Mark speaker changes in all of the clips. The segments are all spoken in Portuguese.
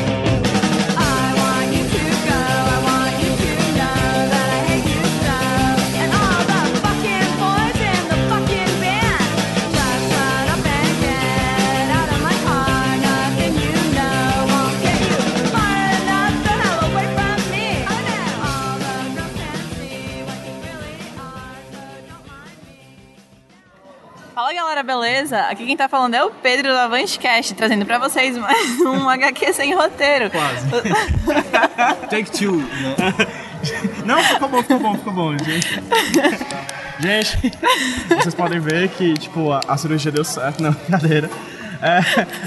Speaker 1: I want you to go. I want you to know that I hate you so, and all the fucking boys in the fucking band just let a bang out of my car. Nothing you know won't get you far enough the hell away from me. I know all the girls can see what you really are, so don't mind me.
Speaker 2: Fala galera, beleza? Aqui quem tá falando é o Pedro do Avantcast, trazendo pra vocês mais um HQ sem roteiro. Quase.
Speaker 3: Take two. Não, ficou bom, ficou bom, ficou bom, gente. Gente, vocês podem ver que, tipo, a, a cirurgia deu certo, não, brincadeira. É,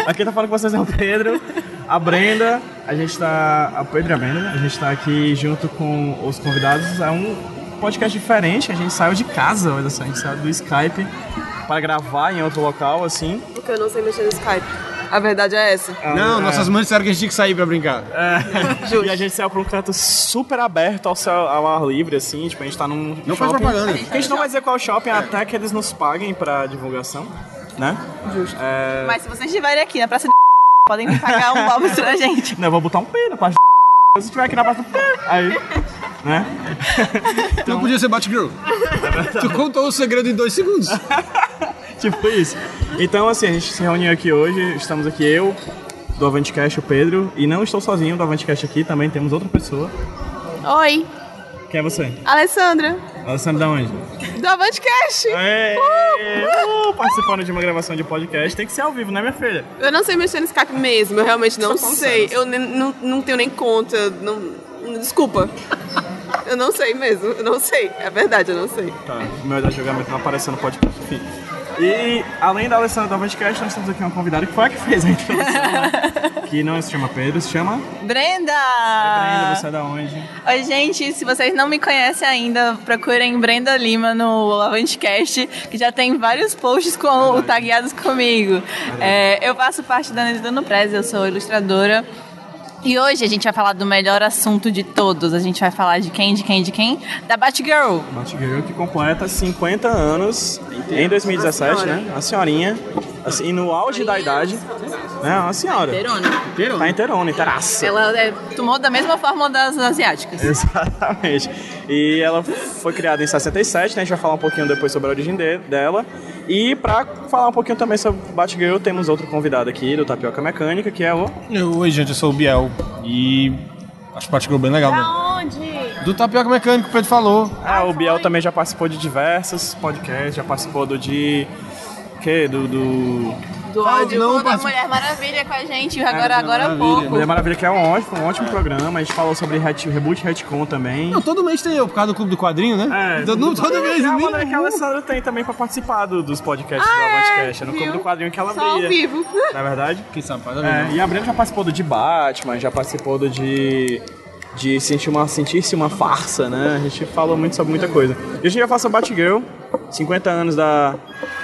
Speaker 3: aqui tá falando com vocês é o Pedro, a Brenda, a gente tá. A Pedro e a Brenda, né? A gente tá aqui junto com os convidados. É um podcast diferente, a gente saiu de casa, olha só, a gente saiu do Skype para gravar em outro local, assim.
Speaker 4: Porque eu não sei mexer no Skype. A verdade é essa.
Speaker 3: Ah,
Speaker 5: Não, nossas mães disseram que a gente tinha que sair pra brincar.
Speaker 3: É,
Speaker 4: Justo.
Speaker 3: E a gente saiu pra um canto super aberto ao, céu, ao ar livre, assim, tipo, a gente tá num
Speaker 5: Não faz
Speaker 3: shopping.
Speaker 5: propaganda.
Speaker 3: A gente não vai dizer qual shopping até que eles nos paguem pra divulgação, né?
Speaker 4: Justo.
Speaker 2: Mas se vocês estiverem aqui na Praça de podem me pagar um balbos pra gente.
Speaker 3: Não, eu vou botar um P na parte do... Se tiver aqui na parte do... Aí, né? Então.
Speaker 5: Não podia ser Batgirl. tu contou o segredo em dois segundos.
Speaker 3: Tipo isso. Então, assim, a gente se reuniu aqui hoje, estamos aqui eu, do Avantcast, o Pedro, e não estou sozinho do Avantcast aqui, também temos outra pessoa.
Speaker 4: Oi,
Speaker 3: Quem é você?
Speaker 4: Alessandra,
Speaker 3: Alessandra da onde?
Speaker 4: do Avantcast.
Speaker 3: Aê! Uh, participando de uma gravação de podcast, tem que ser ao vivo, né, minha filha?
Speaker 4: Eu não sei mexer no Skype mesmo, eu realmente não
Speaker 3: Só com
Speaker 4: sei.
Speaker 3: certeza.
Speaker 4: Eu nem- não, não tenho nem conta, não, desculpa. Eu não sei mesmo, eu não sei. É verdade, eu não sei.
Speaker 3: Tá, meu idade de julgamento não aparecendo no podcast, enfim. E além da Alessandra da Podcast, nós temos aqui uma convidada que foi a que fez a introdução. né? que não se chama Pedro, se chama
Speaker 2: Brenda! Ah.
Speaker 3: Brenda, você é da onde?
Speaker 2: Oi, gente, se vocês não me conhecem ainda, procurem Brenda Lima no Avantcast, que já tem vários posts com o tagueados comigo. É, eu faço parte da Nerdano Press, eu sou ilustradora. E hoje a gente vai falar do melhor assunto de todos. A gente vai falar de quem, de quem, de quem? Da Batgirl.
Speaker 3: Batgirl que completa 50 anos em 2017, né? A senhorinha, assim, no auge da idade, né? Uma senhora.
Speaker 2: Verona.
Speaker 3: Tá inteirona, inteiraça.
Speaker 2: Ela é, tomou da mesma forma das asiáticas.
Speaker 3: Exatamente. E ela foi criada em 67, né? A gente vai falar um pouquinho depois sobre a origem de- dela. E pra falar um pouquinho também sobre Batgirl, temos outro convidado aqui do Tapioca Mecânica, que é o.
Speaker 5: Oi, gente, eu sou o Biel. E acho que Batgirl bem legal, né?
Speaker 1: Onde?
Speaker 5: Do tapioca mecânico, o Pedro falou.
Speaker 3: Ah, o Biel também já participou de diversos podcasts, já participou do de. Que? Do. do...
Speaker 2: Do
Speaker 5: Ah,
Speaker 2: ódio.
Speaker 5: não,
Speaker 2: Quando a
Speaker 5: mas-
Speaker 2: Mulher Maravilha com a gente, agora, agora há
Speaker 5: Maravilha.
Speaker 2: pouco.
Speaker 3: Mulher Maravilha, que é um ótimo, um ótimo programa. A gente falou sobre Ret- Reboot Retcon também.
Speaker 5: Não, todo mês tem eu, por causa do Clube do Quadrinho, né?
Speaker 3: É,
Speaker 5: todo, todo mês,
Speaker 3: Calma,
Speaker 5: mínimo.
Speaker 3: né, que a Alessandra tem também pra participar do- dos podcasts do Avantcast. É no clube do quadrinho que ela
Speaker 4: Só ao
Speaker 3: brilha.
Speaker 4: vivo.
Speaker 3: Na verdade.
Speaker 5: Que safado,
Speaker 3: É,
Speaker 5: né?
Speaker 3: e a Brenda já participou do de Batman, já participou do de. de sentir uma, sentir-se uma farsa, né? A gente falou muito sobre muita coisa. E a gente vai falar sobre Batgirl, 50 anos da,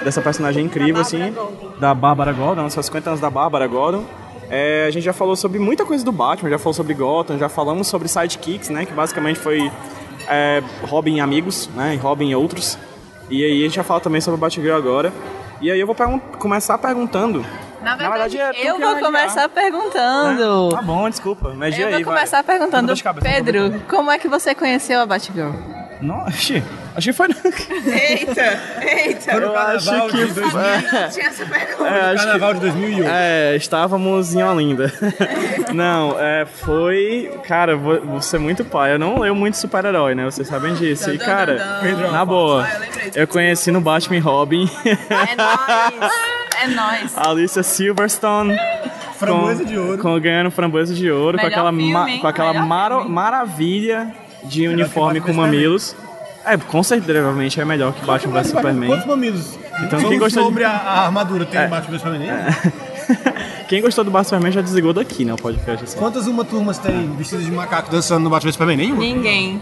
Speaker 3: dessa personagem incrível, assim. Da Bárbara Gordon, nossa, 50 anos da Bárbara Gordon. É, a gente já falou sobre muita coisa do Batman, já falou sobre Gotham, já falamos sobre sidekicks, né? Que basicamente foi é, Robin e amigos, né? E Robin e outros. E aí a gente vai falar também sobre Batgirl agora. E aí eu vou pergun- começar perguntando
Speaker 2: Na verdade,
Speaker 3: verdade, é tu
Speaker 2: eu
Speaker 3: que
Speaker 2: vou
Speaker 3: vai
Speaker 2: começar perguntando.
Speaker 3: Tá bom, desculpa. Mas e
Speaker 2: eu
Speaker 3: aí,
Speaker 2: vou
Speaker 3: vai.
Speaker 2: começar perguntando,
Speaker 3: Dor de cabeça,
Speaker 2: Pedro, como é que você conheceu a Batgirl?
Speaker 3: Não, achei. Achei que foi.
Speaker 4: Eita, eita.
Speaker 5: Foi no carnaval de dois- um.
Speaker 4: Tinha essa pergunta.
Speaker 3: É, acho é, que-
Speaker 5: Carnaval de 2008.
Speaker 3: É, estávamos em Olinda. não, é, foi. Cara, vou, vou ser muito pai. Eu não leio muito super-herói, né? Vocês sabem disso. E, cara, na boa, eu conheci no Batman e Robin
Speaker 2: É nóis! É nóis!
Speaker 3: a Alicia Silverstone.
Speaker 5: Framboesa de ouro.
Speaker 3: Com, ganhando framboesa de ouro,
Speaker 2: Melhor
Speaker 3: com aquela,
Speaker 2: filme,
Speaker 3: ma-
Speaker 2: hein?
Speaker 3: com aquela
Speaker 2: Melhor
Speaker 3: maro-
Speaker 2: filme.
Speaker 3: maravilha de uniforme
Speaker 5: que Batman
Speaker 3: com
Speaker 5: vs
Speaker 3: mamilos.
Speaker 5: Superman.
Speaker 3: É, com consideravelmente é melhor que Batman vs Superman.
Speaker 5: Quantos mamilos?
Speaker 3: Então, quem
Speaker 5: Vamos
Speaker 3: gostou de- É.
Speaker 5: sobre a, a armadura, tem o Batman do Superman?
Speaker 3: Quem gostou do Batman Superman já desligou daqui, né? O podcast. Assim.
Speaker 5: Quantas uma turmas tem vestidas de macaco dançando no Batman Superman? Nenhuma.
Speaker 2: Ninguém.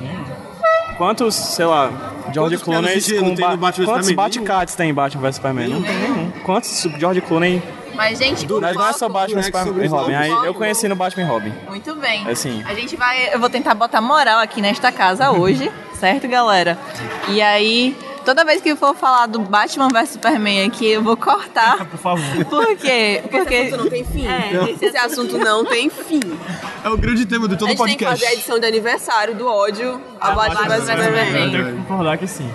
Speaker 3: Quantos, sei lá, George
Speaker 5: Quantos
Speaker 3: Clooney
Speaker 5: pelos de gelo
Speaker 3: com
Speaker 5: tem no Batman vs
Speaker 3: Quantos
Speaker 5: Superman?
Speaker 3: Batcats tem em Batman vs Superman? Não tem nenhum. Quantos sub- George Clooney?
Speaker 2: Mas, gente, o
Speaker 3: Mas não é
Speaker 2: foco-
Speaker 3: só Batman
Speaker 5: Black sobre
Speaker 3: e
Speaker 5: os
Speaker 3: Robin. Aí
Speaker 5: novos.
Speaker 3: eu conheci no Batman e Robin.
Speaker 2: Muito bem.
Speaker 3: Assim.
Speaker 2: A gente vai. Eu vou tentar botar moral aqui nesta casa hoje, certo, galera? E aí, toda vez que eu for falar do Batman vs Superman aqui, eu vou cortar.
Speaker 3: Por favor.
Speaker 2: Por quê?
Speaker 4: Esse
Speaker 2: Porque. tá
Speaker 4: assunto não tem fim.
Speaker 2: É, esse
Speaker 4: Esse assunto não tem fim.
Speaker 5: É o grande tema de
Speaker 4: A
Speaker 5: todo
Speaker 4: gente tem que
Speaker 5: podcast.
Speaker 4: fazer a edição de aniversário do ódio a Batman vs
Speaker 3: Eu
Speaker 4: Superman.
Speaker 2: né?
Speaker 3: tenho que
Speaker 5: É.
Speaker 3: concordar que sim.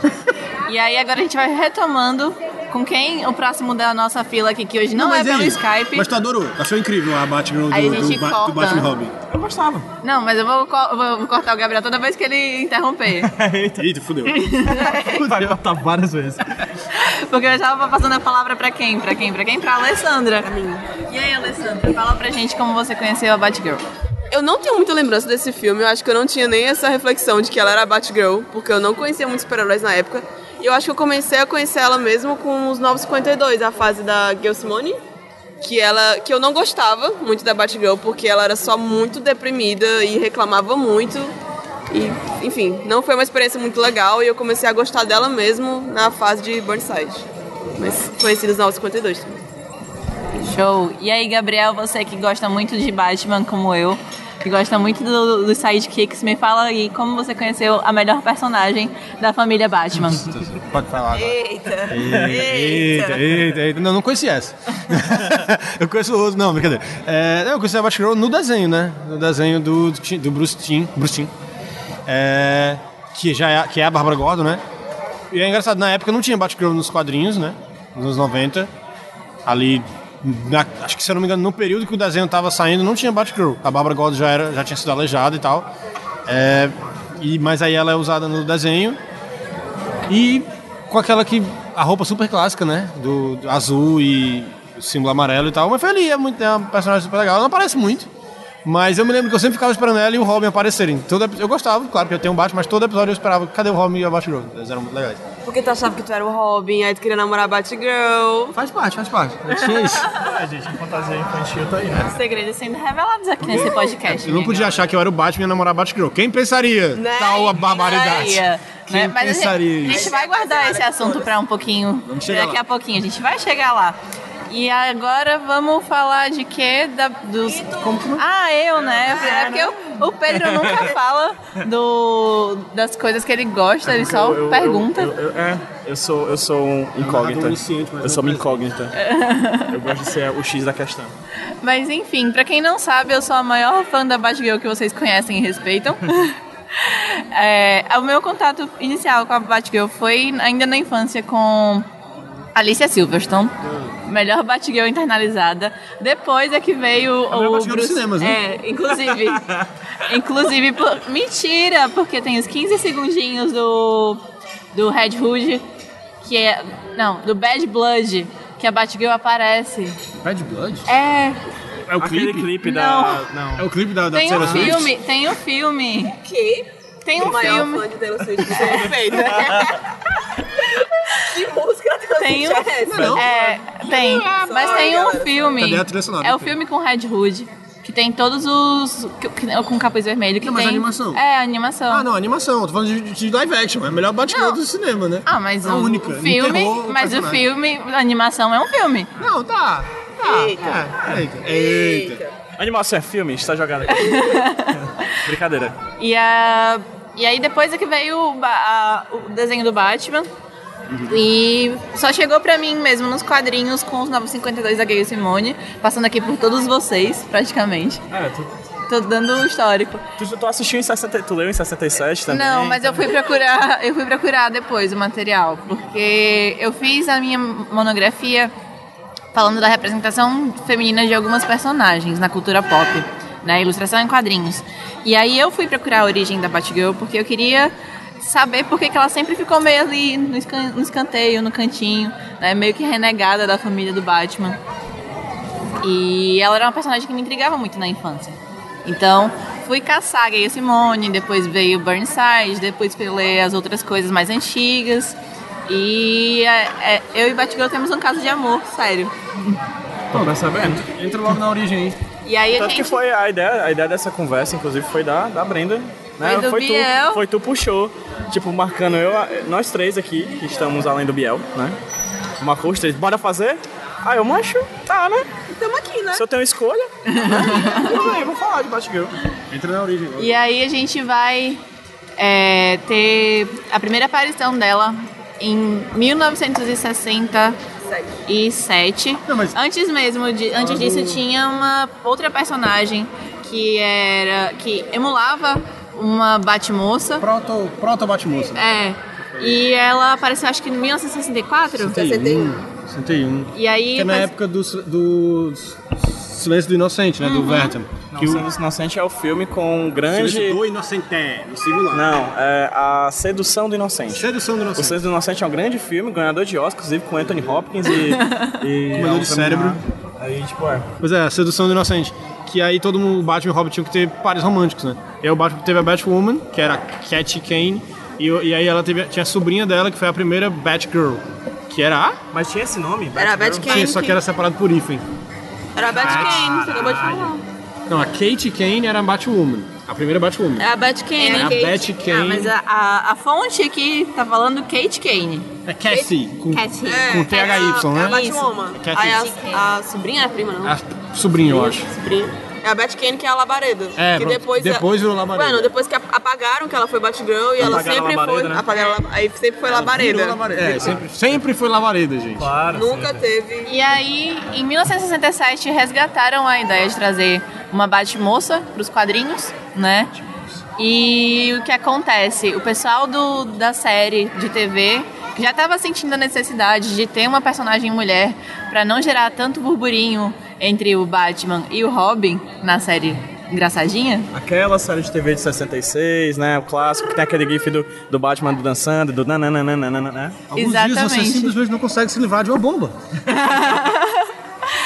Speaker 2: E aí, agora a gente vai retomando com quem o próximo da nossa fila aqui, que hoje não, é
Speaker 5: mas e
Speaker 2: pelo
Speaker 5: aí?
Speaker 2: Skype.
Speaker 5: Mas tu adorou. Achou incrível a Batgirl do,
Speaker 2: Aí a gente
Speaker 5: do, Ba-
Speaker 2: corta.
Speaker 5: do Batman e Robin.
Speaker 3: Eu gostava.
Speaker 2: Não, mas eu vou, co- eu vou cortar o Gabriel toda vez que ele interromper.
Speaker 5: Eita, fudeu.
Speaker 3: Vai cortar várias vezes.
Speaker 2: Porque eu estava passando a palavra pra quem? Pra quem? Pra quem? Pra Alessandra. E aí, Alessandra, fala pra gente como você conheceu a Batgirl.
Speaker 4: Eu não tenho muita lembrança desse filme, eu acho que eu não tinha nem essa reflexão de que ela era a Batgirl, porque eu não conhecia muitos super-heróis na época. E eu acho que eu comecei a conhecer ela mesmo com os 952, a fase da Gail Simone, que ela que eu não gostava muito da Batgirl, porque ela era só muito deprimida e reclamava muito. E, enfim, não foi uma experiência muito legal e eu comecei a gostar dela mesmo na fase de Burnside. Mas conheci os 952 também.
Speaker 2: Show. E aí, Gabriel, você que gosta muito de Batman, como eu, que gosta muito do- dos sidekicks, me fala aí como você conheceu a melhor personagem da família Batman.
Speaker 5: Pode falar agora.
Speaker 4: Eita!
Speaker 5: Eita, eita, eita. Não, não conhecia essa. eu conheço o outro, não, brincadeira. É, eu conheci a Batgirl no desenho, né? No desenho do, Tim- do Bruce Tim, Bruce Tim. É, que, já é, que é a Bárbara Gordon, né? E é engraçado, na época não tinha Batgirl nos quadrinhos, né? Nos anos 90. Ali, na- acho que se eu não me engano, no período que o desenho tava saindo, não tinha Batgirl. A Bárbara Gordon já, era, já tinha sido aleijada e tal. É, e, mas aí ela é usada no desenho. E com aquela que. A roupa super clássica, né? Do, do azul e o símbolo amarelo e tal. Mas foi ali, é, muito, é uma personagem super legal. Ela não aparece muito. Mas eu me lembro que eu sempre ficava esperando ela e o Robin aparecerem. Todo, epi- eu gostava, claro que eu tenho um Batman, mas todo episódio eu esperava. Cadê o Robin e a Batgirl? Eles eram muito legais.
Speaker 4: Porque tu achava que tu era o Robin, aí tu queria namorar a Batgirl.
Speaker 5: Faz parte, faz parte. Eu tinha isso.
Speaker 3: Ah, gente, a fantasia infantil tá aí, né?
Speaker 2: Os segredos sendo revelados aqui nesse podcast.
Speaker 5: Eu não podia achar que eu era o Batman e ia namorar a Batgirl. Quem pensaria?
Speaker 4: Né?
Speaker 5: Tal a barbaridade.
Speaker 2: Pensaria,
Speaker 5: Quem
Speaker 2: né? Mas a gente-
Speaker 5: pensaria
Speaker 2: a gente,
Speaker 5: isso?
Speaker 2: vai guardar esse assunto para um pouquinho.
Speaker 5: Vamos chegar
Speaker 2: Daqui
Speaker 5: lá.
Speaker 2: a pouquinho, a gente vai chegar lá. E agora vamos falar de quê? Da, dos... Ah, eu, né? É porque o- o Pedro nunca fala do, das coisas que ele gosta,
Speaker 5: É
Speaker 2: ele só
Speaker 3: Eu- eu-
Speaker 2: pergunta.
Speaker 3: eu- eu- é, eu sou, eu sou um incógnita.
Speaker 5: onisciente, mas
Speaker 3: Eu
Speaker 5: não
Speaker 3: sou uma
Speaker 5: presente.
Speaker 3: incógnita. Eu gosto de ser o X da questão.
Speaker 2: Mas enfim, pra quem não sabe, eu sou a maior fã da Batgirl que vocês conhecem e respeitam. É, o meu contato inicial com a Batgirl foi ainda na infância com Alicia Silverstone. Melhor Batgirl internalizada. Depois é que veio
Speaker 5: melhor
Speaker 2: o.
Speaker 5: Batgirl dos cinemas, né?
Speaker 2: É, inclusive. inclusive, por- mentira, porque tem os 15 segundinhos do. do Red Hood, que é. Não, do Bad Blood, que a Batgirl aparece.
Speaker 5: Bad Blood?
Speaker 2: É,
Speaker 3: É o Aquele clipe, da. Não.
Speaker 5: É o clipe da, da
Speaker 2: tem um
Speaker 5: Taylor Swift?
Speaker 2: filme, tem um filme.
Speaker 4: Que?
Speaker 2: Tem
Speaker 4: O
Speaker 2: um
Speaker 4: maior
Speaker 2: filme.
Speaker 4: fã de Taylor Swift que você fez, né? Que música da Taylor
Speaker 2: Tem um.
Speaker 4: Swift é essa?
Speaker 2: É, tem.
Speaker 4: Ah,
Speaker 2: Mas tem um filme.
Speaker 5: Cadê a trilha sonora
Speaker 2: É
Speaker 5: do
Speaker 2: o filme com Red Hood. Que tem todos os. que- que- Com capuz vermelho. Que
Speaker 5: Não, mas
Speaker 2: tem...
Speaker 5: é animação.
Speaker 2: É, animação.
Speaker 5: Ah, não, animação. Tô falando de, de live action. É a melhor Batgirl
Speaker 2: Não.
Speaker 5: do cinema, né?
Speaker 2: Ah, mas
Speaker 5: a
Speaker 2: o
Speaker 5: única.
Speaker 2: o
Speaker 5: no
Speaker 2: filme.
Speaker 5: terror, o
Speaker 2: mas o
Speaker 5: personagem.
Speaker 2: filme, a animação é um filme.
Speaker 5: Não, tá. tá Eita. Eita. Eita.
Speaker 3: Animação é filme? Está jogado aqui. Brincadeira.
Speaker 2: E, a, e aí depois é que veio o, Ba- a- o desenho do Batman.
Speaker 5: Uhum.
Speaker 2: E só chegou pra mim mesmo nos quadrinhos com os 952 da Gayle Simone, passando aqui por todos vocês, praticamente.
Speaker 3: É, tu,
Speaker 2: Tô dando o histórico.
Speaker 3: tu, tu assistiu em 60. Tu leu em 67 também?
Speaker 2: Não, mas eu fui procurar, eu fui procurar depois o material, porque eu fiz a minha monografia falando da representação feminina de algumas personagens na cultura pop, né, ilustração em quadrinhos. E aí eu fui procurar a origem da Batgirl porque eu queria saber por que que ela sempre ficou meio ali no escan- no escanteio, no cantinho, né, meio que renegada da família do Batman. E ela era uma personagem que me intrigava muito na infância. Então, fui caçar Gay Simone, depois veio Burnside, depois fui ler as outras coisas mais antigas. E é, é, eu e Batgirl temos um caso de amor, sério.
Speaker 3: Não, tá sabendo.
Speaker 5: Entra logo na origem aí.
Speaker 2: E aí a
Speaker 3: Tanto que
Speaker 2: gente.
Speaker 3: foi a ideia, a ideia dessa conversa, inclusive, foi da, da Brenda. Né?
Speaker 2: Foi do
Speaker 3: tu,
Speaker 2: Biel.
Speaker 3: foi tu puxou. Tipo, marcando eu, nós três aqui, que estamos além do Biel, né? Marcou os três, bora fazer? Aí eu mancho, tá, né?
Speaker 4: Estamos aqui, né?
Speaker 3: Se eu tenho escolha, né? tudo bem, vou falar de Batgirl.
Speaker 5: Entra na origem.
Speaker 2: E aí a gente vai é, ter a primeira aparição dela em 1967.
Speaker 5: Não, mas-
Speaker 2: Antes mesmo, de, antes disso tinha uma outra personagem que era que emulava uma Batmoça.
Speaker 5: Proto, proto Batmoça.
Speaker 2: É. E ela apareceu acho que em 1964.
Speaker 5: 61. 61.
Speaker 2: E aí
Speaker 5: Que é na
Speaker 2: faz-
Speaker 5: época do, s- do s- Silêncio do Inocente, né? Do
Speaker 2: Uhum.
Speaker 5: Vertam.
Speaker 3: Não,
Speaker 5: Que o
Speaker 3: Silêncio Inocente é o filme com o grande...
Speaker 5: Silêncio do Inocente, no singular.
Speaker 3: Não, é a Sedução do Inocente.
Speaker 5: Sedução do
Speaker 3: O
Speaker 5: Inocente.
Speaker 3: Silêncio do Inocente é um grande filme, ganhador de Oscar, inclusive com Anthony Hopkins e... e
Speaker 5: Comedor de cérebro.
Speaker 3: Aí, tipo, é...
Speaker 5: Pois é, a Sedução do Inocente. Que aí todo mundo, o Batman e o Robin tinham que ter pares românticos, né? E aí o Batman teve a Batwoman, que era a Cat Kane. E, o- e aí ela teve, tinha a sobrinha dela, que foi a primeira Batgirl. Que era a?
Speaker 3: Mas tinha esse nome?
Speaker 4: Era a Bad
Speaker 3: Batgirl?
Speaker 4: Kane.
Speaker 5: Sim, só que era separado por hífen.
Speaker 4: Era a Bat Kane, você acabou de falar.
Speaker 5: Não, a Kate Kane era a Batwoman. A primeira Batwoman.
Speaker 4: É a Bat Kane.
Speaker 5: É a Bat Kane.
Speaker 2: Ah, mas a, a, a fonte aqui tá falando Kate Kane.
Speaker 5: É Cassie. Com,
Speaker 2: Cassie.
Speaker 4: É,
Speaker 5: com THY,
Speaker 4: É a
Speaker 5: né?
Speaker 4: Batwoman.
Speaker 5: Isso.
Speaker 4: Aí a, a sobrinha, é a prima, não?
Speaker 5: A sobrinha, eu acho.
Speaker 4: sobrinha. É a Bat Kane que é a Labareda.
Speaker 5: É,
Speaker 4: que
Speaker 5: pronto.
Speaker 4: depois, a-
Speaker 5: Depois virou Labareda.
Speaker 4: Bueno, depois que a- apagaram que ela foi Batgirl e ela
Speaker 3: Apagaram a
Speaker 4: sempre
Speaker 3: Labareda,
Speaker 4: foi.
Speaker 3: né?
Speaker 4: Apagaram a Lab- Aí sempre foi Labareda.
Speaker 5: É, sempre, sempre foi lavareda, gente.
Speaker 3: Claro.
Speaker 4: Nunca teve.
Speaker 2: E aí, em 1967, resgataram a ideia de trazer uma Batmoça pros quadrinhos, né? E o que acontece? O pessoal do, da série de TV já estava sentindo a necessidade de ter uma personagem mulher para não gerar tanto burburinho entre o Batman e o Robin na série engraçadinha.
Speaker 3: Aquela série de TV de 66, né? O clássico que tem aquele gif do, do Batman dançando, do nananana, né?
Speaker 5: Alguns dias você
Speaker 2: Exatamente.
Speaker 5: simplesmente não consegue se livrar de uma bomba.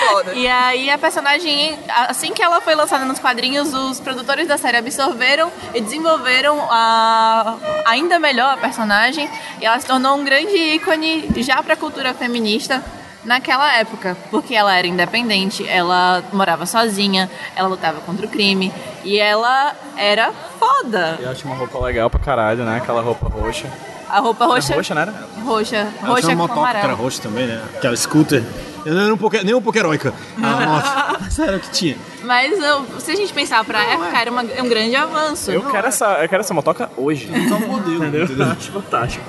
Speaker 4: Foda.
Speaker 2: E aí a personagem, assim que ela foi lançada nos quadrinhos, os produtores da série absorveram e desenvolveram a, ainda melhor a personagem e ela se tornou um grande ícone já para a cultura feminista naquela época, porque ela era independente, ela morava sozinha, ela lutava contra o crime e ela era foda.
Speaker 3: Eu acho uma roupa legal pra caralho, né? Aquela roupa roxa.
Speaker 2: A roupa
Speaker 3: Era
Speaker 2: roxa,
Speaker 3: roxa, não era?
Speaker 2: roxa,
Speaker 5: né? Ela
Speaker 2: roxa
Speaker 5: tinha Ah, é uma
Speaker 2: com
Speaker 5: motoca que era
Speaker 2: amarelo.
Speaker 5: roxa também, né? Aquela scooter. Eu não era um pouco, nem um pouco heróica. A moto. Sério, que tinha.
Speaker 2: Mas eu- se a gente pensar pra
Speaker 5: é.
Speaker 2: época, era uma- um grande avanço.
Speaker 3: Eu quero, essa, eu quero essa motoca hoje.
Speaker 5: Só um modelo,
Speaker 3: Entendeu?
Speaker 5: entendeu?
Speaker 3: acho fantástico.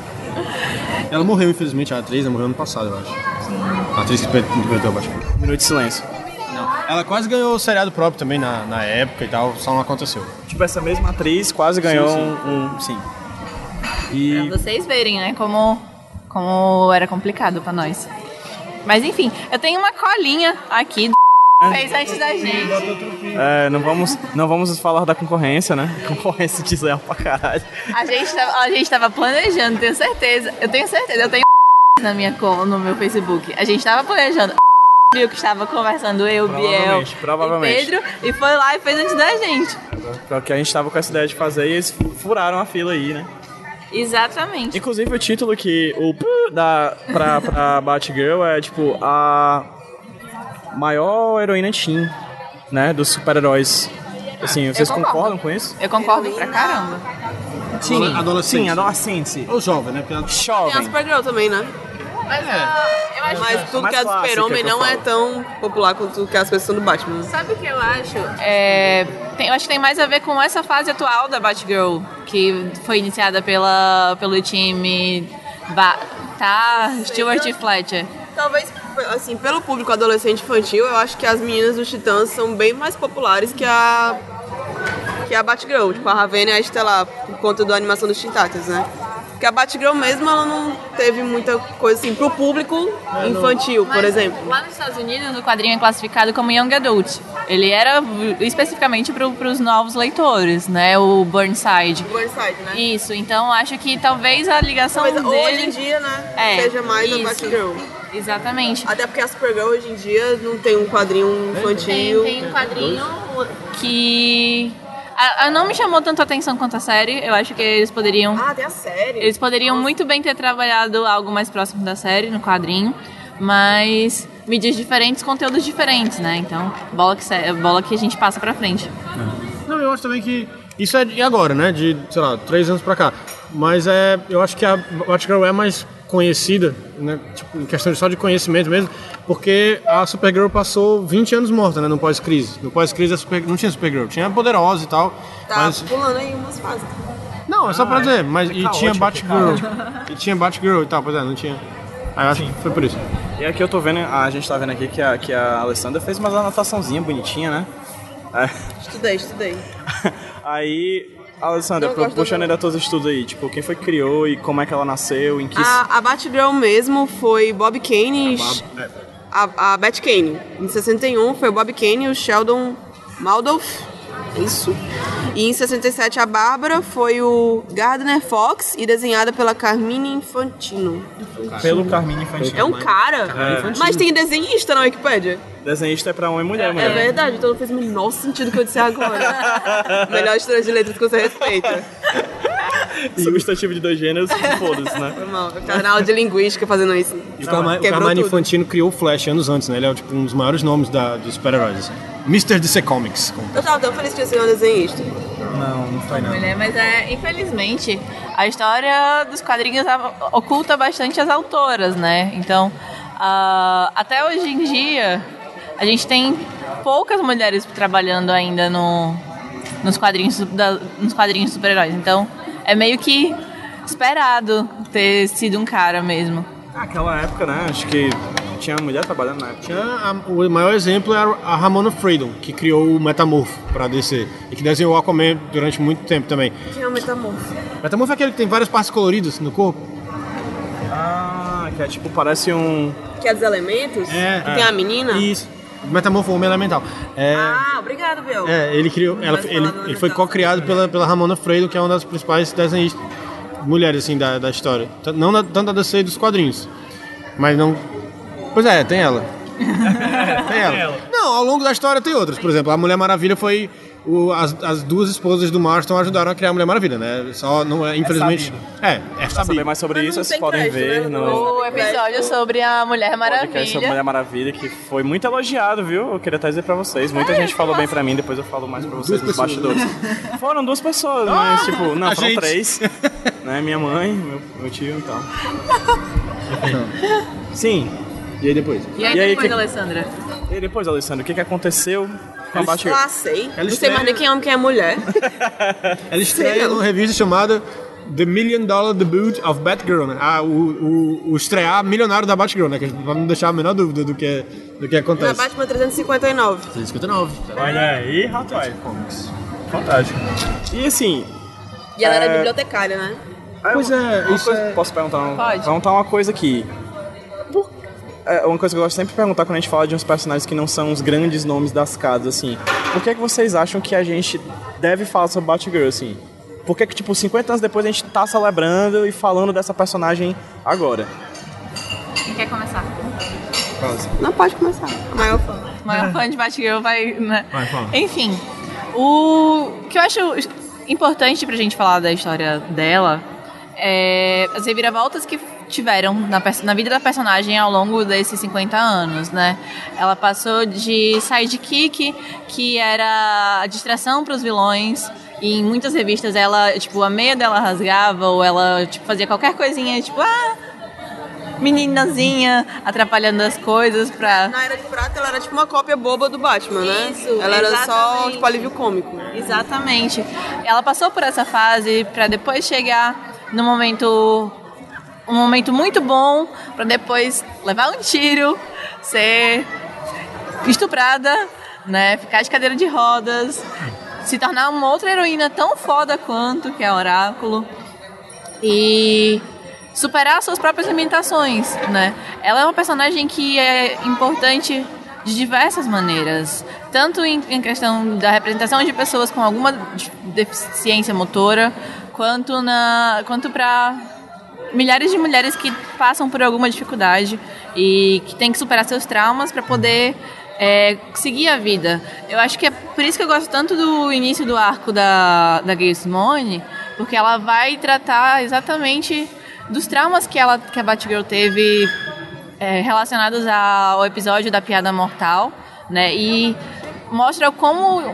Speaker 5: Ela morreu, infelizmente, a atriz. Ela morreu ano passado, eu acho. A atriz que interpretou a Batman.
Speaker 3: Minuto de silêncio.
Speaker 5: Ela quase ganhou o seriado próprio também na, na época e tal, só não aconteceu.
Speaker 3: Tipo, essa mesma atriz quase ganhou
Speaker 5: sim.
Speaker 3: Um, um- Sim. E.
Speaker 2: Pra vocês verem, né, como, como era complicado pra nós. Mas enfim, eu tenho uma colinha aqui do fez antes da gente.
Speaker 3: É, não, vamos, não vamos falar da concorrência, né? Concorrência de Israel pra caralho.
Speaker 2: A gente, tava- a gente tava planejando, tenho certeza. Eu tenho certeza, eu tenho na minha col- no meu Facebook. A gente tava planejando. Viu que estava conversando eu, Biel
Speaker 3: Provavelmente, provavelmente.
Speaker 2: e Pedro e foi lá e fez antes da gente.
Speaker 3: Porque a gente tava com essa ideia de fazer e eles furaram a fila aí, né?
Speaker 2: Exatamente.
Speaker 3: Inclusive o título que o pu- da pra, pra Batgirl é tipo a maior heroína teen, né, dos super-heróis. Assim, vocês
Speaker 2: concordo.
Speaker 3: concordam com isso?
Speaker 2: Eu concordo pra caramba.
Speaker 5: Sim. Adolescente.
Speaker 3: Sim, adolescente.
Speaker 5: Ou jovem, né? Porque ela...
Speaker 4: Tem a
Speaker 3: Jovem.
Speaker 4: Supergirl também, né?
Speaker 2: Mas
Speaker 5: É.
Speaker 2: ó, eu acho
Speaker 4: Mas tudo
Speaker 3: mais
Speaker 4: que é do
Speaker 3: clássica
Speaker 4: Super-Homem
Speaker 3: que eu
Speaker 4: não é
Speaker 3: falo.
Speaker 4: tão popular quanto que as coisas são do Batman.
Speaker 2: Sabe o que eu acho? É, tem- eu acho que tem mais a ver com essa fase atual da Batgirl, que foi iniciada pela, pelo time ba tá, Stuart e Fletcher.
Speaker 4: Talvez, assim, pelo público adolescente infantil, eu acho que as meninas dos Titãs são bem mais populares que a. que a Batgirl. Tipo, a Ravenna e a Estela, por conta da animação dos Titãs, né? Porque a Batgirl mesmo, ela não teve muita coisa, assim, pro público infantil, por exemplo.
Speaker 2: Lá nos Estados Unidos, o quadrinho é classificado como Young Adult. Ele era especificamente para os novos leitores, né? O Burnside.
Speaker 4: Burnside, né?
Speaker 2: Isso, então acho que talvez a ligação
Speaker 4: Talvez
Speaker 2: dele...
Speaker 4: hoje em dia, né?
Speaker 2: É,
Speaker 4: seja mais
Speaker 2: isso.
Speaker 4: a Batgirl.
Speaker 2: Exatamente.
Speaker 4: Até porque a Supergirl hoje em dia não tem um quadrinho infantil.
Speaker 2: Tem, tem um quadrinho que. A, a não me chamou tanto a atenção quanto a série. Eu acho que eles poderiam.
Speaker 4: Ah, tem a série.
Speaker 2: Eles poderiam muito bem ter trabalhado algo mais próximo da série, no quadrinho. Mas mídias diferentes, conteúdos diferentes, né? Então, bola que, se- bola que a gente passa pra frente.
Speaker 5: Não, eu acho também que. Isso é de agora, né? De, sei lá, três anos pra cá. Mas é, eu acho que a Batgirl é mais conhecida, né? Tipo, em questão de- só de conhecimento mesmo, porque a Supergirl passou 20 anos morta, né? No pós-crise. No pós-crise a Super- não tinha Supergirl, tinha a Poderosa e tal.
Speaker 4: Tá
Speaker 5: mas-
Speaker 4: pulando aí umas fases.
Speaker 5: Não, é só pra dizer, mas e
Speaker 3: caótico,
Speaker 5: tinha
Speaker 3: Ah, é
Speaker 5: Batgirl. E tinha Batgirl e tal, pois é, não tinha. Aí eu acho que foi por isso.
Speaker 3: E aqui eu tô vendo, a gente tá vendo aqui que a, que a Alessandra fez uma anotaçãozinha bonitinha, né?
Speaker 4: Estudei, estudei.
Speaker 3: Aí, Alessandra,
Speaker 4: Não
Speaker 3: pro-
Speaker 4: gosto da
Speaker 3: puxando
Speaker 4: minha.
Speaker 3: ainda todos os estudos aí, tipo, quem foi que criou e como é que ela nasceu, em que...
Speaker 4: A, a Batgirl mesmo foi Bob Kane. e-
Speaker 5: É,
Speaker 4: A, a Bat Kane. Em 61 foi o Bob Kane e o Sheldon Maldolf. Isso. E em 67 a Bárbara foi o Gardner Fox e desenhada pela Carmine Infantino.
Speaker 3: Pelo Carmine né? Infantino.
Speaker 4: É um cara, mas tem desenhista na Wikipédia.
Speaker 3: Desenhista é pra homem e mulher,
Speaker 4: É
Speaker 3: mulher.
Speaker 4: verdade, então não fez o menor sentido o que eu disse agora. Melhor estudante de letras que você respeita.
Speaker 3: Substantivo de dois gêneros, foda-se, né?
Speaker 4: Foi mal. Eu tava na aula de linguística fazendo isso.
Speaker 5: E o Carma- o
Speaker 4: Tá, quebrou
Speaker 5: Carmine
Speaker 4: tudo.
Speaker 5: Infantino criou o Flash anos antes, né? Ele é tipo, um dos maiores nomes da, dos super-heróis. assim. Mr. DC Comics. como-
Speaker 4: Eu tava tão feliz que eu ser um desenhista.
Speaker 3: Não, não foi não.
Speaker 2: Mulher, mas é, infelizmente, a história dos quadrinhos a- oculta bastante as autoras, né? Então, ah, até hoje em dia, a gente tem poucas mulheres trabalhando ainda no, nos quadrinhos su- da- nos quadrinhos super-heróis. Então, é meio que esperado ter sido um cara mesmo.
Speaker 3: Aquela época, né? Acho que tinha uma mulher trabalhando na época.
Speaker 5: Tinha a- o maior exemplo é a Ramona Freedom, que criou o Metamorfo pra DC e que desenhou o Aquaman durante muito tempo também.
Speaker 4: Quem é o metamorfo?
Speaker 5: Metamorfo é aquele que tem várias partes coloridas no corpo.
Speaker 3: Ah, que é tipo, parece um...
Speaker 4: Que é dos elementos?
Speaker 5: É,
Speaker 4: Que
Speaker 5: é.
Speaker 4: tem a menina?
Speaker 5: Isso. Metamorfo, homem elemental. É,
Speaker 4: Ah, obrigado, Biel.
Speaker 5: é, ele criou, ela-
Speaker 4: Mas
Speaker 5: ele,
Speaker 4: falando
Speaker 5: ele foi
Speaker 4: da-
Speaker 5: co-criado pela, pela Ramona Freedom, que é uma das principais desenhistas mulheres assim da, da história. T- Não da, tanto da DC e dos quadrinhos, mas não. Pois é, tem ela. tem ela. Não, ao longo da história tem outras. Por exemplo, a Mulher Maravilha foi o- as, as duas esposas do Marston ajudaram a criar a Mulher Maravilha, né? Só não é, infelizmente. É, é
Speaker 3: Pra saber
Speaker 5: sabido.
Speaker 3: mais sobre
Speaker 4: Mas não
Speaker 3: isso, vocês
Speaker 4: tem
Speaker 3: podem
Speaker 4: crédito,
Speaker 3: ver
Speaker 4: né?
Speaker 3: no...
Speaker 2: O episódio sobre a Mulher
Speaker 3: Podcast é sobre Mulher
Speaker 2: Maravilha.
Speaker 3: Maravilha, que foi muito elogiado, viu? Eu queria até dizer pra vocês. Muita
Speaker 2: É,
Speaker 3: gente falou bem pra mim, depois eu falo mais pra vocês nos bastidores. Foram duas pessoas, mas tipo, não,
Speaker 5: a
Speaker 3: foram
Speaker 5: gente.
Speaker 3: três. né? Minha mãe, meu, meu tio e tal. Sim. E aí depois?
Speaker 2: E aí, depois,
Speaker 3: que-
Speaker 2: Alessandra?
Speaker 3: e aí depois, Alessandro, o que, que aconteceu com a Batgirl?
Speaker 4: Ah, sei. Não sei
Speaker 5: estreia-
Speaker 4: mais nem quem é homem, quem é mulher.
Speaker 5: Ela estreia
Speaker 4: Sério?
Speaker 5: numa revista chamada The Million Dollar Debut of Batgirl, né? Ah, o, o, o estrear milionário da Batgirl, né? Que pra não deixar a menor dúvida do que, do que
Speaker 4: Na
Speaker 5: acontece.
Speaker 4: Batman 359.
Speaker 5: 359. tá?
Speaker 3: Olha aí, rapaz. Fantástico. E assim,
Speaker 4: E ela
Speaker 3: É.
Speaker 4: era bibliotecária, né?
Speaker 5: Pois é,
Speaker 3: Uma
Speaker 5: isso
Speaker 3: coisa-
Speaker 5: é-
Speaker 3: Posso perguntar, um,
Speaker 2: Pode.
Speaker 3: perguntar uma coisa aqui? Por- é, uma coisa que eu gosto sempre de perguntar quando a gente fala de uns personagens que não são os grandes nomes das casas, assim. Por que, é que vocês acham que a gente deve falar sobre Batgirl, assim? Por que, que, tipo, 50 anos depois a gente tá celebrando e falando dessa personagem agora?
Speaker 2: Quem quer começar?
Speaker 4: Não pode começar. A maior fã.
Speaker 2: O maior fã de Batgirl vai. Né?
Speaker 5: Vai, fala.
Speaker 2: Enfim, o que eu acho importante pra gente falar da história dela é as reviravoltas que tiveram na, pers- na vida da personagem ao longo desses 50 anos, né? Ela passou de sidekick, que era a distração pros vilões, e em muitas revistas ela, tipo, a meia dela rasgava, ou ela, tipo, fazia qualquer coisinha, tipo, ah, meninazinha, atrapalhando as coisas pra...
Speaker 4: Na Era de Prata, ela era tipo uma cópia boba do Batman, né?
Speaker 2: Isso,
Speaker 4: Ela era só,
Speaker 2: exatamente.
Speaker 4: tipo, alívio cômico.
Speaker 2: Exatamente. Ela passou por essa fase para depois chegar no momento um momento muito bom para depois levar um tiro, ser estuprada, né, ficar de cadeira de rodas, se tornar uma outra heroína tão foda quanto que é a Oráculo e superar suas próprias limitações, né? Ela é uma personagem que é importante de diversas maneiras, tanto em, em questão da representação de pessoas com alguma de- deficiência motora, quanto na quanto para milhares de mulheres que passam por alguma dificuldade e que têm que superar seus traumas para poder é, seguir a vida. Eu acho que é por isso que eu gosto tanto do início do arco da, da Gay Simone, porque ela vai tratar exatamente dos traumas que, ela, que a Batgirl teve é, relacionados ao episódio da piada mortal, né? E mostra como um,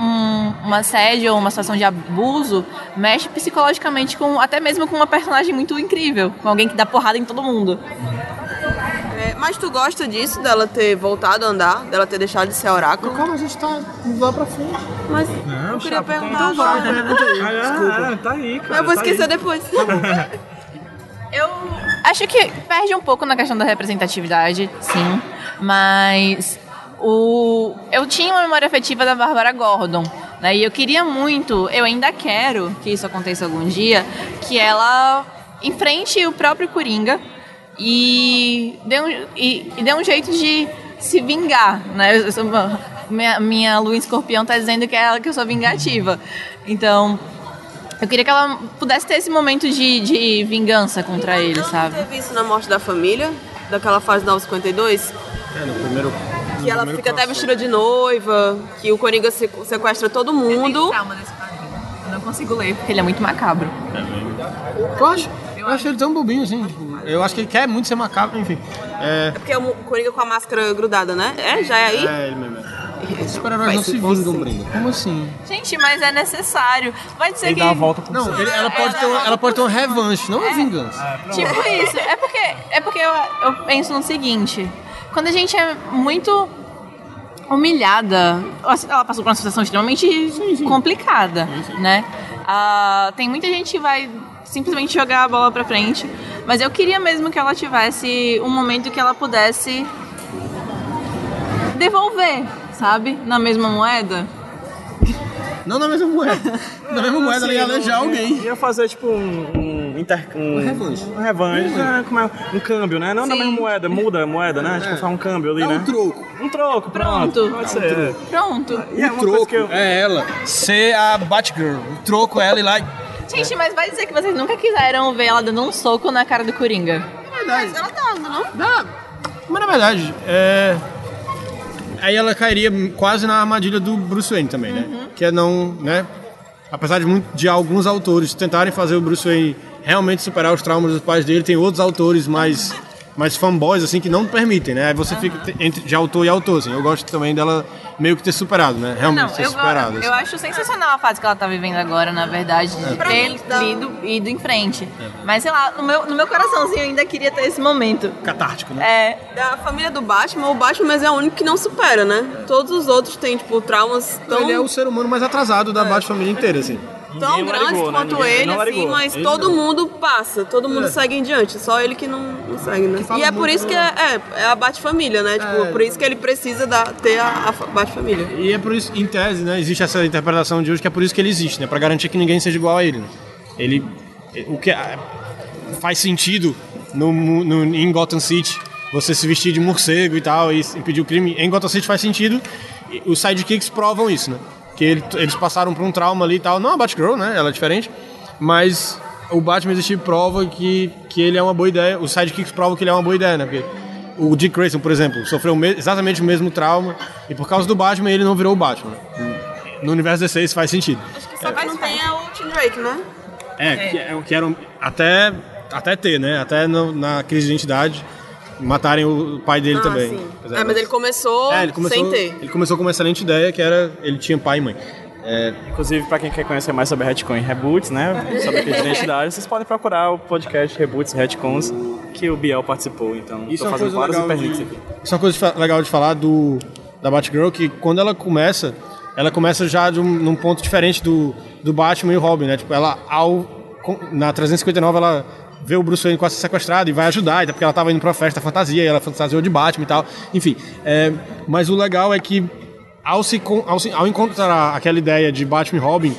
Speaker 2: um, uma assédio ou uma situação de abuso mexe psicologicamente com até mesmo com uma personagem muito incrível, com alguém que dá porrada em todo mundo.
Speaker 4: É, mas tu gosta disso, dela ter voltado a andar, dela ter deixado de ser oráculo?
Speaker 5: Calma, a gente tá indo lá pra frente.
Speaker 4: Mas eu
Speaker 3: tá
Speaker 4: queria
Speaker 5: um
Speaker 4: perguntar
Speaker 5: né?
Speaker 4: agora.
Speaker 3: Ah, tá aí, cara.
Speaker 4: Eu vou
Speaker 3: tá aí.
Speaker 4: esquecer depois.
Speaker 2: Eu acho que perde um pouco na questão da representatividade, sim. Mas o eu tinha uma memória afetiva da Bárbara Gordon. Né, e eu queria muito, eu ainda quero que isso aconteça algum dia, que ela enfrente o próprio Coringa e dê um, e, e dê um jeito de se vingar. Né? Eu sou uma- minha, minha lua em escorpião tá dizendo que é ela que eu sou vingativa. Então, eu queria que ela pudesse ter esse momento de, de vingança contra ele,
Speaker 4: Não
Speaker 2: sabe?
Speaker 4: teve isso na morte da família, daquela fase 952,
Speaker 5: É, no primeiro.
Speaker 4: que ela fica até vestida de noiva, que o Coringa sequ- sequestra todo mundo.
Speaker 2: É Eu não consigo ler porque ele é muito macabro.
Speaker 5: Eu acho, eu acho ele tão bobinho assim. tipo, eu acho que ele quer muito ser macabro, enfim. É.
Speaker 4: É porque é o Coringa com a máscara grudada, né? É? Já é aí?
Speaker 5: É, ele mesmo. é. Os super-heróis não se vingam, Brenda. Como assim?
Speaker 2: Gente, mas é necessário. Vai dizer
Speaker 3: Ele
Speaker 2: que.
Speaker 3: dá a volta por
Speaker 5: Não, ele- ela, pode ter, um- ela pode ter um revanche, não uma vingança.
Speaker 2: Tipo isso. É porque, é porque eu, eu penso no seguinte: quando a gente é muito humilhada, ela passou por uma situação extremamente complicada, né? Ah, tem muita gente que vai simplesmente jogar a bola pra frente, mas eu queria mesmo que ela tivesse um momento que ela pudesse devolver, sabe? Na mesma moeda.
Speaker 5: Não na mesma moeda. Na mesma moeda, ela ia alejar É alguém.
Speaker 3: Ia fazer tipo um. Um, inter... um...
Speaker 5: revanche.
Speaker 3: Um revanche. né, como é? Um câmbio, né? Não na
Speaker 2: Sim.
Speaker 3: mesma moeda, muda a moeda, né? Tipo, faz um câmbio ali,
Speaker 5: Dá
Speaker 3: né?
Speaker 5: É. um É troco.
Speaker 3: Um troco, pronto.
Speaker 2: Pronto.
Speaker 3: Pode ser.
Speaker 2: Pronto.
Speaker 3: E é
Speaker 5: O
Speaker 3: uma coisa
Speaker 5: troco
Speaker 3: que eu-
Speaker 5: é ela ser a Batgirl. O troco é ela e lá. e-
Speaker 2: Gente, mas vai dizer que vocês nunca quiseram ver ela dando um soco na cara do Coringa.
Speaker 5: É verdade.
Speaker 4: Ela tá, não?
Speaker 5: Dá. Mas na verdade, é. Aí ela cairia quase na armadilha do Bruce Wayne também, né? Que é não, né? Apesar de, muito- de alguns autores tentarem fazer o Bruce Wayne realmente superar os traumas dos pais dele, tem outros autores mais, mais fanboys, assim, que não permitem, né? Aí você fica te- entre, de autor e autor, assim. Eu gosto também dela meio que ter superado, né? Realmente
Speaker 2: Não,
Speaker 5: ter
Speaker 2: eu,
Speaker 5: superado.
Speaker 2: go-
Speaker 5: assim.
Speaker 2: eu acho sensacional a fase que ela tá vivendo agora, na verdade, de ter lido e ido em frente. Mas sei lá, no meu, no meu coraçãozinho eu ainda queria ter esse momento.
Speaker 5: Catártico, né?
Speaker 2: É,
Speaker 4: Da família do Batman, o Batman mas é o único que não supera, né? Todos os outros têm, tipo, traumas tão,
Speaker 5: Ele é o ser humano mais atrasado da Batman inteira, assim.
Speaker 4: tão
Speaker 3: Ninguém
Speaker 4: grandes
Speaker 3: largou, né?
Speaker 4: quanto
Speaker 3: Ninguém-
Speaker 4: ele,
Speaker 3: não
Speaker 4: assim,
Speaker 3: largou.
Speaker 4: mas
Speaker 3: Ele
Speaker 4: todo
Speaker 3: não.
Speaker 4: mundo passa, todo mundo
Speaker 5: É.
Speaker 4: segue em diante, só ele que não, não segue, né?
Speaker 5: fala
Speaker 4: E é por
Speaker 5: muito,
Speaker 4: isso que é, é, é a Batfamília, né? Tipo,
Speaker 5: É.
Speaker 4: por isso que ele precisa da, ter a, a fa- Batfamília.
Speaker 5: E é por isso, em tese, né, existe essa interpretação de hoje que é por isso que ele existe, né, para garantir que ninguém seja igual a ele. né. Ele, o que ah, faz sentido no, mu- no- em Gotham City, você se vestir de morcego e tal e impedir o crime, em Gotham City faz sentido. E os sidekicks provam isso, né? Que ele- eles passaram por um trauma ali e tal. Não a Batgirl, né? Ela é diferente, mas o Batman existir prova que, que ele é uma boa ideia. Os sidekicks provam que ele é uma boa ideia, né? Porque o Dick Grayson, por exemplo, sofreu o me- exatamente o mesmo trauma e por causa do Batman ele não virou o Batman. No universo DC isso faz sentido.
Speaker 4: Acho que só
Speaker 2: um
Speaker 4: que não tem é o Tim Drake, né?
Speaker 5: É, que, é, o que era um- até, até ter, né? Até no- na crise de identidade matarem o pai dele também.
Speaker 4: sim.
Speaker 5: Pois
Speaker 4: É, mas ele começou,
Speaker 5: É, ele começou,
Speaker 4: sem ter.
Speaker 5: Ele começou com uma excelente ideia que era ele tinha pai e mãe. É,
Speaker 3: Inclusive, pra quem quer conhecer mais sobre retcon e reboots, né? Sobre crise de identidade, vocês podem procurar o podcast Reboots e Retcons que o Biel participou. Então,
Speaker 5: Isso é
Speaker 3: tô
Speaker 5: uma
Speaker 3: fazendo
Speaker 5: coisa
Speaker 3: vários
Speaker 5: legal
Speaker 3: hiperlinks
Speaker 5: de-
Speaker 3: aqui.
Speaker 5: Isso é uma coisa de fa- legal de falar do da Batgirl que quando ela começa, ela começa já de um, num ponto diferente do, do Batman e o Robin, né? Tipo, ela ao com- na 359 ela vê o Bruce Wayne quase sequestrado e vai ajudar, até porque ela tava indo pra festa fantasia, e ela fantasiou de Batman e tal. Enfim, é, mas o legal é que ao se con- ao, se- ao encontrar aquela ideia de Batman e Robin,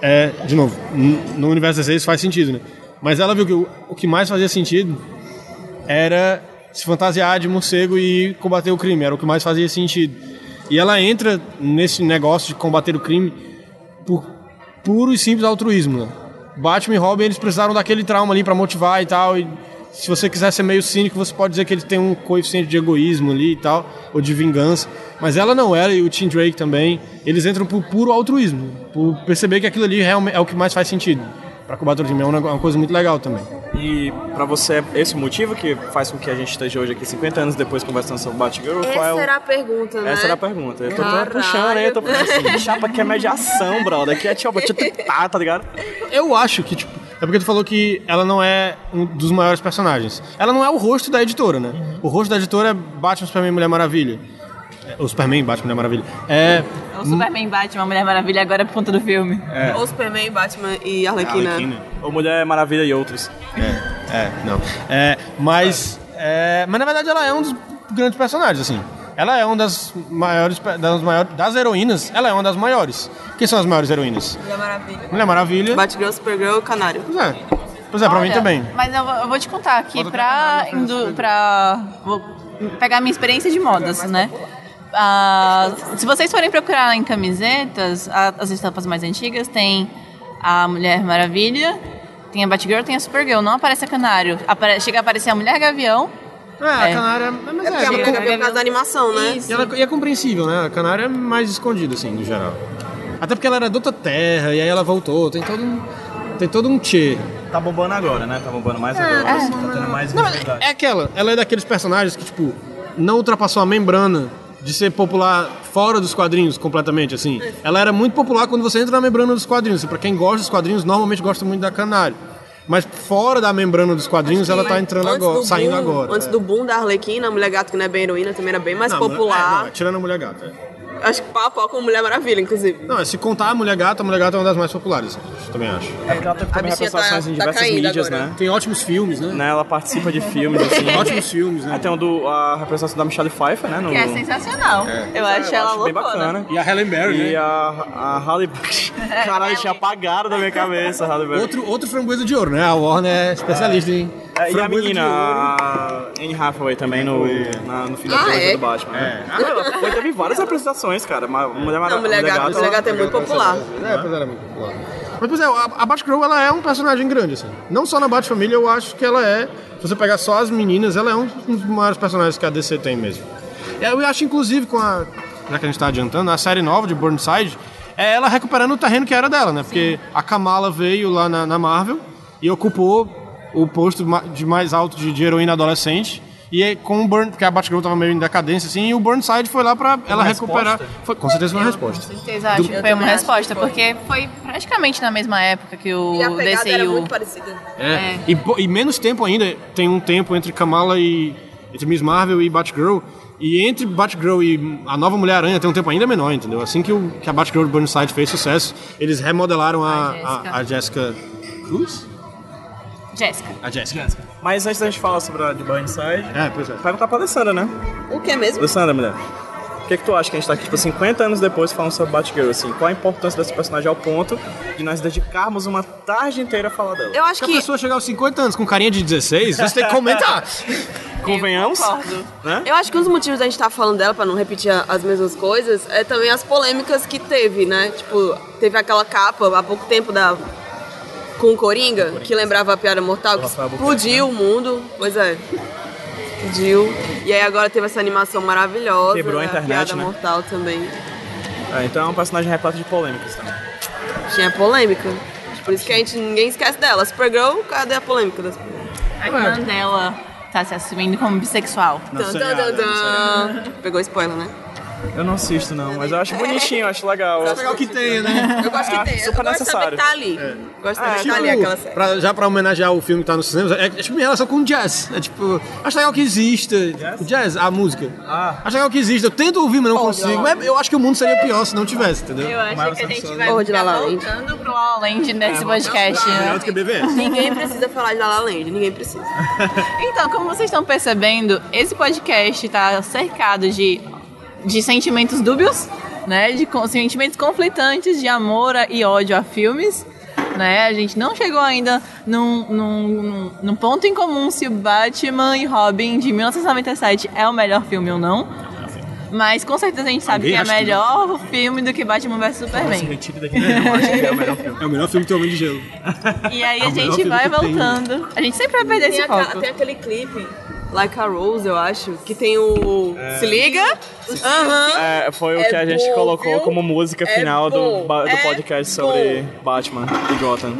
Speaker 5: é, de novo, n- no universo 16 faz sentido, né? Mas ela viu que o, o que mais fazia sentido era se fantasiar de morcego e combater o crime, era o que mais fazia sentido. E ela entra nesse negócio de combater o crime por puro e simples altruísmo, né? Batman e Robin, eles precisaram daquele trauma ali pra motivar e tal, e se você quiser ser meio cínico, você pode dizer que ele tem um coeficiente de egoísmo ali e tal, ou de vingança, mas ela não, ela e o Tim Drake também, eles entram por puro altruísmo, por perceber que aquilo ali realme- é o que mais faz sentido pra combater o crime, é um nego- uma é coisa muito legal também.
Speaker 3: E pra você, esse é o motivo que faz com que a gente esteja hoje aqui 50 anos depois conversando sobre Batgirl?
Speaker 4: Essa
Speaker 3: qual é o...
Speaker 4: era a pergunta, né?
Speaker 3: Essa era a pergunta. Eu tô
Speaker 4: Caralho.
Speaker 3: até puxando aí, eu tô puxando assim, chapa que é mediação, brother. Aqui é tipo, tá, tá ligado?
Speaker 5: Eu acho que, tipo. É porque tu falou que ela não é um dos maiores personagens. Ela não é o rosto da editora, né? O rosto da editora é Batman, Superman e Mulher Maravilha. É, Ou Superman, Batman, Mulher Maravilha. É,
Speaker 2: O Superman bate uma Mulher Maravilha agora por conta do filme.
Speaker 3: É.
Speaker 4: Ou Superman, Batman e Arlequina.
Speaker 5: Arlequina.
Speaker 3: Ou Mulher Maravilha e outros.
Speaker 5: É, é, não. É, mas, é, mas na verdade ela é um dos grandes personagens, assim. Ela é uma das maiores, pe- das maiores, das heroínas, ela é uma das maiores. Quem são as maiores heroínas?
Speaker 4: Mulher é Maravilha.
Speaker 5: Mulher Maravilha.
Speaker 4: Batgirl, Supergirl, Canário.
Speaker 5: Pois é, pois é pra mim
Speaker 2: Olha,
Speaker 5: também.
Speaker 2: Mas eu vou, eu vou te contar que pra,
Speaker 5: Bota pra caralho,
Speaker 2: indo- pra- Vou
Speaker 4: né?
Speaker 2: pegar minha experiência de
Speaker 4: tá
Speaker 2: modas, né? Ah, se vocês forem procurar em camisetas, a- as estampas mais antigas tem a Mulher Maravilha, tem a Batgirl, tem a Supergirl. Não aparece a Canário. Apare- chega a aparecer a Mulher Gavião.
Speaker 5: É,
Speaker 2: É.
Speaker 5: a Canária, mas
Speaker 4: É
Speaker 5: é,
Speaker 4: porque a
Speaker 5: ela-
Speaker 4: Mulher Gavião é por causa da animação, né?
Speaker 5: E, ela- e é compreensível, né? A Canária é mais escondida, assim, no geral. Até porque ela era de outra terra, e aí ela voltou. Tem todo um, tem todo um tchê.
Speaker 3: Tá bombando agora, né? Tá bombando
Speaker 4: É,
Speaker 3: mais agora. assim, Tá tendo mais
Speaker 5: Não, mas
Speaker 3: visibilidade.
Speaker 5: é aquela. Ela é daqueles personagens que, tipo, não ultrapassou a membrana de ser popular fora dos quadrinhos completamente, assim. Ela era muito popular quando você entra na membrana dos quadrinhos. assim, Pra quem gosta dos quadrinhos, normalmente gosta muito da Canário. Mas fora da membrana dos quadrinhos, ela tá entrando
Speaker 4: Antes
Speaker 5: agora,
Speaker 4: do
Speaker 5: saindo
Speaker 4: boom-
Speaker 5: agora.
Speaker 4: Antes
Speaker 5: É.
Speaker 4: do boom da Arlequina, a Mulher Gato, que não é bem heroína, também era bem mais
Speaker 5: Não, a mulher- é,
Speaker 4: popular.
Speaker 5: não, é, tirando a Mulher Gata. é.
Speaker 4: Acho que pau a pau com Mulher Maravilha, inclusive.
Speaker 5: Não, é, se contar a Mulher Gata, a Mulher Gata é uma das mais populares, eu também acho.
Speaker 3: É porque ela teve também
Speaker 4: bichinha tá-
Speaker 3: representações em
Speaker 4: tá
Speaker 3: diversas
Speaker 4: caindo
Speaker 3: mídias,
Speaker 4: agora.
Speaker 3: né?
Speaker 5: Tem ótimos filmes, né?
Speaker 3: né? Ela participa de filmes, assim.
Speaker 5: Tem ótimos filmes,
Speaker 3: Aí
Speaker 5: né?
Speaker 3: tem o do, a representação da Michelle Pfeiffer, né? No...
Speaker 2: Que é
Speaker 5: Hum.
Speaker 4: assim,
Speaker 2: sensacional.
Speaker 4: é,
Speaker 2: Eu acho ela
Speaker 3: bem
Speaker 2: loucona.
Speaker 3: bacana.
Speaker 5: E a Helen Berry,
Speaker 3: E
Speaker 5: né?
Speaker 3: a, a Halle...
Speaker 4: É,
Speaker 3: Caralho, tinha apagado da minha cabeça a Halle Berry.
Speaker 5: Outro, outro framboesa de ouro, né? A Warner é especialista em
Speaker 3: É, e a
Speaker 5: framboesa de
Speaker 3: menina,
Speaker 5: ouro.
Speaker 3: a Anne Hathaway também no, na- no fim da
Speaker 4: Ah,
Speaker 3: trilogia
Speaker 4: é?
Speaker 3: do Batman. né? Ah, ela foi, teve várias apresentações, cara. Uma, mulher, Mara-
Speaker 4: Não, Mulher Gato, Mulher Gato é muito popular.
Speaker 5: É, pois ela é muito popular. Mas, pois é, a, a Batgirl, ela é um personagem grande, assim. Não só na Batfamília, eu acho que ela é... Se você pegar só as meninas, ela é um dos maiores personagens que a DC tem mesmo. Eu acho, inclusive, com a... Já que a gente tá adiantando, a série nova de Burnside é ela recuperando o terreno que era dela, né? Porque a Kamala veio lá na, na Marvel e ocupou o posto ma- de mais alto de, de heroína adolescente. E aí, com o Burn, porque a Batgirl tava meio em decadência, assim, e o Burnside foi lá pra ela recuperar. Foi, com certeza foi uma resposta.
Speaker 2: Vocês acham que foi uma
Speaker 4: também acho
Speaker 2: resposta?
Speaker 4: que foi.
Speaker 2: Porque foi praticamente na mesma época que o
Speaker 4: E a pegada era
Speaker 2: DCU.
Speaker 4: muito parecida.
Speaker 5: É. E, po- e menos tempo ainda, tem um tempo entre Kamala e. entre Miss Marvel e Batgirl. E entre Batgirl e a nova Mulher Aranha tem um tempo ainda menor, entendeu? Assim que, o, que a Batgirl de Burnside fez sucesso, eles remodelaram a, a, a Jessica Cruz?
Speaker 2: Jéssica.
Speaker 5: A Jessica.
Speaker 3: Mas antes da gente falar sobre a de Burnside,
Speaker 5: É, pois é.
Speaker 3: perguntar pra Alessandra, né?
Speaker 4: O que mesmo?
Speaker 3: Alessandra, mulher. O que, é que tu acha que a gente tá aqui, tipo, 50 anos depois falando sobre Batgirl, assim? Qual a importância desse personagem ao ponto de nós dedicarmos uma tarde inteira a falar dela?
Speaker 4: Eu acho
Speaker 5: Se a
Speaker 4: que.
Speaker 5: pessoa chegar aos 50 anos com carinha de 16, você tem que comentar.
Speaker 3: Convenhamos? Né?
Speaker 4: Eu acho que um dos motivos da gente estar falando dela, pra não repetir a- as mesmas coisas, é também as polêmicas que teve, né? Tipo, teve aquela capa há pouco tempo da. Com o Coringa, que lembrava a piada mortal, que
Speaker 3: Rafael
Speaker 4: explodiu
Speaker 3: né?
Speaker 4: o mundo. Pois é. Explodiu. E aí agora teve essa animação maravilhosa.
Speaker 3: Quebrou a
Speaker 4: né?
Speaker 3: internet,
Speaker 4: Piada
Speaker 3: né?
Speaker 4: mortal também.
Speaker 3: É, então é um personagem repleto de polêmicas tá? também.
Speaker 4: Tinha polêmica. Por isso que a gente ninguém esquece dela. Supergirl, cadê a polêmica das
Speaker 2: A irmã dela tá se assumindo como bissexual.
Speaker 3: Não,
Speaker 4: Tan,
Speaker 3: seriado, né?
Speaker 4: tan, tan,
Speaker 3: não, seriado.
Speaker 4: tan. Pegou spoiler, né?
Speaker 3: Eu não assisto, não, mas eu acho bonitinho, eu acho legal.
Speaker 5: o que tem, né?
Speaker 4: Eu gosto que
Speaker 3: É,
Speaker 4: tem. Eu
Speaker 3: super
Speaker 4: gosto de saber
Speaker 3: necessário. É.
Speaker 4: que tá ali. Gosto de
Speaker 3: Ah,
Speaker 4: saber que tá ali
Speaker 3: tipo,
Speaker 4: aquela série.
Speaker 5: pra, já pra homenagear o filme que tá nos cinemas, é, é tipo minha relação com jazz. É tipo, acho legal que exista.
Speaker 3: Jazz?
Speaker 5: O Jazz, a música.
Speaker 3: Ah.
Speaker 5: Acho legal que exista. Eu tento ouvir, mas não consigo. Mas eu acho que o mundo seria pior se não tivesse, entendeu?
Speaker 2: Eu acho
Speaker 3: Mas
Speaker 2: que a gente
Speaker 3: você
Speaker 2: vai
Speaker 4: Ou de
Speaker 2: ficar
Speaker 4: La La Land.
Speaker 2: voltando pro La La Land
Speaker 5: É,
Speaker 2: nesse podcast.
Speaker 5: Melhor
Speaker 2: né?
Speaker 5: do que BVS.
Speaker 4: Ninguém precisa falar de La La Land, ninguém precisa.
Speaker 2: Então, como vocês estão percebendo, esse podcast tá cercado de, de sentimentos dúbios, né? De con- sentimentos conflitantes de amor a- e ódio a filmes. Né? A gente não chegou ainda num, num, num- num ponto em comum se Batman e Robin de 1997 é o melhor filme ou não. Mas com certeza a gente sabe
Speaker 5: Ah, Alguém
Speaker 2: que é
Speaker 5: acha que
Speaker 2: melhor filme do que Batman vs Superman.
Speaker 3: Retire daqui, eu acho que é o melhor filme.
Speaker 5: É o melhor filme que tem Homem de Gelo.
Speaker 2: E aí
Speaker 5: É
Speaker 2: a
Speaker 5: o melhor
Speaker 2: gente
Speaker 5: filme
Speaker 2: vai
Speaker 5: que tem.
Speaker 2: voltando. A gente sempre vai perder
Speaker 4: Tem,
Speaker 2: esse
Speaker 4: aqua-
Speaker 2: foco.
Speaker 4: tem aquele clipe, Like a Rose, eu acho, que tem o.
Speaker 5: É.
Speaker 4: Se liga? Aham.
Speaker 3: É, foi o
Speaker 4: É
Speaker 3: que a gente
Speaker 4: bom,
Speaker 3: colocou
Speaker 4: viu?
Speaker 3: como música
Speaker 4: É
Speaker 3: final do,
Speaker 4: bom,
Speaker 3: ba- do
Speaker 4: é
Speaker 3: podcast sobre Batman e Gotham.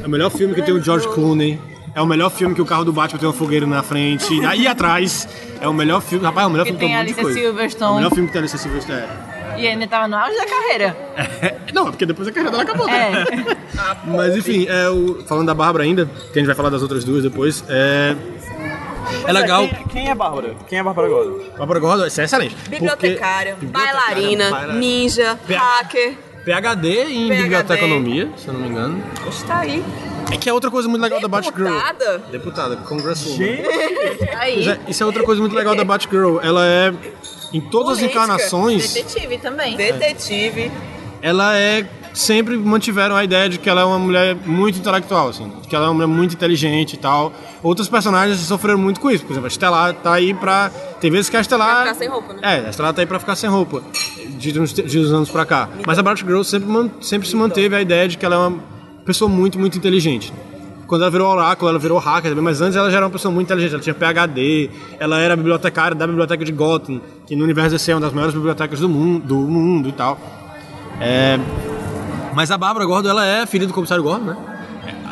Speaker 5: É o melhor filme que tem o George Clooney. É o melhor filme que o carro do Batman tem uma fogueira na frente e aí atrás. É o melhor filme. Rapaz, é o melhor
Speaker 2: Que
Speaker 5: filme que
Speaker 2: tem
Speaker 5: eu
Speaker 2: a
Speaker 5: vi de
Speaker 2: Alicia
Speaker 5: coisa. É o
Speaker 2: Silverstone
Speaker 5: melhor filme que tem a Alicia Silverstone. É.
Speaker 2: e ainda tava no auge da carreira.
Speaker 5: Não, é porque depois a carreira dela acabou, né?
Speaker 2: É.
Speaker 5: Mas enfim, é, o- falando da Bárbara ainda, que a gente vai falar das outras duas depois, é. É legal.
Speaker 3: Quem, quem é Bárbara? Quem é Bárbara Gordon?
Speaker 5: Bárbara Gordon, isso é excelente. Porque- né?
Speaker 4: Bibliotecária, bailarina,
Speaker 5: bailarina.
Speaker 4: ninja,
Speaker 5: Pera-
Speaker 4: hacker.
Speaker 5: PhD em
Speaker 4: PhD.
Speaker 5: biblioteconomia, se eu não me engano.
Speaker 4: Está Tá aí.
Speaker 5: É que é outra coisa muito legal da Batgirl.
Speaker 4: Deputada?
Speaker 5: Deputada, Congresswoman.
Speaker 2: Aí.
Speaker 5: Pois é, isso é outra coisa muito legal da Batgirl. Ela é. Em todas as
Speaker 4: Política.
Speaker 5: encarnações,
Speaker 2: Detetive também.
Speaker 4: Detetive.
Speaker 5: ela é. Sempre mantiveram a ideia de que ela é uma mulher muito intelectual, assim. Que ela é uma mulher muito inteligente e tal. Outros personagens sofreram muito com isso. Por exemplo, a Estelar tá aí pra. Tem vezes que a Estelar.
Speaker 4: Pra ficar sem roupa, né?
Speaker 5: É, a Estelar tá aí pra ficar sem roupa. De uns, de uns anos pra cá. Mas a Batgirl sempre, man- sempre se manteve a ideia de que ela é uma pessoa muito, muito inteligente. Quando ela virou oráculo, ela virou hacker também, mas antes ela já era uma pessoa muito inteligente, ela tinha PhD, ela era bibliotecária da biblioteca de Gotham, que no universo DC é uma das maiores bibliotecas do mundo, do mundo e tal. É, Mas a Bárbara Gordo, ela é filha do comissário Gordo, né?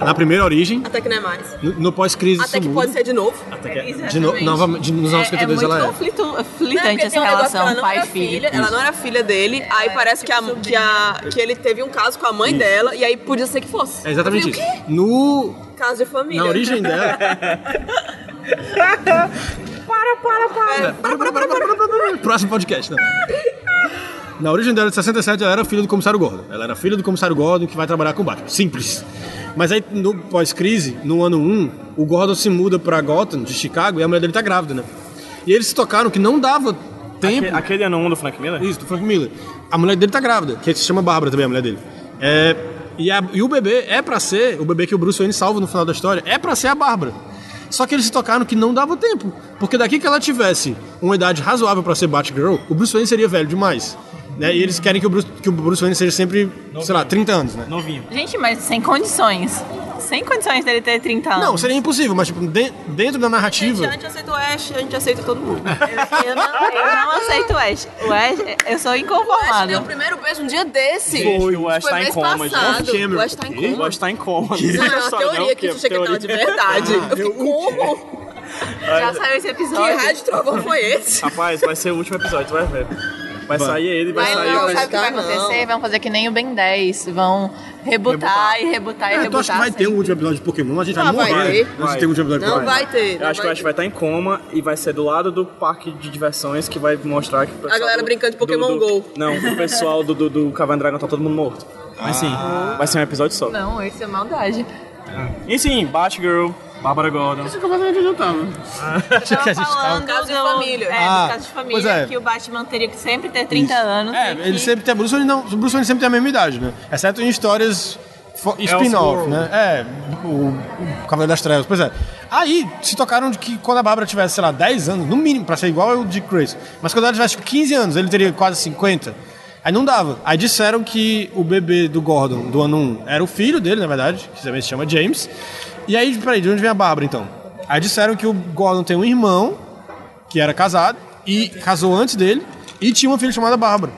Speaker 5: Na primeira origem,
Speaker 4: Até que não é mais.
Speaker 5: no, no pós-crise isso
Speaker 4: Até que
Speaker 5: muda.
Speaker 4: pode ser né? de novo.
Speaker 5: Até que- é. de
Speaker 2: Exatamente.
Speaker 5: no, novamente, de- nos anos
Speaker 2: É, é
Speaker 5: 52 ela
Speaker 2: muito
Speaker 5: é.
Speaker 2: conflito,
Speaker 4: Não, porque
Speaker 2: conflitante
Speaker 4: tem
Speaker 2: essa
Speaker 4: um negócio que
Speaker 2: relação
Speaker 4: ela não
Speaker 2: pai e
Speaker 4: era
Speaker 2: filho.
Speaker 4: filha, Ela não era filha dele, aí parece é, que, a- que, a- que ele teve um caso com a mãe dela, e aí podia ser que fosse.
Speaker 5: É exatamente
Speaker 4: Eu
Speaker 5: isso.
Speaker 4: falei, o
Speaker 5: No,
Speaker 4: quê? Caso de família.
Speaker 5: na origem dela,
Speaker 4: É, para, para, para, para.
Speaker 5: Próximo podcast, não. Na origem dela, de 67, ela era filha do comissário Gordon. Ela era filha do comissário Gordon que vai trabalhar com o Batman. Simples. Mas aí, no pós-crise, no ano 1, o Gordon se muda pra Gotham, de Chicago, e a mulher dele tá grávida, né? E eles se tocaram que não dava
Speaker 3: Aquele,
Speaker 5: tempo...
Speaker 3: aquele ano 1 do Frank Miller?
Speaker 5: Isso, do Frank Miller. A mulher dele tá grávida, que se chama Bárbara também, a mulher dele. É, e, a- e o bebê é pra ser, o bebê que o Bruce Wayne salva no final da história, é pra ser a Bárbara. Só que eles se tocaram que não dava tempo. Porque daqui que ela tivesse uma idade razoável pra ser Batgirl, o Bruce Wayne seria velho demais. né? E eles querem que o, Bruce, que o Bruce Wayne seja sempre, sei lá, 30 anos, né?
Speaker 3: Novinho.
Speaker 2: Gente, mas sem condições. Sem condições dele ter 30 anos.
Speaker 5: Não, seria impossível, mas tipo, de- dentro da narrativa.
Speaker 4: A gente aceita o Ash, a gente aceita todo mundo.
Speaker 2: Eu não, eu não aceito o Ash. O Ash, eu sou
Speaker 4: O Ash deu o
Speaker 2: inconformada.
Speaker 4: primeiro beijo um dia desse.
Speaker 3: Gente, o Ash
Speaker 4: Foi
Speaker 3: tá em
Speaker 4: mês
Speaker 3: coma, gente.
Speaker 4: passado.
Speaker 5: Cameron.
Speaker 4: O Ash tá em
Speaker 5: Que?
Speaker 3: Eu
Speaker 4: coma.
Speaker 3: acho que tá em coma.
Speaker 4: Não, é uma
Speaker 3: Só não,
Speaker 4: teoria
Speaker 3: porque
Speaker 4: que isso tinha
Speaker 3: teoria-
Speaker 4: que tava de verdade.
Speaker 3: Ah,
Speaker 4: Eu fiquei, como?
Speaker 2: Já saiu esse
Speaker 4: Que
Speaker 2: episódio.
Speaker 4: raio de trovão foi esse?
Speaker 3: Rapaz, vai ser o último episódio, tu vai ver. Vai, sair ele, vai,
Speaker 4: Vai
Speaker 3: sair.
Speaker 4: não,
Speaker 3: vai-
Speaker 2: sabe o que vai
Speaker 4: Não.
Speaker 2: acontecer? Vão fazer que nem o Ben 10. Vão rebutar e rebutar e
Speaker 5: Ah,
Speaker 2: rebutar. assim.
Speaker 5: tu acha que vai ter um último episódio de Pokémon? A gente vai
Speaker 4: Ah, assim. vai
Speaker 5: morrer.
Speaker 4: ter.
Speaker 5: antes de ter um último episódio de
Speaker 4: Não
Speaker 5: Pokémon.
Speaker 4: vai ter.
Speaker 3: Eu acho que o Ash vai estar em coma e vai ser do lado do parque de diversões que vai mostrar que o pessoal
Speaker 4: galera
Speaker 3: do-
Speaker 4: brincando de Pokémon
Speaker 3: do- do-
Speaker 4: Go.
Speaker 3: Não, o pessoal do, do, do Cavalo Dragão tá todo mundo morto. Mas sim, vai ser um episódio só.
Speaker 2: Não, isso é maldade.
Speaker 3: E sim, Batgirl, Bárbara Gordon.
Speaker 4: é
Speaker 2: Eu tava
Speaker 5: Que a gente tava-
Speaker 2: falando
Speaker 4: Caso de
Speaker 2: do-
Speaker 4: família.
Speaker 2: É,
Speaker 5: Ah,
Speaker 2: do caso de
Speaker 5: pois
Speaker 2: família,
Speaker 5: é.
Speaker 2: que o Batman teria que sempre ter 30 anos.
Speaker 4: né?
Speaker 5: É,
Speaker 2: e
Speaker 5: ele
Speaker 2: que-
Speaker 5: sempre tem. Bruce Wayne não, Bruce Wayne sempre tem a mesma idade, né? Exceto em histórias fo- spin-off,
Speaker 3: Elseworld.
Speaker 5: né? É, o, o Cavaleiro das Trevas, pois é. Aí se tocaram de que quando a Bárbara tivesse, sei lá, 10 anos, no mínimo, pra ser igual ao Dick Grayson, mas quando ela tivesse tipo, 15 anos, ele teria quase 50. Aí não dava. Aí disseram que o bebê do Gordon, do ano 1, era o filho dele, na verdade, que também se chama James. E aí, peraí, de onde vem a Bárbara então? Aí disseram que o Gordon tem um irmão, que era casado, e casou antes dele, e tinha uma filha chamada Bárbara.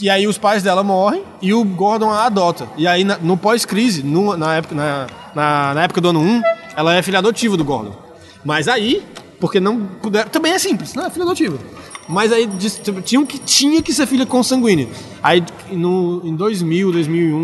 Speaker 5: E aí os pais dela morrem e o Gordon a adota. E aí na- no pós-crise, numa- na época, na, na, na época do ano 1, ela é filha adotiva do Gordon. Mas aí, porque não puderam. Também é simples, né? Filha adotiva. Mas aí diz- tipo, tinham que, tinha que ser filha consanguínea. Aí no, em 2000, 2001,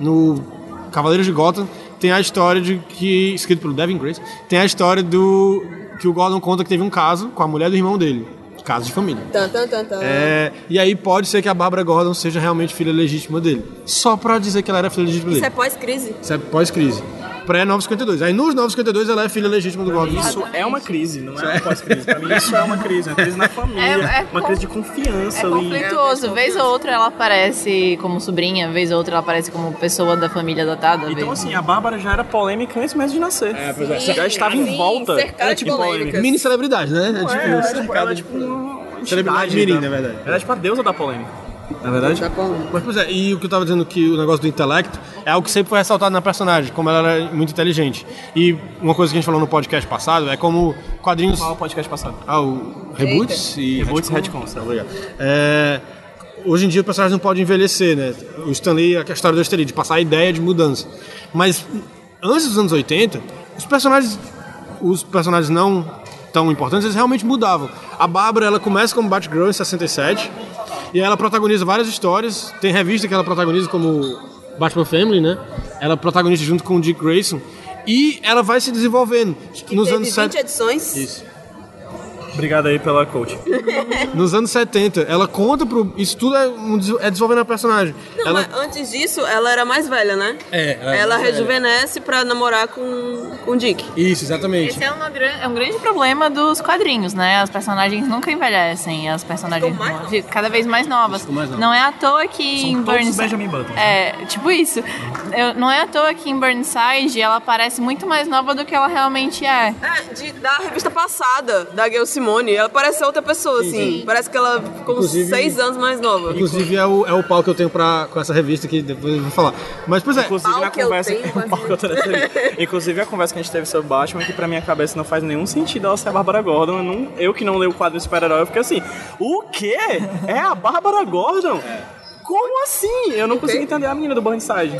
Speaker 5: no Cavaleiros de Gotham, tem a história de que. Escrito pelo Devin Grace, tem a história do. que o Gordon conta que teve um caso com a mulher do irmão dele. Caso de família.
Speaker 4: Tan, tan, tan, tan.
Speaker 5: É, e aí pode ser que a Bárbara Gordon seja realmente filha legítima dele. Só pra dizer que ela era filha legítima
Speaker 4: Isso é
Speaker 5: dele.
Speaker 4: pós-crise.
Speaker 5: Isso é pós-crise. Pré-952. Aí nos 952 ela é filha legítima do Gordon.
Speaker 3: Isso
Speaker 4: né?
Speaker 3: é uma crise, não é uma pós-crise. Pra mim, isso é uma crise, é uma crise na família,
Speaker 2: É- é
Speaker 3: uma
Speaker 2: com-
Speaker 3: crise de confiança
Speaker 2: É
Speaker 3: ali.
Speaker 2: conflituoso. Vez ou outra ela aparece como sobrinha, vez ou outra ela aparece como pessoa da família adotada.
Speaker 3: Então,
Speaker 2: vez-
Speaker 3: assim, a Bárbara já era polêmica antes mesmo de nascer. Já estava em
Speaker 4: Sim,
Speaker 3: volta
Speaker 4: cercada de
Speaker 3: de polêmica.
Speaker 4: polêmicas.
Speaker 5: Mini celebridade, né? É, tipo,
Speaker 3: É, ela, tipo,
Speaker 5: cercada
Speaker 3: ela é
Speaker 5: de-
Speaker 3: tipo uma
Speaker 5: Celebridade
Speaker 3: entidade
Speaker 5: mirim,
Speaker 3: da-
Speaker 5: na verdade.
Speaker 3: Ela é tipo a deusa da polêmica.
Speaker 5: Na verdade. Mas, pois é, e o que eu tava dizendo que o negócio do intelecto é algo que sempre foi ressaltado na personagem, como ela era muito inteligente. E uma coisa que a gente falou no podcast passado é como quadrinhos.
Speaker 3: Qual é o podcast passado?
Speaker 5: Ah, o Reboots e.
Speaker 3: Reboots e
Speaker 5: retcons.
Speaker 3: retcons.
Speaker 5: Tá, obrigado. É, hoje em dia o personagem não pode envelhecer, né? O Stanley, a história do Stanley, de passar a ideia de mudança. Mas antes dos anos 80, os personagens. Os personagens não tão importantes, eles realmente mudavam. A Bárbara, ela começa como Batgirl em 67, e ela protagoniza várias histórias. Tem revista que ela protagoniza como Batman Family, né? Ela protagoniza junto com o Dick Grayson. E ela vai se desenvolvendo. Nos
Speaker 6: Teve
Speaker 5: anos
Speaker 6: 20
Speaker 5: set-
Speaker 6: edições.
Speaker 5: Isso.
Speaker 3: Obrigado aí pela coach.
Speaker 5: Nos anos 70, ela conta pro. Isso tudo é, um des- é desenvolvendo a personagem.
Speaker 4: Não,
Speaker 5: ela...
Speaker 4: mas antes disso, ela era mais velha, né?
Speaker 5: É, ela
Speaker 4: Ela,
Speaker 5: era mais velha.
Speaker 4: rejuvenesce pra namorar com, com o Dick.
Speaker 5: Isso, exatamente.
Speaker 2: Esse é, uma gran- é um grande problema dos quadrinhos, né? As personagens nunca envelhecem, as personagens
Speaker 4: Ficam mais
Speaker 2: no- de- cada vez mais novas.
Speaker 5: Ficam mais novas.
Speaker 2: Não é à toa que
Speaker 3: São
Speaker 2: em
Speaker 3: todos
Speaker 2: Burnside.
Speaker 3: Benjamin Button.
Speaker 2: É, tipo isso. Eu- não é à toa que em Burnside ela parece muito mais nova do que ela realmente é.
Speaker 4: É, de- da revista passada, da Gail Simone, ela parece outra pessoa, assim. Parece que ela ficou uns
Speaker 5: Inclusive-
Speaker 4: seis anos mais nova.
Speaker 5: Inclusive é o, é o pau que eu tenho pra, com essa revista que depois eu vou falar. Mas pois é,
Speaker 3: Inclusive,
Speaker 4: Pau
Speaker 3: na
Speaker 4: que eu
Speaker 3: conversa...
Speaker 4: tenho, assim. mas-
Speaker 3: Pau que eu tô recebendo. Inclusive, a conversa que a gente teve sobre Batman, que pra minha cabeça não faz nenhum sentido ela ser a Bárbara Gordon. Eu, não- eu que não leio o quadro de super-herói, eu fiquei assim, o quê? É a Bárbara Gordon?
Speaker 4: É.
Speaker 3: Como assim? Eu não consigo entender a menina do Burnside.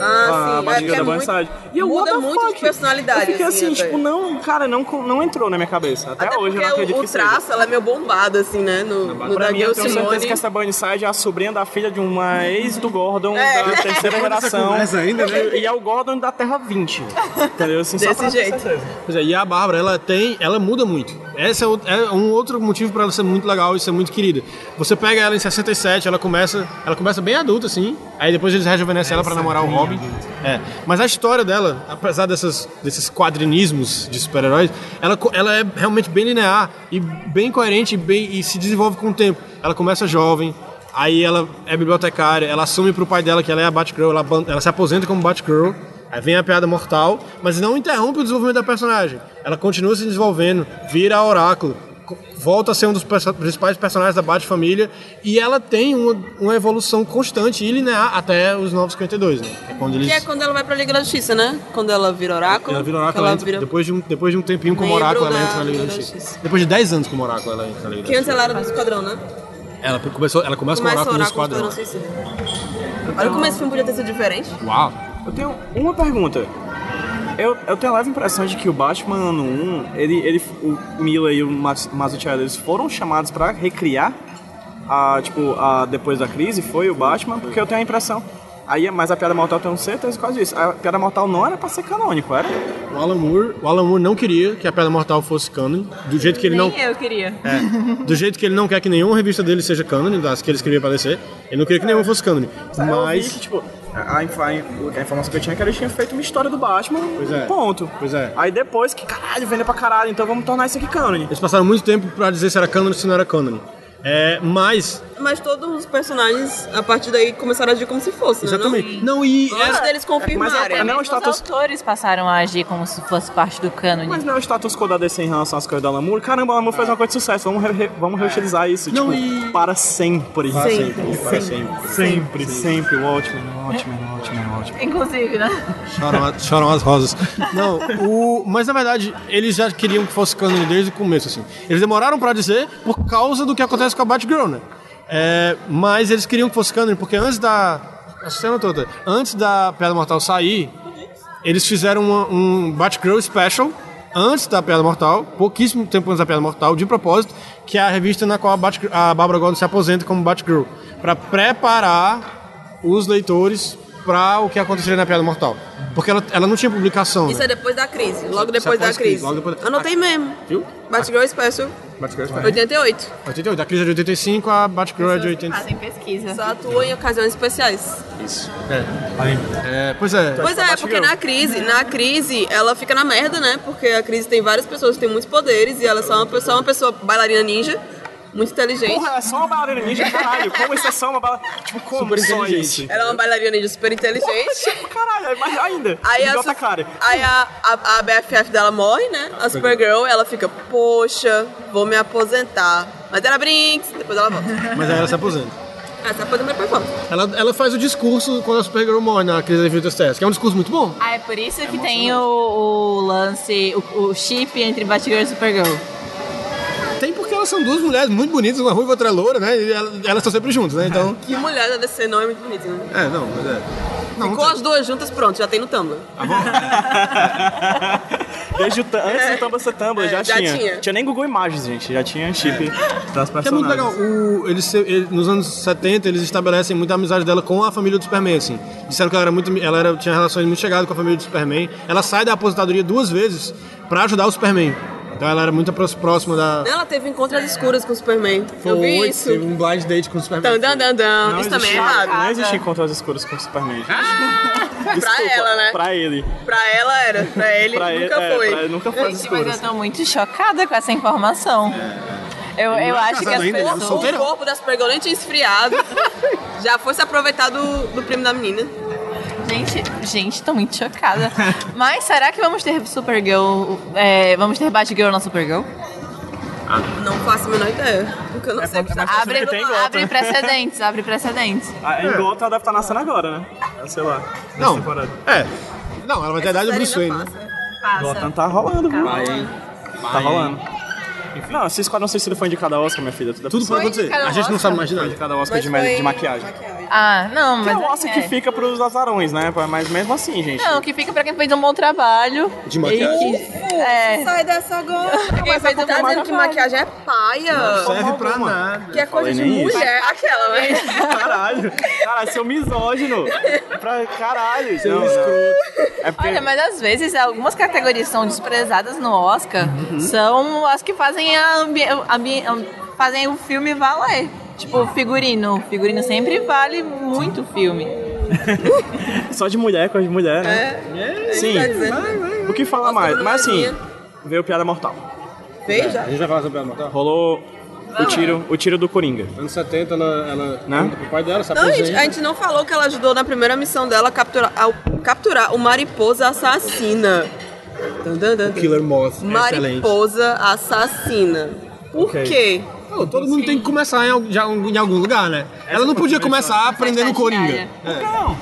Speaker 3: a
Speaker 4: Ah, sim, é
Speaker 3: Batgirl
Speaker 4: porque é
Speaker 3: da Burnside.
Speaker 4: muito-
Speaker 3: E eu,
Speaker 4: muda
Speaker 3: what the
Speaker 4: muito de
Speaker 3: fuck?
Speaker 4: personalidade,
Speaker 3: Eu fiquei
Speaker 4: assim,
Speaker 3: assim,
Speaker 4: até.
Speaker 3: tipo, não, cara, não, não entrou na minha cabeça. Até,
Speaker 4: Até
Speaker 3: hoje eu
Speaker 4: porque
Speaker 3: não acredito
Speaker 4: o, o
Speaker 3: que seja.
Speaker 4: traço, ela é meio bombada, assim, né? No, no
Speaker 3: Pra
Speaker 4: da
Speaker 3: mim, eu
Speaker 4: Gail
Speaker 3: tenho certeza
Speaker 4: Simone.
Speaker 3: que essa Burnside é a sobrinha da filha de uma ex do Gordon
Speaker 4: É.
Speaker 3: da terceira geração.
Speaker 5: conversa ainda, né?
Speaker 3: E é o Gordon da Terra 20. Entendeu? Assim, só
Speaker 4: Desse
Speaker 3: pra ter
Speaker 4: jeito.
Speaker 3: certeza.
Speaker 5: Pois é, e a Bárbara, ela tem, ela muda muito. Esse é, o- é um outro motivo pra ela ser muito legal e ser muito querida. Você pega ela em 67, ela começa, ela começa bem adulta assim, aí depois eles rejuvenescem ela pra namorar o Robin. É. Mas a história dela, apesar dessas, desses quadrinismos de super-heróis, ela, co- ela é realmente bem linear e bem coerente e, bem, e se desenvolve com o tempo. Ela começa jovem, aí ela é bibliotecária, ela assume pro pai dela que ela é a Batgirl, ela, aban- ela se aposenta como Batgirl. Aí vem a piada mortal, mas não interrompe o desenvolvimento da personagem. Ela continua se desenvolvendo, vira a oráculo, co- volta a ser um dos perso- principais personagens da Bat-Família e ela tem uma, uma evolução constante e linear até os 952, né? É quando eles...
Speaker 4: Que é quando ela vai pra Liga da Justiça, né? Quando ela vira oráculo.
Speaker 5: Ela vira
Speaker 4: que
Speaker 5: oráculo,
Speaker 4: ela
Speaker 5: ela entra-
Speaker 4: vira-
Speaker 5: depois, de um, depois de um tempinho como
Speaker 4: Membro
Speaker 5: oráculo, ela
Speaker 4: da
Speaker 5: entra na Liga da
Speaker 4: Liga da
Speaker 5: Justiça.
Speaker 4: Justiça.
Speaker 5: Depois de 10 anos como oráculo, ela entra na Liga da
Speaker 4: Que antes
Speaker 5: Justiça.
Speaker 4: ela era do Esquadrão, né?
Speaker 5: Ela começou, ela começa,
Speaker 4: Começa
Speaker 5: com
Speaker 4: o
Speaker 5: oráculo no
Speaker 4: oráculo do
Speaker 5: esquadrão.
Speaker 4: Esquadrão Suicida. Olha como esse filme podia ter sido diferente.
Speaker 5: Uau!
Speaker 3: Eu tenho uma pergunta. Eu, eu tenho a leve impressão de que o Batman ano 1, ele, ele, o Miller e o Mas- Mazzucchelli, eles foram chamados pra recriar, a, tipo, a, depois da crise, foi o Batman, porque eu tenho a impressão. Aí, mas a Piada Mortal eu tenho certeza quase isso. A Piada Mortal não era pra ser canônico, era?
Speaker 5: O Alan Moore, o Alan Moore não queria que a Pedra Mortal fosse canon, do jeito que ele não... É,
Speaker 2: eu queria.
Speaker 5: Do jeito que ele não quer que nenhuma revista dele seja cânone, das que ele escrevia pra DC, ele não queria que nenhuma fosse cânone.
Speaker 3: Eu vi que,
Speaker 5: Mas.
Speaker 3: tipo, a, a infa- a informação que eu tinha é que eles tinham feito uma história do Batman.
Speaker 5: Pois é.
Speaker 3: Ponto.
Speaker 5: Pois é.
Speaker 3: Aí depois que, caralho, vender pra caralho, então vamos tornar isso aqui cânone.
Speaker 5: Eles passaram muito tempo pra dizer se era cânone ou se não era cânone. É, mas.
Speaker 4: Mas todos os personagens, a partir daí, começaram a agir como se fosse, né?
Speaker 5: Exatamente. Não, e. é-
Speaker 4: Não? Antes deles confirmarem.
Speaker 3: Mas é-
Speaker 2: Até
Speaker 3: não,
Speaker 2: mesmo
Speaker 3: status-
Speaker 2: os autores passaram a agir como se fosse parte do cânone.
Speaker 3: Mas não é o status quo da DC em relação às coisas da Lamour. Caramba, a Lamour fez uma coisa de sucesso, vamos, re- re- vamos reutilizar isso.
Speaker 5: É. Não,
Speaker 3: tipo,
Speaker 5: e-
Speaker 3: para sempre.
Speaker 5: Para sempre, para
Speaker 3: Sempre, sempre, sempre. O Watchmen, o Watchmen, o Watchmen, o Watchmen.
Speaker 2: Inclusive, né?
Speaker 5: Choram, a- choram as rosas. Não, o, mas na verdade, eles já queriam que fosse cânone desde o começo, assim. Eles demoraram pra dizer por causa do que acontece com a Batgirl, né? É, mas eles queriam que fosse cânone, porque antes da. A cena toda. Antes da Pedra Mortal sair, eles fizeram uma- um Batgirl Special antes da Piada Mortal, pouquíssimo tempo antes da Piada Mortal, de propósito, que é a revista na qual a, Batgirl, a Bárbara Gordon se aposenta como Batgirl, para preparar os leitores para o que aconteceria na Piada Mortal. Porque ela, ela não tinha publicação,
Speaker 3: um
Speaker 4: Isso
Speaker 5: né?
Speaker 4: é depois da crise,
Speaker 5: Isso
Speaker 4: logo
Speaker 5: é
Speaker 4: depois da
Speaker 5: pós-crise,
Speaker 4: crise.
Speaker 5: logo depois da-
Speaker 4: Anotei mesmo.
Speaker 5: Viu?
Speaker 4: Batgirl Special,
Speaker 5: Batgirl Special.
Speaker 4: 88.
Speaker 5: 88, a crise é de 85, a Batgirl é de 85.
Speaker 2: Fazem pesquisa.
Speaker 4: Só atua em ocasiões especiais.
Speaker 5: É, pois é.
Speaker 4: Pois é, porque na crise, na crise, ela fica na merda, né? Porque a crise tem várias pessoas que têm muitos poderes e ela é só uma pessoa, uma pessoa bailarina ninja, muito inteligente.
Speaker 3: Porra, é só uma balada ninja, caralho. Como isso é só uma balada... Tipo, como
Speaker 5: Super
Speaker 3: só
Speaker 5: inteligente.
Speaker 3: isso?
Speaker 4: Ela é uma bailarina ninja super
Speaker 3: Porra,
Speaker 4: inteligente.
Speaker 3: tipo, caralho, mas ainda.
Speaker 4: Aí a,
Speaker 3: Igual
Speaker 4: su-
Speaker 3: tá cara.
Speaker 4: aí a, a, a BFF dela morre, né?
Speaker 3: é.
Speaker 4: A Supergirl, ela fica, poxa, vou me aposentar. Mas era Brinks, depois ela volta.
Speaker 5: Mas aí ela se aposenta.
Speaker 4: Ah, se aposenta depois volta.
Speaker 5: Ela, ela faz o discurso quando a Supergirl morre na crise da Infinita Terras, que é um discurso muito bom.
Speaker 2: Ah, é por isso que tem o, o lance, o, o chip entre Batgirl e Supergirl.
Speaker 5: Tem porque elas são duas mulheres muito bonitas, uma ruiva e outra loura, né? E ela- elas estão sempre juntas,
Speaker 4: É.
Speaker 5: né? Então.
Speaker 4: Que mulher da DC não é muito bonita, né?
Speaker 5: É, não, mas é. Não,
Speaker 4: Ficou
Speaker 5: não
Speaker 4: as duas juntas, pronto, já tem no Tumblr.
Speaker 5: tem. Tá bom?
Speaker 3: Desde o, ta- antes do Tumblr ser Tumblr,
Speaker 4: É,
Speaker 3: já,
Speaker 4: já
Speaker 3: tinha.
Speaker 4: tinha.
Speaker 3: nem Google Imagens, gente. Já tinha chip das personagens.
Speaker 5: Que é muito legal. O- eles, se- ele- nos anos 70, eles estabelecem muita amizade dela com a família do Superman, assim. Disseram que ela, era muito, ela era, tinha relações muito chegadas com a família do Superman. Ela sai da aposentadoria duas vezes pra ajudar o Superman. Então ela era muito pros- próxima
Speaker 3: Ah.
Speaker 5: da...
Speaker 4: Ela teve encontro às escuras com o Superman. Eu vi isso.
Speaker 5: Teve um blind date com o Superman.
Speaker 4: Dan, dan, dan, dan.
Speaker 3: Não
Speaker 4: isso também é
Speaker 3: existe-
Speaker 4: errado. Ah,
Speaker 3: Não existe encontro às escuras com o Superman. gente. Desculpa,
Speaker 4: ela, né?
Speaker 3: Pra ele.
Speaker 4: Pra ela era, pra ele
Speaker 3: Pra ele,
Speaker 4: nunca
Speaker 3: é,
Speaker 4: foi.
Speaker 3: pra ele nunca foi às
Speaker 2: Gente, mas é- eu
Speaker 3: escuras.
Speaker 2: tô muito chocada com essa informação. Eu, eu
Speaker 5: é
Speaker 2: acho que
Speaker 5: casado
Speaker 2: as
Speaker 5: ainda, ele é
Speaker 2: pessoas.
Speaker 5: solteiro.
Speaker 4: O corpo das pergolinhas tinha esfriado. Já foi se aproveitar do, do prêmio da menina.
Speaker 2: Gente, gente, tô muito chocada. Mas será que vamos ter Supergirl? é, vamos ter Batgirl na Supergirl?
Speaker 4: Não faço a menor ideia. Porque eu não sei o que
Speaker 3: pra- é
Speaker 4: tá-
Speaker 3: mais
Speaker 2: Abre,
Speaker 3: que tem gota.
Speaker 2: abre precedentes, abre precedentes.
Speaker 3: A Engota deve estar nascendo agora, né? É, Sei lá. nessa
Speaker 5: É. Não,
Speaker 3: temporada.
Speaker 5: é. Não, ela vai ter a idade do
Speaker 4: Série
Speaker 5: Bruce
Speaker 4: ainda
Speaker 5: Wayne. né?
Speaker 4: Passa.
Speaker 3: Gotham tá rolando, viu?
Speaker 4: Passa.
Speaker 3: Tá rolando. Não, esse Esquadrão Suicida foi indicado a Oscar, minha filha. Tudo, é
Speaker 5: Tudo
Speaker 3: possível.
Speaker 5: pode acontecer.
Speaker 2: cara,
Speaker 5: A gente não
Speaker 2: nossa.
Speaker 5: sabe mais de
Speaker 3: foi
Speaker 5: nada.
Speaker 3: indicado a Oscar
Speaker 4: Mas
Speaker 3: de, ma-
Speaker 4: foi-
Speaker 3: de maquiagem.
Speaker 2: Ah, não, mas.
Speaker 3: É o Oscar
Speaker 2: é.
Speaker 3: que fica pros azarões, né? Mas mesmo assim, gente.
Speaker 2: Não, que fica pra quem fez um bom trabalho.
Speaker 5: De maquiagem.
Speaker 2: E que- É.
Speaker 4: Sai dessa agora. Quem fez
Speaker 2: tá
Speaker 4: um tá dizendo que maquiagem é paia.
Speaker 5: Serve pra nada.
Speaker 4: Que é coisa
Speaker 3: falei
Speaker 4: de
Speaker 3: nem isso.
Speaker 4: mulher. Aquela, né?
Speaker 3: Caralho. Caralho, seu misógino. Pra caralho. Seu É porque...
Speaker 2: Olha, mas às vezes algumas categorias que são desprezadas no Oscar
Speaker 3: Uhum.
Speaker 2: são as que fazem a ambi- ambi- am- fazem o filme valer. Tipo, figurino. Figurino sempre vale muito o filme.
Speaker 3: Só de mulher, coisa de mulher, né? Sim.
Speaker 4: Tá dizendo.
Speaker 3: O que falar
Speaker 4: Oscar
Speaker 3: mais?
Speaker 4: da
Speaker 3: Mas assim,
Speaker 4: Maria.
Speaker 3: veio Piada Mortal.
Speaker 4: Veio já?
Speaker 5: A gente vai falar sobre ela mortal.
Speaker 3: Rolou
Speaker 4: Ah.
Speaker 3: o tiro, o tiro do Coringa.
Speaker 5: Anos 70, ela, ela
Speaker 3: Né?
Speaker 5: conta pro pai dela, se
Speaker 4: Não, a gente,
Speaker 5: apresenta.
Speaker 4: a gente não falou que ela ajudou na primeira missão dela a capturar, a capturar o mariposa assassina. Dun, dun, dun, dun.
Speaker 5: Killer Moth. Excelente.
Speaker 4: Mariposa assassina. Por
Speaker 3: Ok.
Speaker 4: quê?
Speaker 5: Não, todo mundo tem que começar em, al- de algum- em algum lugar, né? ela não podia começar aprendendo Coringa. É.
Speaker 2: estagiária.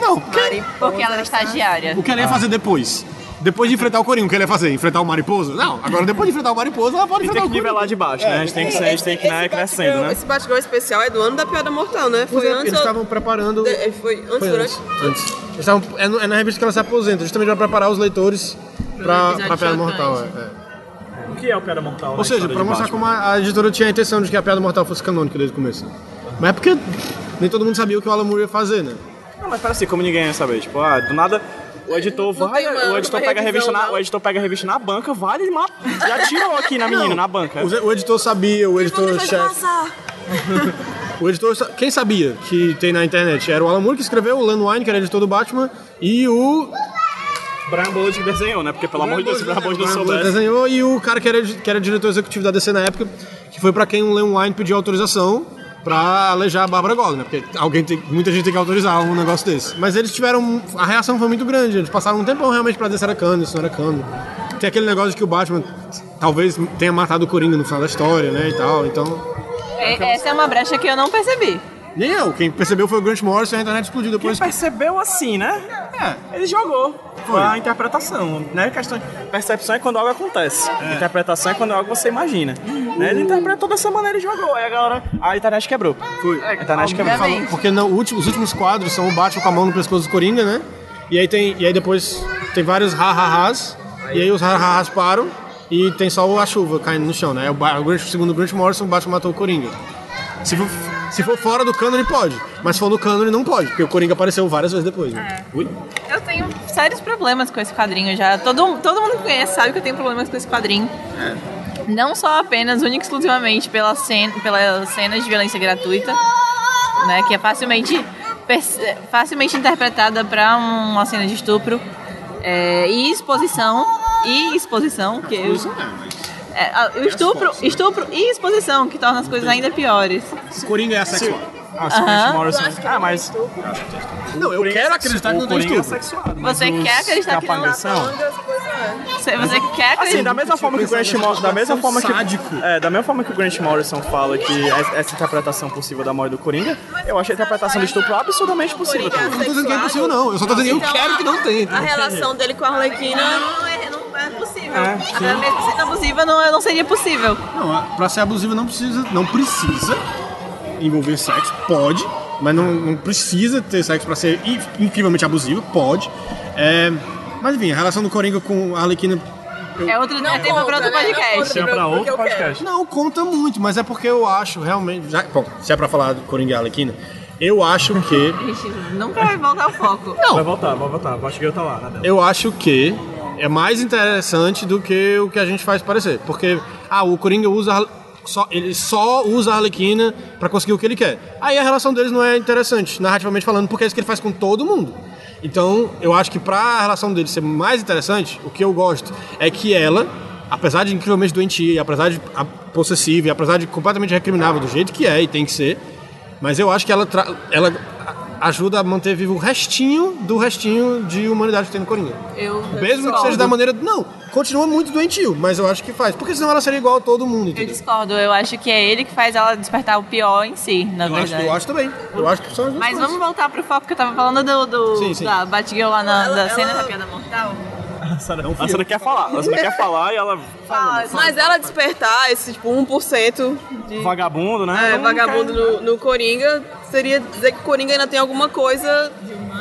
Speaker 5: Não, o que,
Speaker 2: Porque ela é estagiária.
Speaker 5: o que ela ia fazer depois? Depois de enfrentar o Coringa, o que ela ia fazer? Enfrentar o Mariposa? Não, agora depois de enfrentar o Mariposa, ela pode
Speaker 3: E tem
Speaker 5: enfrentar
Speaker 3: que
Speaker 5: o Coringa.
Speaker 3: nivelar de baixo, né? A gente tem que, a gente tem que ir né, crescendo,
Speaker 4: Batgirl-
Speaker 3: né?
Speaker 4: É, Esse Batgirl especial é do ano da piada mortal, né?
Speaker 5: Pois
Speaker 4: Foi
Speaker 5: é,
Speaker 4: antes.
Speaker 5: eles
Speaker 4: ou-
Speaker 5: estavam preparando...
Speaker 4: de- eh, Foi antes,
Speaker 5: Foi
Speaker 4: durante.
Speaker 5: antes, antes. Eles estavam- é, no- é na revista que ela se aposenta, justamente pra preparar os leitores pra,
Speaker 2: episódio
Speaker 5: pra
Speaker 2: chocante.
Speaker 5: Piada Mortal. é, é.
Speaker 3: O que é o Piada Mortal?
Speaker 5: Ou seja, pra mostrar como a a editora tinha a intenção de que a Piada Mortal fosse canônica desde o começo. Mas é porque nem todo mundo sabia o que o Alan Moore ia fazer, né?
Speaker 3: Não, mas parece como ninguém ia saber. Tipo, ah, do nada. O editor
Speaker 4: Não
Speaker 3: vai,
Speaker 4: tem uma-
Speaker 3: o editor
Speaker 4: uma
Speaker 3: pega a revista
Speaker 4: revisão,
Speaker 3: na,
Speaker 4: não.
Speaker 3: o editor pega a revista na banca, vale e mata. Já tirou aqui na menina,
Speaker 5: Não,
Speaker 3: na banca.
Speaker 5: O, o editor sabia, o
Speaker 4: Vamos deixar de
Speaker 5: editor-chefe.
Speaker 4: passar.
Speaker 5: O editor, sa- quem sabia que tem na internet? Era o Alan Moore que escreveu, o Len Wine, que era editor do Batman, e o.
Speaker 3: Brian Bullock que desenhou, né? Porque pelo amor de Deus, se o Brian Bullock não
Speaker 5: Brian Blade
Speaker 3: soubesse.
Speaker 5: desenhou, e o cara que era, que era diretor executivo da DC na época, que foi pra quem o Len Wine pediu autorização pra alejar a Bárbara Gordon, né? Porque alguém tem, muita gente tem que autorizar um negócio desse. Mas eles tiveram. um, A reação foi muito grande, eles passaram um tempão realmente pra dizer se era cano, se não era cano. Tem aquele negócio de que o Batman talvez tenha matado o Coringa no final da história, né? E tal, então.
Speaker 2: E- Essa é uma brecha que eu não percebi.
Speaker 5: Nem eu, quem percebeu foi o Grant Morrison e a internet explodiu
Speaker 3: Quem
Speaker 5: depois.
Speaker 3: percebeu assim, né?
Speaker 5: É.
Speaker 3: Ele jogou.
Speaker 5: Foi.
Speaker 3: A interpretação, né? Questão de- Percepção é quando algo acontece. Interpretação é quando algo você imagina. Né? Ele interpretou dessa maneira e jogou. Aí a galera. A internet quebrou.
Speaker 5: Foi.
Speaker 3: A internet quebrou.
Speaker 2: Obviamente.
Speaker 5: Falou- porque no último- os últimos quadros são o Batman com a mão no pescoço do Coringa, né? E aí tem e aí depois tem vários ha-ha-has, e aí os ha-ha-has param e tem só a chuva caindo no chão, né? O Ba- o Grant- segundo o Grant Morrison, o Batman matou o Coringa. Se for, se for fora do cânone, pode. Mas se for no cânone, não pode, porque o Coringa apareceu várias vezes depois, né? Ui.
Speaker 2: Eu tenho sérios problemas com esse quadrinho já. Todo, todo mundo que conhece sabe que eu tenho problemas com esse quadrinho. Não só apenas, única e exclusivamente pela cena, pelas cenas de violência gratuita, né? Que é facilmente, perce- facilmente interpretada para uma cena de estupro. É, e exposição. E exposição, que eu, é, ah, o estupro, estupro e exposição, que torna as coisas ainda piores.
Speaker 5: O Coringa é asexual.
Speaker 3: Ah, se o Grant Morrison. Ah, mas.
Speaker 2: é
Speaker 5: Não, eu
Speaker 3: é
Speaker 5: quero acreditar que não tem estupro.
Speaker 2: Você quer acreditar que não- tá Você, você quer
Speaker 3: Assim, da mesma forma que o Grant Morrison. Da mesma forma que.
Speaker 5: Sádico.
Speaker 3: É, da mesma forma que o Grant Morrison fala que es- essa interpretação possível da morte do Coringa, eu acho a interpretação do estupro absolutamente possível.
Speaker 2: tá?
Speaker 4: Coringa
Speaker 3: também.
Speaker 5: Não tô dizendo que é impossível, não. Eu só tô dizendo que eu
Speaker 4: Então,
Speaker 5: quero que não tenha.
Speaker 4: A relação dele com a Arlequina.
Speaker 2: Não é, não é possível.
Speaker 3: É,
Speaker 2: Até mesmo sendo abusiva, não, é- não seria possível.
Speaker 5: Não, pra ser abusiva não precisa, não precisa envolver sexo, pode, mas não, não precisa ter sexo pra ser in- incrivelmente abusivo, pode. É, Mas enfim, a relação do Coringa com a Arlequina
Speaker 2: É outro é tema para outro
Speaker 4: né? Não
Speaker 2: podcast.
Speaker 4: conta,
Speaker 6: Tinha pra
Speaker 4: porque
Speaker 6: outro
Speaker 4: eu quero.
Speaker 6: podcast.
Speaker 5: Não, conta muito, mas é porque eu acho realmente. já- bom, se é pra falar do Coringa e Arlequina, eu acho que.
Speaker 2: Gente, nunca vai voltar o foco.
Speaker 6: Vai voltar, vai voltar. Acho que eu tá lá, na dela.
Speaker 5: Eu acho que é mais interessante do que o que a gente faz parecer. Porque, ah, o Coringa usa. a Arle- Só, ele só usa a Arlequina pra conseguir o que ele quer. Aí a relação deles não é interessante, narrativamente falando, porque é isso que ele faz com todo mundo. Então, eu acho que pra relação deles ser mais interessante, o que eu gosto é que ela, apesar de incrivelmente doentia, e apesar de a- possessiva, e apesar de completamente recriminável do jeito que é e tem que ser, mas eu acho que ela, tra- ela a- ajuda a manter vivo o restinho do restinho de humanidade que tem no Coringa.
Speaker 4: Eu
Speaker 5: Mesmo que
Speaker 4: discordo.
Speaker 5: seja da maneira. Não, continua muito doentio, mas eu acho que faz. Porque senão ela seria igual a todo mundo,
Speaker 2: Eu
Speaker 5: entendeu?
Speaker 2: discordo, eu acho que é ele que faz ela despertar o pior em si,
Speaker 4: É
Speaker 2: na
Speaker 5: Eu acho,
Speaker 2: verdade.
Speaker 5: eu acho também. Eu acho que são as duas
Speaker 2: Mas
Speaker 5: coisas.
Speaker 2: vamos voltar pro foco que eu tava falando do, do
Speaker 5: Sim, sim.
Speaker 2: da Batgirl lá na
Speaker 4: Ela-
Speaker 2: da cena
Speaker 4: ela-
Speaker 2: da piada mortal.
Speaker 6: A Sarah-
Speaker 3: A Sandra quer falar, a Sandra quer falar e ela.
Speaker 2: Fala, assim,
Speaker 4: Mas ela despertar esse tipo 1% de
Speaker 3: Vagabundo, né?
Speaker 4: é,
Speaker 3: Então,
Speaker 4: vagabundo no, no Coringa seria dizer que o Coringa ainda tem alguma coisa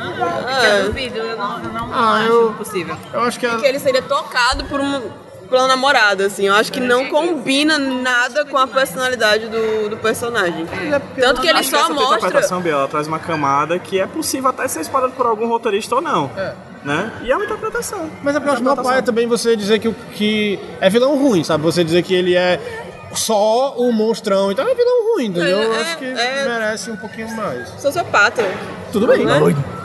Speaker 2: eu
Speaker 4: ah,
Speaker 2: duvido, eu não, eu não
Speaker 5: Ah,
Speaker 2: acho
Speaker 5: eu-
Speaker 2: possível.
Speaker 5: Eu acho que é- ela.
Speaker 4: que ele seria tocado por uma pela namorada, assim, eu acho que não combina nada com a personalidade do, do personagem. Tanto que ele
Speaker 3: é, acho que
Speaker 4: só
Speaker 3: essa tua
Speaker 4: mostra
Speaker 3: interpretação, Bia, ela traz uma camada que é possível até ser explorada por algum roteirista ou não. Né? E é uma interpretação.
Speaker 5: Mas é porque eu acho meu
Speaker 3: Interpretação.
Speaker 5: pai também você dizer que, o- que é vilão ruim, sabe? Você dizer que ele é só o monstrão. Então é vilão ruim, entendeu? Eu
Speaker 4: É,
Speaker 5: acho que
Speaker 4: é.
Speaker 5: merece um pouquinho mais.
Speaker 4: sociopata.
Speaker 5: Tudo bem.
Speaker 4: Não é?
Speaker 5: Doido.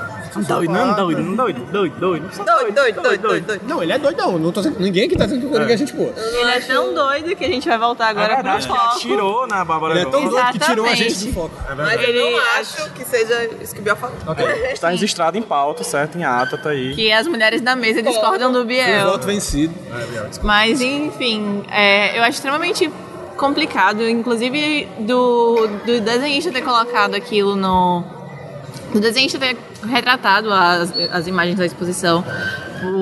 Speaker 3: Doido, não, doido, não, doido, doido, doido.
Speaker 4: Doido, doido, doido, doido, doido.
Speaker 5: Não, ele é doidão. Não tô dizendo- ninguém aqui tá dizendo que o Coringa é gente boa.
Speaker 2: Ele é tão doido que a gente vai voltar
Speaker 3: É
Speaker 2: agora pro
Speaker 3: verdade, que
Speaker 2: foco.
Speaker 3: atirou na Bárbara
Speaker 5: Ele é tão doido que tirou a gente
Speaker 2: Exatamente.
Speaker 5: do foco. É
Speaker 4: Mas
Speaker 5: verdade.
Speaker 4: eu
Speaker 2: Ele-
Speaker 4: não acho que seja isso que o Biel falou.
Speaker 5: Ok.
Speaker 3: Está tá registrado em pauta, certo? Em ata, tá aí.
Speaker 2: Que as mulheres da mesa discordam do Biel.
Speaker 5: Voto vencido.
Speaker 3: É,
Speaker 2: Mas, enfim, é, eu acho extremamente complicado, inclusive do, do desenhista ter colocado aquilo no. Do desenhista ter retratado as, as imagens da exposição.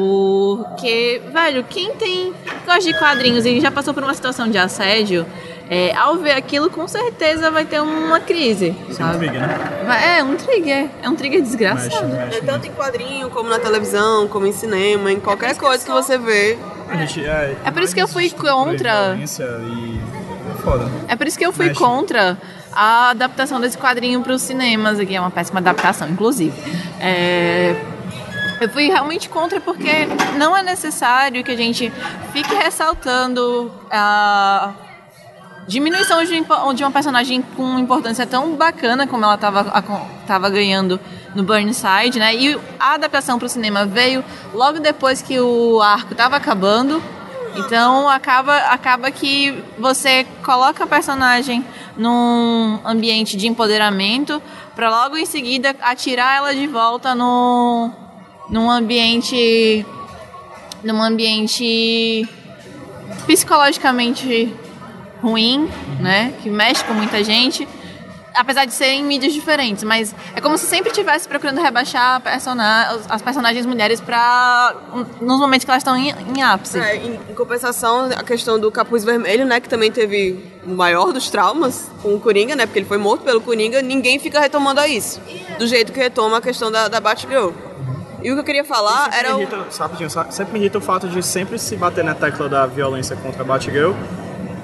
Speaker 2: Porque, velho, quem tem. gosta de quadrinhos e já passou por uma situação de assédio, é, ao ver aquilo, com certeza vai ter uma crise. Sabe?
Speaker 3: né?
Speaker 2: Vai- É, um trigger. É um trigger desgraçado.
Speaker 4: É tanto em quadrinho, como na televisão, como em cinema, em qualquer coisa que você vê.
Speaker 6: A gente- é,
Speaker 2: É por isso que eu fui contra.
Speaker 6: violência e- é Foda.
Speaker 2: É por isso que eu fui
Speaker 6: Mexe.
Speaker 2: contra a adaptação desse quadrinho para os cinemas, aqui é uma péssima adaptação, inclusive. É, Eu fui realmente contra porque não é necessário que a gente fique ressaltando a diminuição de, um impo- de uma personagem com importância tão bacana como ela estava ganhando no Burnside, né? E a adaptação para o cinema veio logo depois que o arco estava acabando. Então acaba, acaba que você coloca a personagem num ambiente de empoderamento para logo em seguida atirar ela de volta num, num ambiente. num ambiente psicologicamente ruim, né? Que mexe com muita gente. Apesar de serem mídias diferentes, mas é como se sempre estivesse procurando rebaixar a persona- as personagens mulheres para nos momentos que elas estão em, em ápice.
Speaker 4: É, em, em compensação, a questão do capuz vermelho, né? Que também teve o maior dos traumas com o Coringa, né? Porque ele foi morto pelo Coringa. Ninguém fica retomando a isso. Do jeito que retoma a questão da, da Batgirl. E o que eu queria falar
Speaker 3: Sempre
Speaker 4: era...
Speaker 3: me
Speaker 4: o-
Speaker 3: irrita- só rapidinho, só- sempre me irrita o fato de sempre se bater na tecla da violência contra a Batgirl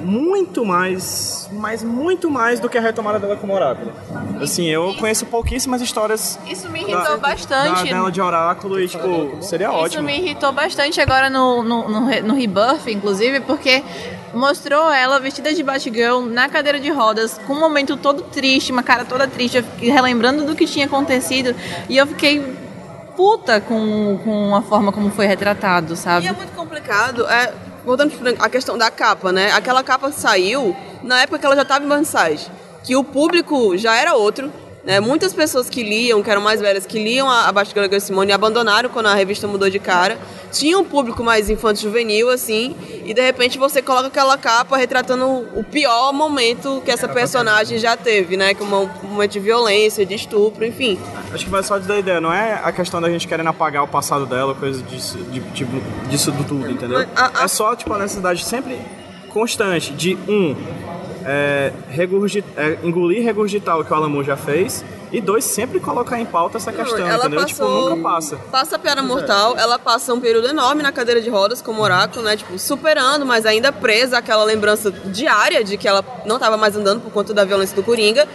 Speaker 3: muito mais, mas muito mais do que a retomada dela como oráculo. Assim, eu conheço pouquíssimas histórias
Speaker 2: Isso me
Speaker 3: da-
Speaker 2: irritou
Speaker 3: da,
Speaker 2: bastante.
Speaker 3: dela de oráculo e, tipo, seria
Speaker 2: Isso
Speaker 3: é ótimo.
Speaker 2: me irritou bastante agora no, no, no, re- no Rebirth, inclusive, porque mostrou ela vestida de Batgirl na cadeira de rodas, com um momento todo triste, uma cara toda triste, eu fiquei relembrando do que tinha acontecido, e eu fiquei puta com, com a forma como foi retratado,
Speaker 4: E
Speaker 2: sabe?
Speaker 4: é muito complicado. É, voltando para a questão da capa, né? Aquela capa saiu na época que ela já estava em Burnside, que o público já era outro. Né? Muitas pessoas que liam, que eram mais velhas, que liam a, a Batgirl Girl Simone, abandonaram quando a revista mudou de cara. Tinha um público mais infanto-juvenil, assim, e de repente você coloca aquela capa retratando o pior momento que essa personagem já teve, né? Que é um momento de violência, de estupro, enfim.
Speaker 3: Acho que vai só da ideia, não é a questão da gente querendo apagar o passado dela, coisa disso, de, tipo, disso do tudo, entendeu?
Speaker 4: A- a-
Speaker 3: É só, tipo, a necessidade sempre constante de, um, é, regurgi- é, engolir e regurgitar o que o Alan Moore já fez, E dois, sempre colocar em pauta essa questão,
Speaker 4: ela
Speaker 3: entendeu?
Speaker 4: passou,
Speaker 3: Tipo, nunca passa. é.
Speaker 4: a piada mortal, ela passa um período enorme na cadeira de rodas como oráculo, né? Tipo, superando, mas ainda presa àquela lembrança diária de que ela não estava mais andando por conta da violência do Coringa.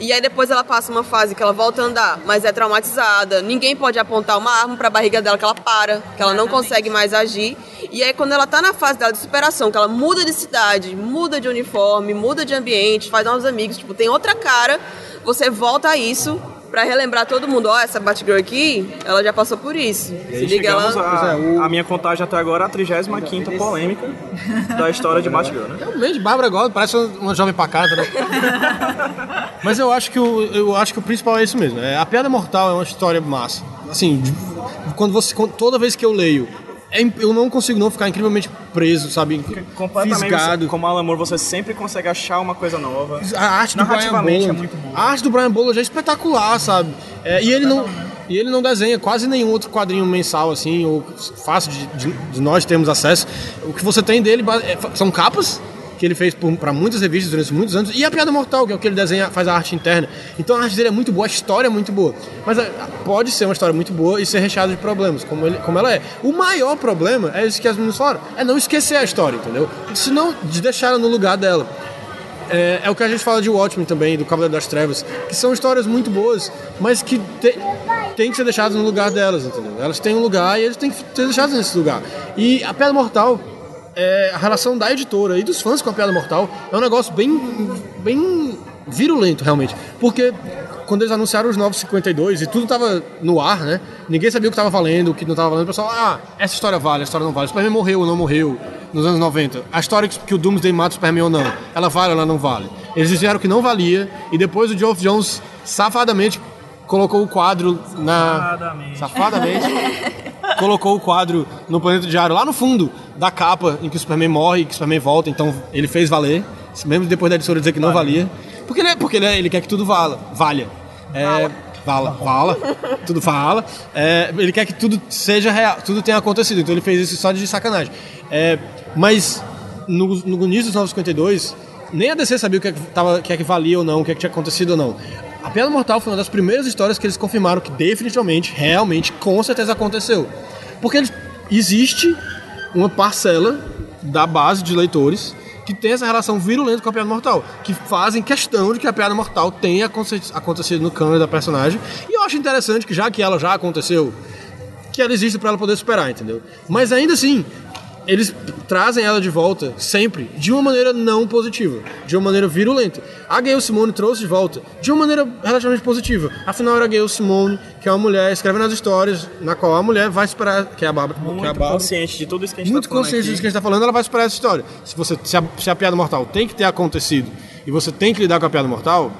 Speaker 4: E aí depois ela passa uma fase que ela volta a andar, mas é traumatizada. Ninguém pode apontar uma arma para a barriga dela que ela para, que ela não consegue mais agir. E aí quando ela tá na fase dela de superação, que ela muda de cidade, muda de uniforme, muda de ambiente, faz novos amigos, tipo, tem outra cara, você volta a isso Pra relembrar todo mundo, ó, essa Batgirl aqui, ela já passou por isso.
Speaker 3: E
Speaker 4: Se
Speaker 3: aí
Speaker 4: liga,
Speaker 3: chegamos
Speaker 4: ela.
Speaker 3: a,
Speaker 5: Pois é, o-
Speaker 3: a minha contagem até agora, a 35 polêmica da história de Batgirl, né?
Speaker 5: Realmente, É Bárbara Gordon parece uma jovem pacata, né? Mas eu acho, que o, eu acho que o principal é isso mesmo. É, a Piada Mortal é uma história massa. Assim, de- quando você, quando- toda vez que eu leio, é im- eu não consigo não ficar incrivelmente preso, sabe?
Speaker 3: Completamente,
Speaker 5: Fisgado.
Speaker 3: você- como Alan Moore, você sempre consegue achar uma coisa nova.
Speaker 5: A arte do Brian
Speaker 3: Narrativamente
Speaker 5: Bolland.
Speaker 3: é muito boa.
Speaker 5: A arte do Brian Bolland é espetacular, sabe? É, e ele não. E ele não desenha quase nenhum outro quadrinho mensal, assim, ou fácil de, de- de nós termos acesso. O que você tem dele ba- é- são capas que ele fez para muitas revistas durante muitos anos, e a Piada Mortal, que é o que ele desenha, faz a arte interna. Então a arte dele é muito boa, a história é muito boa. Mas é, pode ser uma história muito boa e ser recheada de problemas, como, ele- como ela é. O maior problema é isso que as meninas falaram, é não esquecer a história, entendeu? Se não, de deixar ela no lugar dela. É, é o que a gente fala de Watchmen também, do Cavaleiro das Trevas, que são histórias muito boas, mas que te- tem que ser deixadas no lugar delas, entendeu? Elas têm um lugar e eles têm que ser deixados nesse lugar. E a Pedra Mortal, é, a relação da editora e dos fãs com a Pedra Mortal é um negócio bem, bem virulento, realmente. Porque quando eles anunciaram os 952 e tudo tava no ar, né? Ninguém sabia o que tava valendo, o que não tava valendo. O pessoal, ah, essa história vale, essa história não vale. O Superman morreu ou não morreu nos anos 90. A história que que o Doomsday mata o Superman ou não, ela vale ou ela não vale. Eles disseram que não valia e depois o Geoff Jones safadamente colocou o quadro na...
Speaker 6: Safadamente.
Speaker 5: Safadamente. colocou o quadro no Planeta Diário, lá no fundo da capa, em que o Superman morre e que o Superman volta, então ele fez valer, mesmo depois da editora dizer que não valia. Porque ele, é- porque ele, é- ele quer que tudo vala, valha. É, vala, vala, tudo fala. É, ele quer que tudo seja real, tudo tenha acontecido, então ele fez isso só de sacanagem. É, mas no, no início dos 952, nem a DC sabia o que, é que, tava, o que é que valia ou não, o que, é que tinha acontecido ou não. A Piada Mortal foi uma das primeiras histórias que eles confirmaram que definitivamente, realmente, com certeza aconteceu. Porque eles- existe uma parcela da base de leitores que tem essa relação virulenta com a Piada Mortal, que fazem questão de que a Piada Mortal tenha aconte- acontecido no cânone da personagem. E eu acho interessante que, já que ela já aconteceu, que ela existe pra ela poder superar, entendeu? Mas ainda assim, eles trazem ela de volta sempre de uma maneira não positiva, de uma maneira virulenta. A Gayle Simone trouxe de volta de uma maneira relativamente positiva. Afinal, era a Gayle Simone, que é uma mulher, escreve nas histórias, na qual a mulher vai superar, que é a Bárbara, que é a
Speaker 3: Muito
Speaker 5: Bárbara
Speaker 3: consciente de tudo isso que a gente
Speaker 5: muito
Speaker 3: tá falando
Speaker 5: consciente
Speaker 3: aqui.
Speaker 5: disso que a gente tá falando, ela vai superar essa história. Se, você, se, a, se a piada mortal tem que ter acontecido e você tem que lidar com a piada mortal,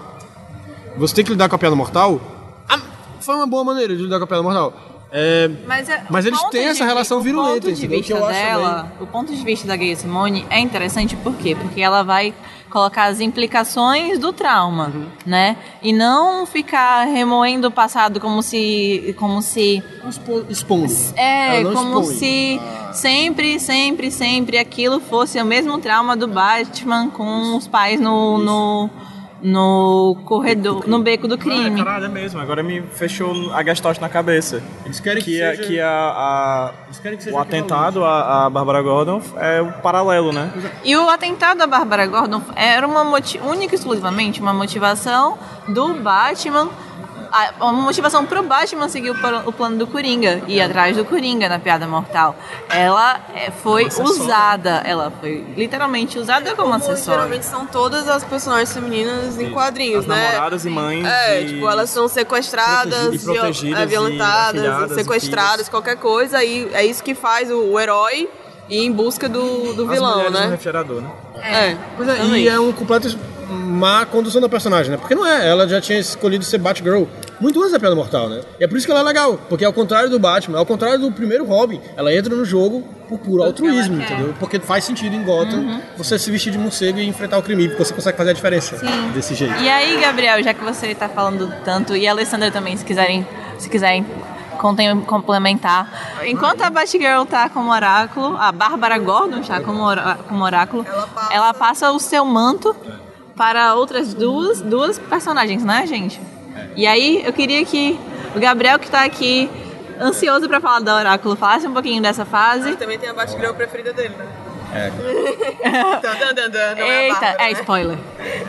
Speaker 5: você tem que lidar com a piada mortal. ah, foi uma boa maneira de lidar com a piada mortal. É,
Speaker 2: Mas, é-
Speaker 5: Mas
Speaker 2: o
Speaker 5: eles
Speaker 2: ponto
Speaker 5: têm
Speaker 2: de
Speaker 5: essa
Speaker 2: vi-
Speaker 5: relação virulenta,
Speaker 2: O ponto de
Speaker 5: entendeu?
Speaker 2: vista
Speaker 5: Que eu acho
Speaker 2: dela, o ponto de vista da Gay Simone é interessante por quê? Porque ela vai colocar as implicações do trauma, né? E não ficar remoendo o passado como se como se
Speaker 5: expo- expondo.
Speaker 2: é,
Speaker 5: Ela não
Speaker 2: como
Speaker 5: expõe. Ah.
Speaker 2: se sempre, sempre, sempre aquilo fosse o mesmo trauma do Batman com os pais no no, no corredor, no beco do crime.
Speaker 3: Ah, caralho, é mesmo. Agora me fechou a gastote na cabeça.
Speaker 5: Eles querem que
Speaker 3: Que, a-
Speaker 5: seja-
Speaker 3: que a, a-
Speaker 5: Eles querem que seja
Speaker 3: o atentado à à Bárbara Gordon é o paralelo, né?
Speaker 2: E o atentado à Bárbara Gordon era uma moti- única e exclusivamente uma motivação do Batman. a- Uma motivação pro Batman seguir o pla- o plano do Coringa, ir atrás do Coringa na piada mortal. Ela é, foi usada, ela foi literalmente usada como acessório.
Speaker 4: Geralmente são todas as personagens femininas em quadrinhos,
Speaker 3: As
Speaker 4: né?
Speaker 3: namoradas e mães.
Speaker 4: É,
Speaker 3: e-
Speaker 4: tipo, elas são sequestradas,
Speaker 3: E protegidas,
Speaker 4: viol- é,
Speaker 3: e afilhadas,
Speaker 4: violentadas,
Speaker 3: e
Speaker 4: sequestradas,
Speaker 3: filhas.
Speaker 4: qualquer coisa, e é isso que faz o, o herói ir em busca do, do
Speaker 3: as
Speaker 4: vilão,
Speaker 3: mulheres no
Speaker 4: né?
Speaker 3: refrigerador, né?
Speaker 4: É.
Speaker 5: Pois é,
Speaker 4: também.
Speaker 5: e é um completo es- má condução da personagem, né? Porque não é, ela já tinha escolhido ser Batgirl muito antes da Piada Mortal, né? E é por isso que ela é legal, porque ao contrário do Batman, ao contrário do primeiro Robin, ela entra no jogo por puro altruísmo, entendeu? Porque faz sentido em Gotham
Speaker 2: Uhum.
Speaker 5: você se vestir de morcego e enfrentar o crime, porque você consegue fazer a diferença
Speaker 2: Sim.
Speaker 5: desse jeito.
Speaker 2: E aí, Gabriel, já que você tá falando tanto, e a Alessandra também, se quiserem, se quiserem contem- complementar. Enquanto a Batgirl tá como oráculo, a Bárbara Gordon está como, orá- como oráculo, ela passa... o seu manto para outras duas, duas personagens, né, gente? E aí eu queria que o Gabriel, que tá aqui ansioso pra falar da Oráculo, falasse um pouquinho dessa fase.
Speaker 4: Também tem a Batgirl preferida dele, né?
Speaker 5: É,
Speaker 4: Dan, dan, dan, dan, não é a
Speaker 2: Eita,
Speaker 4: Bárbara,
Speaker 2: é
Speaker 4: né?
Speaker 2: spoiler.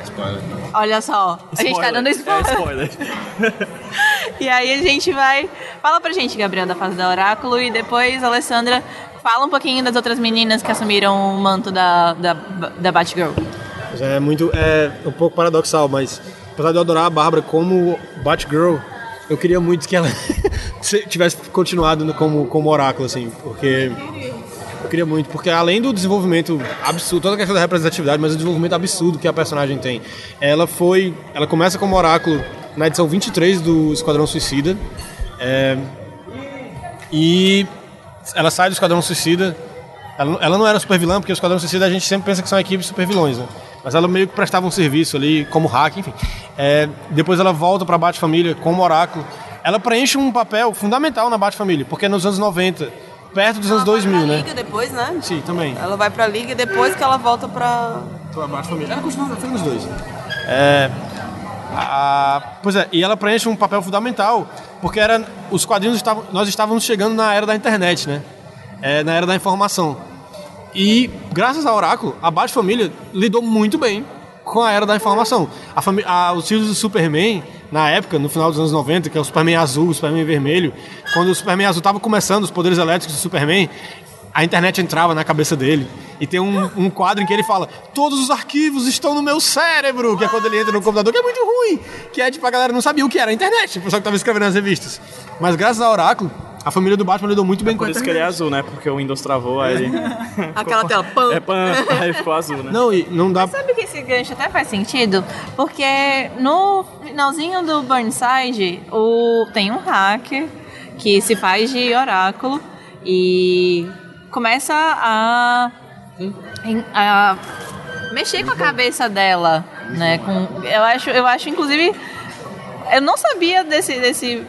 Speaker 5: spoiler.
Speaker 2: Olha só, a gente tá dando spoiler.
Speaker 3: É, spoiler.
Speaker 2: E aí a gente vai. Fala pra gente, Gabriel, da fase da Oráculo, e depois, Alessandra, fala um pouquinho das outras meninas que assumiram o manto da, da, da Batgirl.
Speaker 5: Mas É muito. É um pouco paradoxal, mas apesar de eu adorar a Bárbara como Batgirl, eu queria muito que ela se- tivesse continuado no- como, como oráculo, assim, porque. Eu queria muito, porque além do desenvolvimento absurdo, toda a questão da representatividade, mas o desenvolvimento absurdo que a personagem tem. Ela foi. Ela começa como oráculo na edição 23 do Esquadrão Suicida. é, e ela sai do Esquadrão Suicida. Ela, não- ela não era super vilã, porque o Esquadrão Suicida a gente sempre pensa que são equipes super vilões, né? Mas ela meio que prestava um serviço ali, como hack, enfim. É, depois ela volta pra Bat-Família como oráculo. Ela preenche um papel fundamental na Bat-Família, porque é nos anos 90, perto
Speaker 3: É,
Speaker 5: dos anos 2000,
Speaker 4: Ela vai
Speaker 5: né?
Speaker 4: pra Liga depois, né?
Speaker 5: Sim, também.
Speaker 4: Ela vai pra Liga e depois que ela volta pra...
Speaker 5: Ela continua fica nos dois. É, a- pois é, e ela preenche um papel fundamental, porque era, os quadrinhos estavam, nós estávamos chegando na era da internet, né? É, na era da informação. E graças ao Oráculo, a Bat Família lidou muito bem com a era da informação. A fami- a- os filhos do Superman, na época, no final dos anos 90, que é o Superman azul, o Superman vermelho, quando o Superman azul estava começando os poderes elétricos do Superman, a internet entrava na cabeça dele. E tem um, um quadro em que ele fala: Todos os arquivos estão no meu cérebro. Que é quando ele entra no computador, que é muito ruim. Que é tipo, a galera não sabia o que era a internet, o pessoal que estava escrevendo nas revistas. Mas graças ao Oráculo, a família do Batman lidou muito bem com a
Speaker 3: Por isso que ele é
Speaker 5: internet.
Speaker 3: azul, né? Porque o Windows travou, aí ele...
Speaker 4: Aquela tela, pam.
Speaker 3: É pan, aí ficou azul, né?
Speaker 5: Não, e não dá.
Speaker 2: Sabe que esse gancho até faz sentido? Porque no finalzinho do Burnside, o... tem um hacker que se faz de oráculo e começa a, em- a mexer com a cabeça dela, né? Com... Eu, acho, eu acho, inclusive, eu não sabia desse... desse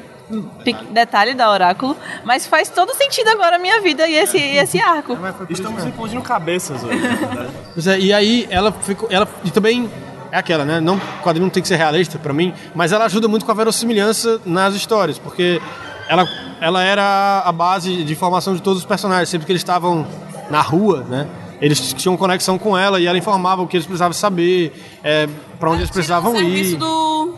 Speaker 2: pe- detalhe da oráculo, mas faz todo sentido agora a minha vida e esse, e esse arco.
Speaker 3: Estamos explodindo cabeças hoje.
Speaker 5: Pois é, e aí ela ficou. Ela, e também é aquela, né? Não, o quadrinho não tem que ser realista pra mim, mas ela ajuda muito com a verossimilhança nas histórias, porque ela, ela era a base de formação de todos os personagens. Sempre que eles estavam na rua, né? Eles tinham conexão com ela e ela informava o que eles precisavam saber, é, para onde eles precisavam
Speaker 4: Tirou o serviço
Speaker 5: ir.
Speaker 4: do...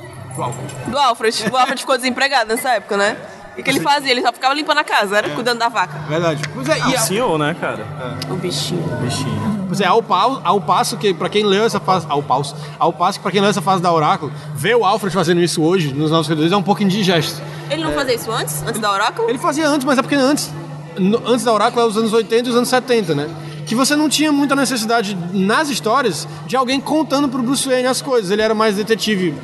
Speaker 4: Do Alfred. O Alfred ficou desempregado nessa época, né? E O que ele fazia? Ele só ficava limpando a casa,
Speaker 5: É.
Speaker 4: era cuidando da vaca.
Speaker 5: Verdade. Pois é, e a-
Speaker 3: Senhor, né, cara?
Speaker 4: O bichinho.
Speaker 3: Bichinho.
Speaker 5: Pois é, ao, pau, ao passo que, pra quem leu essa fase. Ao passo. Ao passo que, pra quem leu essa fase da Oráculo, ver o Alfred fazendo isso hoje, nos nossos redores, é um pouco indigesto.
Speaker 4: Ele não fazia isso antes? Antes da Oráculo?
Speaker 5: Ele fazia antes, mas é porque antes, no- antes da Oráculo, era os anos 80 e os anos 70, né? Que você não tinha muita necessidade nas histórias de alguém contando pro Bruce Wayne as coisas. Ele era mais detetive.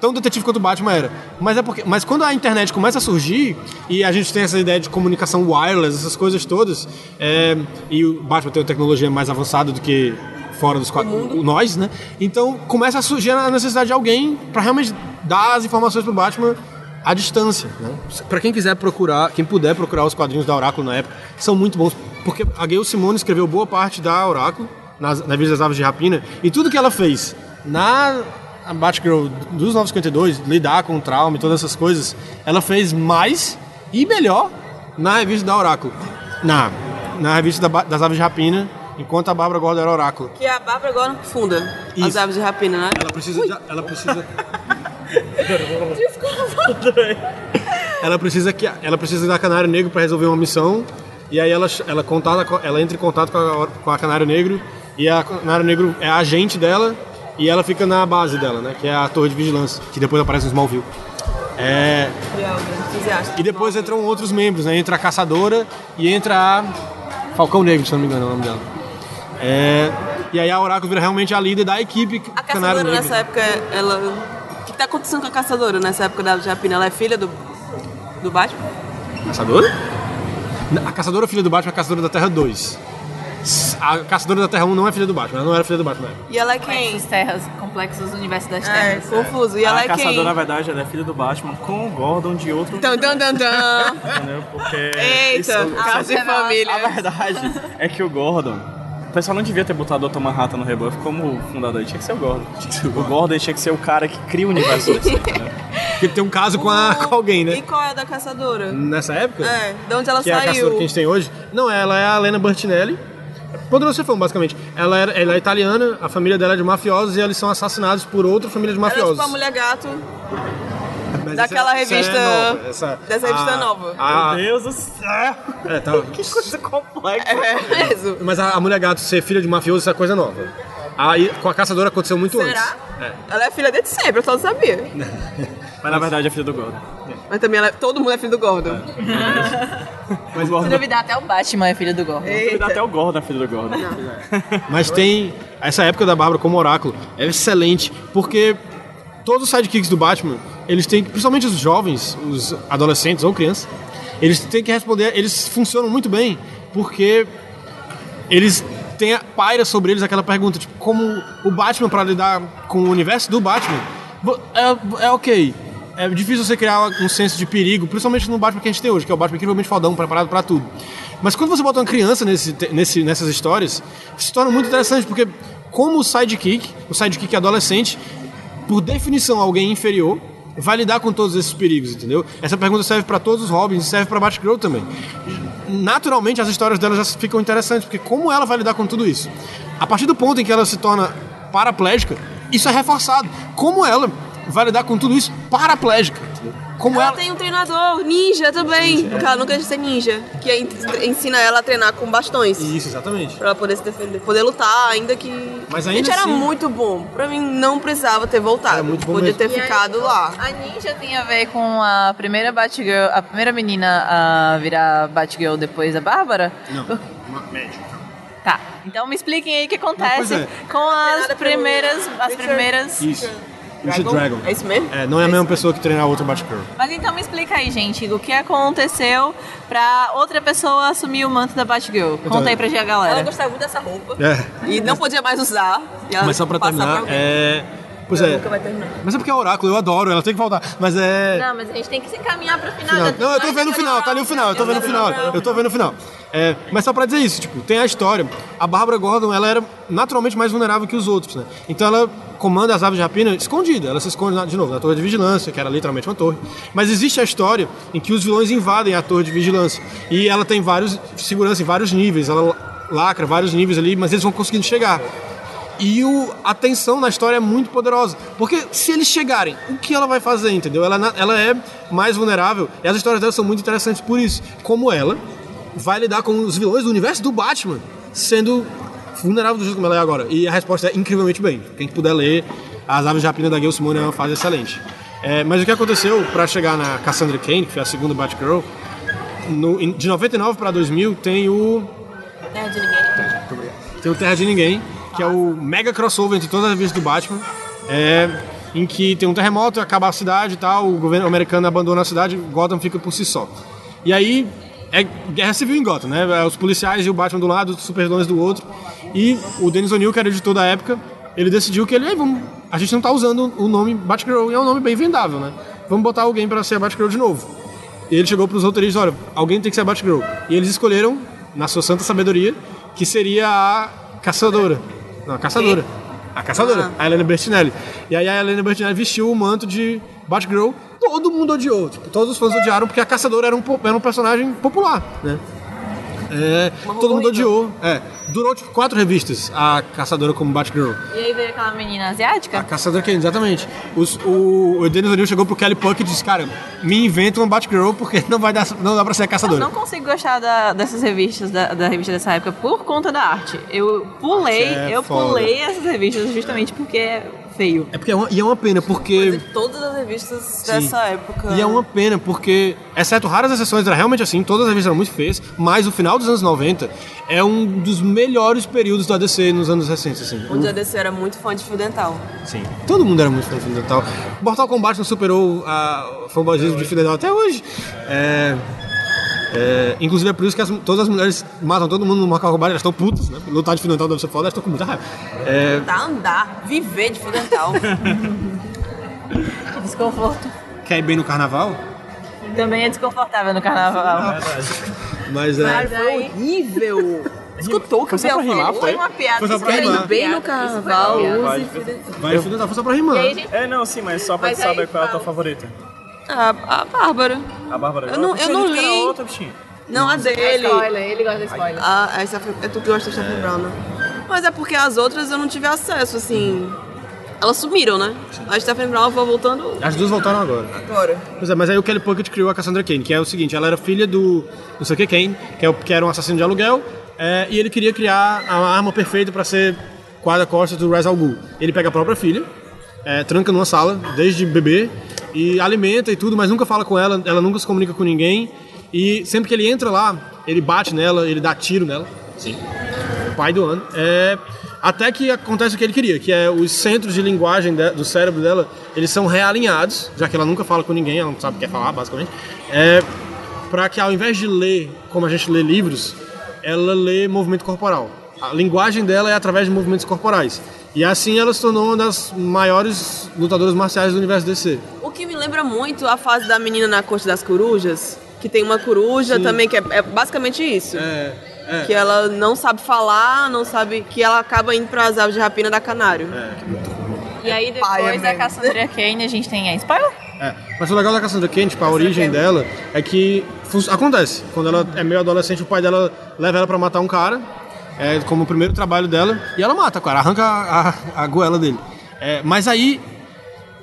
Speaker 5: Tão detetive quanto o Batman era. Mas é porque. Mas quando a internet começa a surgir, e a gente tem essa ideia de comunicação wireless, essas coisas todas, é, e o Batman tem uma tecnologia mais avançada do que fora dos quadros. Nós, né? Então começa a surgir a necessidade de alguém pra realmente dar as informações pro Batman à distância. Né? Para quem quiser procurar, quem puder procurar os quadrinhos da Oráculo na época, são muito bons, porque a Gail Simone escreveu boa parte da Oráculo nas, na Vila das Aves de Rapina e tudo que ela fez na Batgirl dos 952, lidar com o trauma e todas essas coisas, ela fez mais e melhor na revista da Oráculo, na, na revista da Ba- das Aves de Rapina, enquanto a Bárbara Gordon era Oráculo.
Speaker 4: Que a Bárbara agora funda as
Speaker 5: Isso.
Speaker 4: aves de rapina, né?
Speaker 5: Ela precisa. de- ela precisa. Desculpa. ela precisa que ela precisa da Canário Negro para resolver uma missão e aí ela ch- ela contata, co- ela entra em contato com a, com a Canário Negro e a Canário Negro é a agente dela e ela fica na base dela, né? Que é a torre de vigilância que depois aparece no Smallville. É,
Speaker 4: Que é o grande entusiasta.
Speaker 5: e depois entram outros membros, né? Entra a caçadora e entra a Falcão Negro, se eu não me engano, é o nome dela. É, e aí a Oráculo vira realmente a líder da equipe
Speaker 4: A
Speaker 5: Canário
Speaker 4: caçadora
Speaker 5: Negro.
Speaker 4: nessa época, ela. O que que tá acontecendo com a caçadora nessa época da Ave de rapina? Ela é filha do. do Batman?
Speaker 5: Caçadora? A Caçadora Filha do Batman é a Caçadora da Terra 2. A Caçadora da Terra 1 não é filha do Batman, ela não era filha do Batman.
Speaker 4: E ela é quem?
Speaker 2: Complexos terras, complexos universos das
Speaker 4: É,
Speaker 2: terras.
Speaker 4: confuso.
Speaker 5: Ah,
Speaker 4: E ela
Speaker 3: a
Speaker 4: é
Speaker 3: caçadora,
Speaker 4: quem?
Speaker 3: na verdade, ela é filha do Batman com o Gordon de outro,
Speaker 4: Dun, dun, dun, dun.
Speaker 3: entendeu? Porque... isso-
Speaker 4: Eita, é casa de
Speaker 3: A
Speaker 4: família.
Speaker 3: verdade é que o Gordon. O pessoal não devia ter botado o Toma Rata no rebuff como fundador, tinha que ser o Gordon. O Gordon tinha que ser o cara que cria o universo desse, entendeu?
Speaker 5: Porque ele tem um caso com, a, com alguém,
Speaker 4: Uh, E
Speaker 5: né?
Speaker 4: qual é a da caçadora?
Speaker 5: Nessa época?
Speaker 4: É, de onde ela
Speaker 5: que é a caçadora
Speaker 4: saiu.
Speaker 5: que a gente tem hoje. Não, ela é a Helena Bertinelli. Poderoso Chefão, basicamente. Ela, era, ela é italiana, a família dela é de mafiosos e eles são assassinados por outra família de
Speaker 4: Ela é
Speaker 5: mafiosos.
Speaker 4: tipo a mulher gato.
Speaker 5: Mas
Speaker 4: daquela
Speaker 5: essa- essa
Speaker 4: revista-
Speaker 5: é nova, essa-
Speaker 4: dessa revista
Speaker 5: a-
Speaker 4: nova.
Speaker 5: a-
Speaker 6: Meu Deus do céu!
Speaker 5: é, tá-
Speaker 6: Que coisa complexa!
Speaker 4: É mesmo.
Speaker 5: mas a, a mulher gato ser filha de mafioso, isso é coisa nova. Aí, com a caçadora aconteceu muito
Speaker 4: Será?
Speaker 5: antes. É.
Speaker 4: Ela é filha desde sempre, eu só não sabia.
Speaker 6: Mas na verdade é filho do Gordo.
Speaker 4: Mas também ela é- todo mundo é filho do Gordon.
Speaker 6: Mas o
Speaker 2: Se
Speaker 6: Gordo.
Speaker 2: duvidar, até o Batman é filho do Gordon.
Speaker 4: Eita.
Speaker 6: Até o Gordo é filho do Gordo.
Speaker 5: Mas tem. Essa época da Bárbara como oráculo é excelente, porque todos os sidekicks do Batman, eles têm, principalmente os jovens, os adolescentes ou crianças, eles têm que responder. Eles funcionam muito bem, porque eles têm a paira sobre eles aquela pergunta, tipo, como o Batman para lidar com o universo do Batman vo- é, é ok. É difícil você criar um senso de perigo, principalmente no Batman que a gente tem hoje, que é o Batman incrivelmente fodão, preparado pra tudo. Mas quando você bota uma criança nesse, te- nesse, nessas histórias, se torna muito interessante, porque como o sidekick, o sidekick adolescente, por definição alguém inferior, vai lidar com todos esses perigos, entendeu? Essa pergunta serve pra todos os Robins e serve pra Batgirl também naturalmente as histórias dela já ficam interessantes, porque como ela vai lidar com tudo isso? A partir do ponto em que ela se torna paraplégica, isso é reforçado. Como ela vai lidar com tudo isso paraplégica? entendeu? Como
Speaker 4: Ela,
Speaker 5: ela.
Speaker 4: tem um treinador, ninja também, porque ela nunca quis ser ninja, que en- ensina ela a treinar com bastões.
Speaker 5: Isso, exatamente.
Speaker 4: Pra ela poder se defender, poder lutar, ainda que.
Speaker 5: Mas ainda
Speaker 4: Gente, era
Speaker 5: assim-
Speaker 4: muito bom. Pra mim, não precisava ter voltado.
Speaker 5: Era muito bom
Speaker 4: Podia
Speaker 5: mesmo.
Speaker 4: ter
Speaker 2: E aí,
Speaker 4: ficado lá.
Speaker 2: A ninja tem a ver com a primeira Batgirl, a primeira menina a virar Batgirl depois da Bárbara?
Speaker 5: Não, uma médica.
Speaker 2: Tá. Então me expliquem aí o que acontece
Speaker 5: Não, pois é.
Speaker 2: com as
Speaker 4: Treinada pelo
Speaker 2: primeiras. As
Speaker 4: Richard.
Speaker 2: primeiras.
Speaker 5: Isso. Richard Dragon.
Speaker 4: É isso mesmo?
Speaker 5: É, não é a mesma pessoa que treinar a outra Batgirl.
Speaker 2: Mas então me explica aí, gente, o que aconteceu pra outra pessoa assumir o manto da Batgirl. Conta aí pra gente a
Speaker 4: Ela
Speaker 2: galera.
Speaker 4: gostava muito dessa roupa.
Speaker 5: É.
Speaker 4: E não podia mais usar. E ela
Speaker 5: Mas só pra
Speaker 4: passava
Speaker 5: terminar,
Speaker 4: Ah, alguém.
Speaker 5: é. Pois é.
Speaker 4: Nunca vai terminar.
Speaker 5: Mas é porque é oráculo, eu adoro, ela tem que voltar. Mas é.
Speaker 2: Não, mas a gente tem que se encaminhar pro final.
Speaker 5: Não, não, eu tô vendo o final, tá ali o final, eu tô vendo o final, eu tô vendo o final. É, mas só pra dizer isso, tipo, tem a história. A Bárbara Gordon, ela era naturalmente mais vulnerável que os outros, né? Então ela comanda as aves de rapina escondida. Ela se esconde, na- de novo, na torre de vigilância, que era literalmente uma torre. Mas existe a história em que os vilões invadem a torre de vigilância. E ela tem vários, segurança em vários níveis. Ela lacra vários níveis ali, mas eles vão conseguindo chegar. E o, a tensão na história é muito poderosa. Porque se eles chegarem, o que ela vai fazer, entendeu? Ela, na- ela é mais vulnerável. E as histórias dela são muito interessantes por isso. Como ela vai lidar com os vilões do universo do Batman sendo vulnerável do jeito como ela é agora. E a resposta é incrivelmente bem. Quem puder ler As Aves de Rapina da Gail Simone é uma fase excelente. É, mas o que aconteceu para chegar na Cassandra Cain, que foi a segunda Batgirl, no, em- de 99 para 2000 tem o tem o Terra de Ninguém, que é o mega crossover entre todas as revistas do Batman. É, em que tem um terremoto, acaba a cidade e tal, o governo americano abandona a cidade, Gotham fica por si só. E aí é guerra civil em Gotham, né? É Os policiais e o Batman do lado, os supervilões do outro. E o Dennis O'Neill, que era editor da época, ele decidiu que ele, "Ei, vamos, a gente não tá usando o nome Batgirl, e é um nome bem vendável, né? Vamos botar alguém para ser a Batgirl de novo. E ele chegou pros roteiristas, olha, alguém tem que ser a Batgirl. E eles escolheram, na sua santa sabedoria, que seria a caçadora. Não, a caçadora. A caçadora, a Helena Bertinelli. E aí a Helena Bertinelli vestiu o manto de Batgirl. Todo mundo odiou, tipo, todos os fãs odiaram, porque a caçadora era um, po- era um personagem popular, né? É, todo mundo odiou. É, durou tipo, quatro revistas a caçadora como Batgirl.
Speaker 2: E aí veio aquela menina
Speaker 5: A
Speaker 2: asiática?
Speaker 5: Caçadora Kane, exatamente. Os- o, o Dennis O'Neill chegou pro Kelly Puck e disse, cara, me inventa uma Batgirl porque não, vai dar, não dá pra ser a
Speaker 2: Eu
Speaker 5: caçadora.
Speaker 2: não consigo gostar da- dessas revistas, da, da revista dessa época, por conta da arte. Eu pulei,
Speaker 5: Isso é
Speaker 2: eu
Speaker 5: foda.
Speaker 2: pulei essas revistas justamente porque é feio.
Speaker 5: É porque é uma, e é uma pena, porque...
Speaker 4: Mas em todas as revistas
Speaker 5: Sim.
Speaker 4: dessa época.
Speaker 5: E é uma pena, porque, exceto raras exceções, era realmente assim, todas as revistas eram muito feias, mas o final dos anos 90 é um dos melhores períodos da DC nos anos recentes, assim.
Speaker 4: Onde a DC era muito fã de fio dental.
Speaker 5: Sim. Todo mundo era muito fã de Fio Dental. Mortal Kombat não superou a, o fanboyismo de Fio Dental até hoje. É, é, inclusive é por isso que as- todas as mulheres matam todo mundo no Mortal Kombat, elas estão putas, né? Lutar de Fio Dental deve ser foda, elas estão com muita raiva. É,
Speaker 4: Tá andar, viver de fio dental.
Speaker 2: Desconforto.
Speaker 5: quer ir bem no carnaval?
Speaker 2: Também é desconfortável no carnaval.
Speaker 5: Mas é.
Speaker 2: Tá
Speaker 4: Foi horrível. Escutou o
Speaker 2: um
Speaker 4: que o
Speaker 6: pra
Speaker 4: Biel
Speaker 6: rimar,
Speaker 4: falou?
Speaker 6: foi?
Speaker 4: uma piada.
Speaker 5: Foi só
Speaker 4: Vocês
Speaker 5: pra
Speaker 4: querem
Speaker 5: rimar.
Speaker 4: ir bem no carnaval? Use fio dental.
Speaker 5: Vai, Fio Dental, foi só pra rimar.
Speaker 2: E aí, gente,
Speaker 6: É, não, sim, mas só pra
Speaker 4: Mas aí,
Speaker 6: saber qual é a
Speaker 4: fala.
Speaker 6: tua favorita.
Speaker 4: A, a Bárbara.
Speaker 3: A Bárbara
Speaker 4: Eu não, eu não
Speaker 3: Era
Speaker 4: li.
Speaker 3: outra bichinha.
Speaker 4: Não, a dele.
Speaker 2: Spoiler, ele gosta de spoiler.
Speaker 4: Ah, é, Stephanie- é tu que gosta de Stephanie Brown, né? Mas é porque as outras eu não tive acesso, assim. Elas sumiram, né? A Stephanie Brown foi voltando
Speaker 5: As duas voltaram agora.
Speaker 4: agora.
Speaker 5: Pois é, mas aí o Kelly Pocket criou a Cassandra Kane, que é o seguinte, ela era filha do não sei o que quem, que, é o- que era um assassino de aluguel, é, e ele queria criar a arma perfeita pra ser quadra costa do Ra's al Ghul. Ele pega a própria filha, é, tranca numa sala, desde bebê, e alimenta e tudo, mas nunca fala com ela, ela nunca se comunica com ninguém, e sempre que ele entra lá, ele bate nela, ele dá tiro nela. Sim pai do ano. É, até que acontece o que ele queria, que é os centros de linguagem de- do cérebro dela, eles são realinhados, já que ela nunca fala com ninguém, ela não sabe o que é falar, basicamente. É, para que ao invés de ler como a gente lê livros, ela lê movimento corporal. A linguagem dela é através de movimentos corporais. E assim ela se tornou uma das maiores lutadoras marciais do universo DC.
Speaker 4: O que me lembra muito a fase da menina na corte das corujas, que tem uma coruja também, que é, é basicamente isso.
Speaker 5: É, é.
Speaker 4: Que ela não sabe falar, não sabe. Que ela acaba indo para as aves de rapina da canário.
Speaker 5: É.
Speaker 2: E aí
Speaker 4: Paia
Speaker 2: depois da
Speaker 4: mesmo.
Speaker 2: Cassandra Kane a gente tem a spoiler?
Speaker 5: É, mas o legal da Cassandra Kane, tipo, a origem dela é que fun- acontece. Quando ela é meio adolescente, o pai dela leva ela pra matar um cara, é, como o primeiro trabalho dela, e ela mata o cara, arranca a, a, a goela dele. É, mas aí,